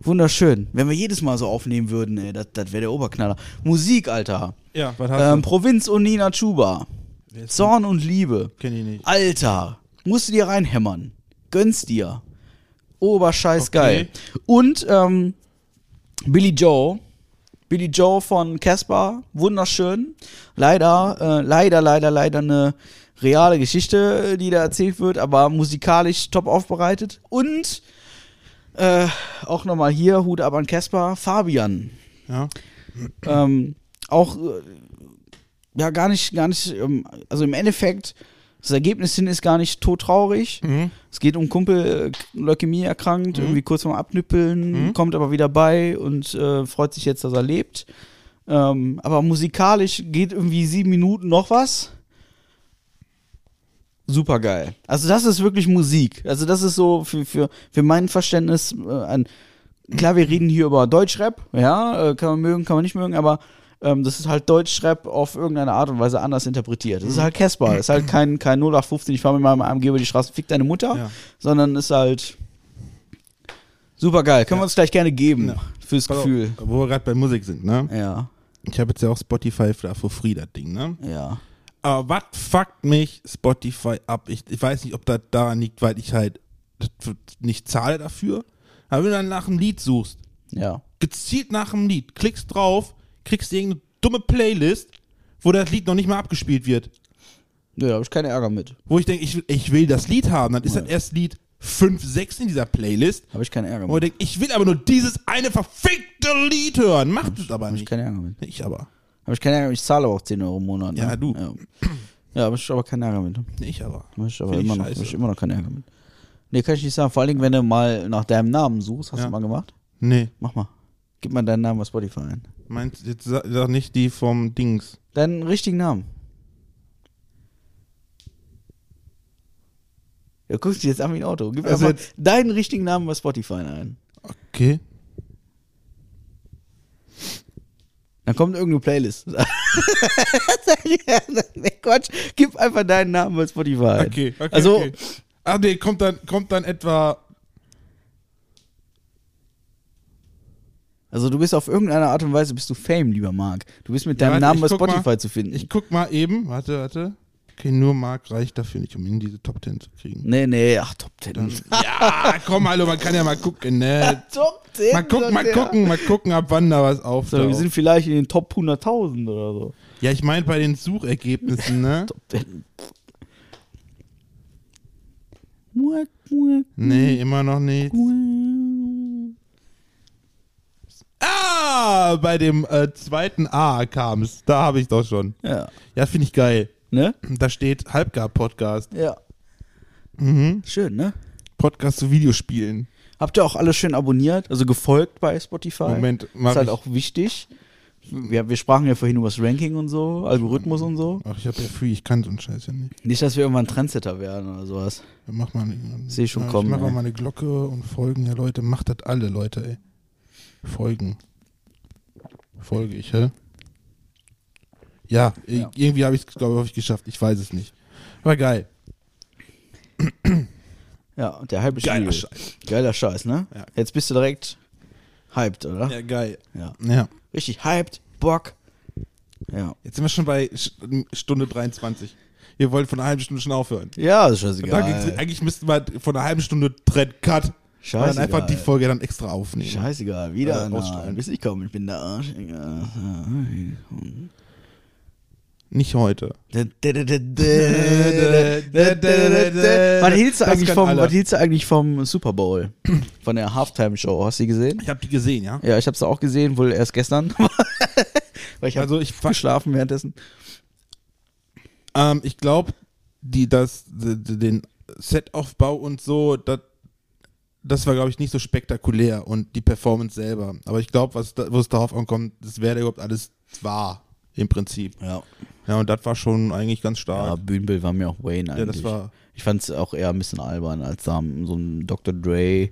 S2: wunderschön. Wenn wir jedes Mal so aufnehmen würden, ey, das, das wäre der Oberknaller. Musik, Alter.
S3: Ja, was hast
S2: Ähm, Provinz und Nina Chuba.
S3: du?
S2: Zorn und Liebe.
S3: Kenn ich nicht.
S2: Alter, musst du dir reinhämmern. Gönn's dir. Oberscheiß geil. Und ähm, Billy Joe. Billy Joe von Caspar, wunderschön. Leider, äh, leider, leider, leider eine reale Geschichte, die da erzählt wird, aber musikalisch top aufbereitet. Und äh, auch nochmal hier, Hut ab an Caspar, Fabian
S3: Ja.
S2: ähm, auch äh, ja gar nicht, gar nicht, ähm, also im Endeffekt, das Ergebnis hin ist gar nicht todtraurig. Es geht um einen Kumpel, äh, Leukämie erkrankt, irgendwie kurz vorm Abnüppeln, kommt aber wieder bei und äh, freut sich jetzt, dass er lebt. Ähm, aber musikalisch geht irgendwie sieben Minuten noch was. Super geil. Also, das ist wirklich Musik. Also, das ist so für, für, für mein Verständnis äh, ein, klar, wir reden hier über Deutschrap, ja, äh, kann man mögen, kann man nicht mögen, aber ähm, das ist halt Deutschrap auf irgendeine Art und Weise anders interpretiert. Das ist halt Casper, das ist halt kein, kein 0815, ich fahre mit meinem AMG über die Straße, fick deine Mutter,
S3: Ja.
S2: sondern ist halt super geil. Können wir uns gleich gerne geben
S3: Ja.
S2: fürs
S3: Pass auf,
S2: Gefühl.
S3: Wo wir gerade bei Musik sind, ne?
S2: Ja,
S3: Ich habe jetzt ja auch Spotify da for free, das Ding, ne?
S2: ja.
S3: Aber was fuckt mich Spotify ab? Ich, ich weiß nicht, ob das daran liegt, weil ich halt nicht zahle dafür. Aber wenn du dann nach einem Lied suchst,
S2: Ja.
S3: gezielt nach einem Lied, klickst drauf, kriegst irgendeine dumme Playlist, wo das Lied noch nicht mal abgespielt wird.
S2: Ja, da habe ich keinen Ärger mit.
S3: Wo ich denke, ich, will- ich will das Lied haben. Dann ist das erst Lied 5, 6 in dieser Playlist.
S2: Habe ich keinen Ärger
S3: Wo ich
S2: mit.
S3: denke, ich will aber nur dieses eine verfickte Lied hören. Macht es aber
S2: Habe ich
S3: nicht.
S2: keinen Ärger mit.
S3: Ich aber.
S2: Habe ich keinen Ärger mit. Ich zahle aber auch 10 Euro im Monat. Ne?
S3: Ja, du.
S2: Ja, ja habe ich aber keinen Ärger mit.
S3: Ich aber.
S2: Mach ich aber
S3: Find ich
S2: immer noch,
S3: scheiße.
S2: mach ich immer noch keinen Ärger mit. Nee, kann ich nicht sagen. Vor allen Dingen, wenn du mal nach deinem Namen suchst, hast
S3: Ja.
S2: du mal gemacht?
S3: Nee,
S2: Mach mal. Gib mal deinen Namen bei Spotify ein.
S3: meinst jetzt sag, sag nicht die vom Dings.
S2: Deinen richtigen Namen. Ja, guckst du jetzt an wie ein Auto. Gib
S3: Also
S2: einfach deinen richtigen Namen bei Spotify ein.
S3: Okay.
S2: Dann kommt irgendeine Playlist. Nee, Quatsch. Gib einfach deinen Namen bei Spotify ein.
S3: Okay, okay.
S2: also,
S3: okay. Ah, nee, kommt dann, kommt dann etwa.
S2: also du bist auf irgendeine Art und Weise bist du Fame, lieber Marc. Du bist mit deinem
S3: Warte,
S2: Namen
S3: ich
S2: bei
S3: guck mal.
S2: Spotify zu finden.
S3: Ich guck mal eben. Warte, warte. Okay, nur Mark reicht dafür nicht, um ihn in diese Top 10 zu kriegen.
S2: nee, nee, ach, Top Ten. Ah.
S3: ja, komm, hallo, man kann ja mal gucken, ne?
S2: Top 10.
S3: Mal gucken, mal gucken, mal gucken, ab wann da was auftaucht.
S2: So, wir sind vielleicht in den Top 100.000 oder so.
S3: ja, ich meine bei den Suchergebnissen, ne?
S2: Top 10. Muak, muak,
S3: Nee, immer noch nicht.
S2: muak.
S3: Ah, bei dem äh, zweiten A kam es. Da habe ich doch schon.
S2: Ja,
S3: Ja, finde ich geil.
S2: ne?
S3: Da steht Halbgar-Podcast.
S2: Ja.
S3: Mhm.
S2: Schön, ne?
S3: Podcast zu Videospielen.
S2: Habt ihr auch alle schön abonniert, also gefolgt bei Spotify?
S3: Moment, mach
S2: Ist halt
S3: ich-
S2: auch wichtig. Wir, wir sprachen ja vorhin über das Ranking und so, Algorithmus und so.
S3: Ach, ich habe ja Free, ich kann so einen Scheiß ja nicht.
S2: Nicht, dass wir irgendwann Trendsetter werden oder sowas.
S3: Ja, Mach mal eine,
S2: Seh schon
S3: ja,
S2: kommen,
S3: Ich mach auch
S2: ey.
S3: mal eine Glocke und folgen, ja Leute. Macht das alle, Leute, ey. Folgen. Folge ich, hä? Ja, i-
S2: Ja.
S3: irgendwie habe ich es, glaube ich, geschafft. Ich weiß es nicht. Aber geil.
S2: Ja, und der Hype ist
S3: Geiler
S2: real.
S3: Scheiß.
S2: Geiler Scheiß, ne?
S3: Ja.
S2: Jetzt bist du direkt hyped, oder?
S3: Ja, geil.
S2: Ja.
S3: Ja.
S2: Richtig hyped, Bock. Ja.
S3: Jetzt sind wir schon bei Sch- Stunde 23. Ihr wollt von einer halben Stunde schon aufhören.
S2: Ja, ist
S3: Da ging's,
S2: scheißegal.
S3: eigentlich müssten wir von einer halben Stunde Thread Cut.
S2: Scheißegal.
S3: Und dann einfach die Folge dann extra aufnehmen.
S2: Scheißegal, wieder
S3: Äh,
S2: einer.
S3: ausstrahlen.
S2: Bis ich komme, ich bin der Arsch. Ja.
S3: Nicht heute.
S2: Was hieltst du
S3: Das
S2: eigentlich
S3: können
S2: vom,
S3: alle.
S2: was hieltst du eigentlich vom Super Bowl? Von der Halftime Show, hast du die gesehen?
S3: Ich habe die gesehen, ja.
S2: Ja, ich habe sie auch gesehen, wohl erst gestern. Weil ich habe
S3: Also ich, fa-
S2: geschlafen währenddessen.
S3: ähm, ich glaube, die das d- d- den Setaufbau und so, dat, das war glaube ich nicht so spektakulär und die Performance selber. Aber ich glaube, was da, wo es darauf ankommt, das wäre überhaupt alles wahr im Prinzip.
S2: Ja.
S3: Ja, und das war schon eigentlich ganz
S2: Ja,
S3: stark.
S2: Bühnenbild war mir auch Wayne
S3: Ja,
S2: eigentlich.
S3: das war
S2: Ich fand es auch eher ein bisschen albern, als da so ein Dr. Dre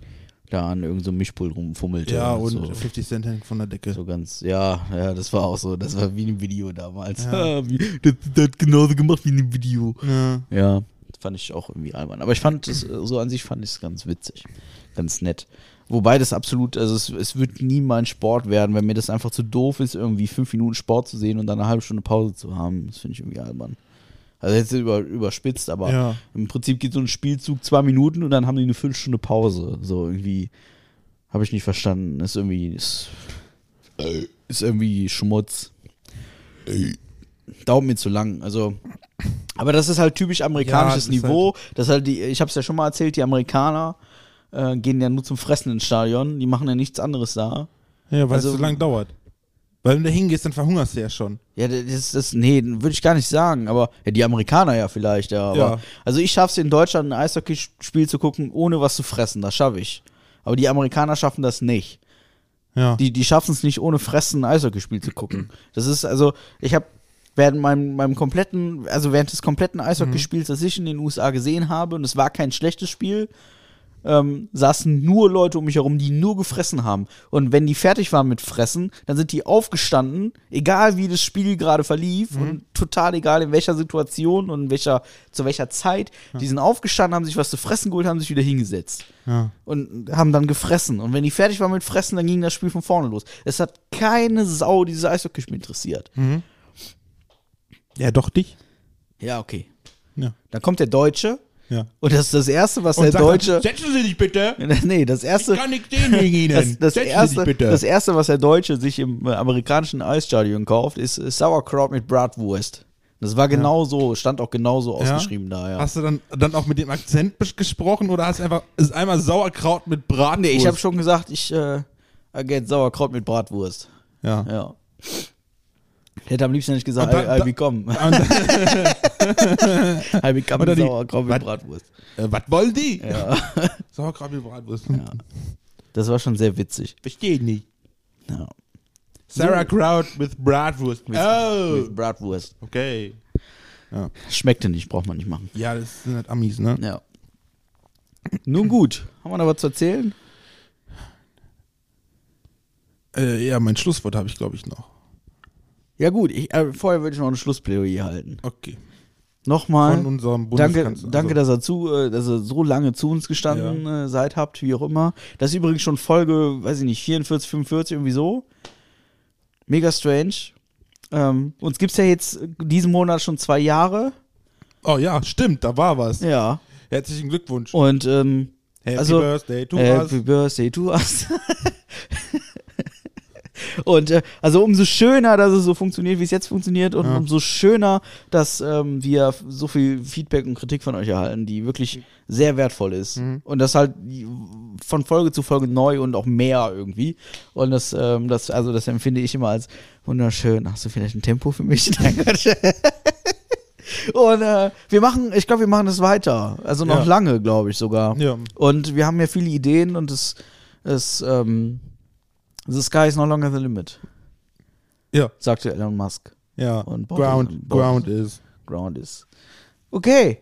S2: da an irgendeinem so einem Mischpult rumfummelte.
S3: ja und
S2: so.
S3: 50 Cent hängt von der Decke.
S2: also So ganz, ja, ja, das war auch so, Ah, das war wie ein Video damals. Ja. wie, das, das hat genauso gemacht wie ein Video.
S3: Ja.
S2: Ja, Das fand ich auch irgendwie albern. Aber ich fand es, äh, so an sich fand ich es ganz witzig. Ganz nett. Wobei das absolut, also es, es wird nie mein Sport werden, wenn mir das einfach zu doof ist, irgendwie fünf Minuten Sport zu sehen und dann eine halbe Stunde Pause zu haben. Das finde ich irgendwie albern. Also jetzt über, überspitzt, aber
S3: Ja.
S2: im Prinzip geht so ein Spielzug zwei Minuten und dann haben die eine Viertelstunde Pause. So irgendwie habe ich nicht verstanden. Ist irgendwie ist, äh, ist irgendwie Schmutz. Dauert mir zu lang. Also, aber das ist halt typisch amerikanisches
S3: Ja, das ist
S2: Niveau. Das ist halt die, ich habe es ja schon mal erzählt. Die Amerikaner äh, gehen ja nur zum Fressen ins Stadion. Die machen ja nichts anderes da.
S3: Ja, weil
S2: Also-
S3: es so lange dauert. Weil wenn du hingehst, dann verhungerst du ja schon.
S2: Ja, das, das nee, würde ich gar nicht sagen, aber ja, die Amerikaner ja vielleicht, ja, aber
S3: Ja.
S2: also ich schaff's in Deutschland ein Eishockeyspiel zu gucken, ohne was zu fressen, das schaffe ich. Aber die Amerikaner schaffen das nicht.
S3: Ja.
S2: Die, die schaffen es nicht, ohne Fressen ein Eishockeyspiel zu gucken. Das ist also, ich habe während meinem, meinem kompletten, also während des kompletten Eishockeyspiels,
S3: Mhm.
S2: das ich in den USA gesehen habe, und es war kein schlechtes Spiel, ähm, saßen nur Leute um mich herum, die nur gefressen haben. Und wenn die fertig waren mit Fressen, dann sind die aufgestanden, egal wie das Spiel gerade verlief
S3: Mhm.
S2: und total egal in welcher Situation und in welcher, zu welcher Zeit, die sind aufgestanden, haben sich was zu fressen geholt, haben sich wieder hingesetzt
S3: ja.
S2: und haben dann gefressen. Und wenn die fertig waren mit Fressen, dann ging das Spiel von vorne los. Es hat keine Sau dieses Eishockeyspiel interessiert.
S3: Mhm. Ja, doch dich.
S2: Ja, okay.
S3: Ja.
S2: Dann kommt der Deutsche
S3: ja.
S2: und das ist das Erste, was
S3: Und
S2: der
S3: sagt dann,
S2: Deutsche.
S3: Setzen Sie sich bitte.
S2: Nee, das Erste.
S3: Ich kann nicht sehen wegen Ihnen.
S2: Das, das,
S3: Setzen Sie
S2: erste,
S3: sich bitte.
S2: das erste, was der Deutsche sich im äh, amerikanischen Eisstadion kauft, ist äh, Sauerkraut mit Bratwurst. Das war genau so, stand auch genau so
S3: Ja?
S2: ausgeschrieben da, ja.
S3: Hast du dann, dann auch mit dem Akzent bes- gesprochen oder hast einfach ist einmal Sauerkraut mit Braten?
S2: nee, ich habe schon gesagt, ich äh, I get Sauerkraut mit Bratwurst.
S3: Ja.
S2: Ja. Ich hätte am liebsten nicht gesagt,
S3: Und dann-
S2: I, I
S3: dann-
S2: become.
S3: Und dann,
S2: I become
S3: Oder die-
S2: Sauerkraut mit
S3: Was?
S2: Bratwurst.
S3: äh, was wollen die?
S2: Ja.
S3: Sauerkraut mit Bratwurst. Ja.
S2: Das war schon sehr witzig.
S3: Verstehe nicht.
S2: Ja.
S3: Sauerkraut mit Bratwurst. oh,
S2: Mit Bratwurst.
S3: okay. Ja.
S2: Schmeckte nicht, braucht man nicht machen.
S3: ja, das sind halt Amis, ne?
S2: Ja. Nun gut, haben wir noch was zu erzählen?
S3: Äh, ja, mein Schlusswort habe ich, glaube ich, noch.
S2: Ja gut, ich, äh, vorher würde ich noch ein Schlussplädoyer halten.
S3: Okay.
S2: Nochmal.
S3: Von unserem
S2: Danke,
S3: Bundeskanzler.
S2: danke,
S3: also,
S2: dass ihr zu, äh, dass ihr so lange zu uns gestanden äh, seid habt, wie auch immer. Das ist übrigens schon Folge, weiß ich nicht, 44, 45, irgendwie so. Mega strange. Ähm, uns gibt's ja jetzt diesen Monat schon zwei Jahre.
S3: Oh ja, stimmt, da war was.
S2: Ja.
S3: Herzlichen Glückwunsch.
S2: Und ähm,
S3: Happy
S2: also,
S3: Birthday to us.
S2: Happy Birthday to us. und äh, also umso schöner, dass es so funktioniert, wie es jetzt funktioniert, und umso schöner, dass ähm, wir f- so viel Feedback und Kritik von euch erhalten, die
S3: Mhm.
S2: wirklich sehr wertvoll ist. Und das halt die- von Folge zu Folge neu und auch mehr irgendwie. Und das, ähm, das, also das empfinde ich immer als wunderschön. Hast du vielleicht ein Tempo für mich? Nein, Quatsch. Und äh, wir machen, ich glaube, wir machen das weiter. Also noch
S3: Ja.
S2: lange, glaube ich sogar.
S3: Ja.
S2: Und wir haben ja viele Ideen und es ist, ähm, the sky is no longer the limit,
S3: ja,
S2: sagte Elon Musk.
S3: ja.
S2: Und Bottom-
S3: ground,
S2: Bottom-
S3: ground is.
S2: Ground is. Okay.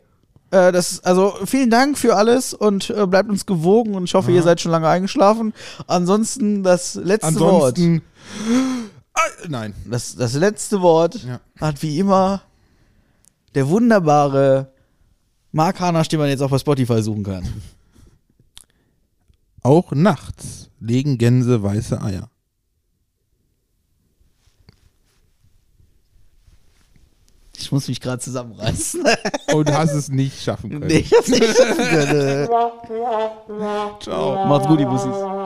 S2: Äh, das, also vielen Dank für alles und äh, bleibt uns gewogen und ich hoffe, ihr seid schon lange eingeschlafen. Ansonsten das letzte Wort.
S3: Ansonsten. Ah, nein.
S2: Das, das letzte Wort
S3: Ja.
S2: hat wie immer der wunderbare Mark Hanasch, den man jetzt auch bei Spotify suchen kann.
S3: Auch nachts legen Gänse weiße Eier.
S2: Ich muss mich gerade zusammenreißen.
S3: Und Oh, hast es nicht schaffen können.
S2: nee, ich hab's nicht schaffen können.
S3: Ciao.
S2: Macht's gut, ihr Bussis.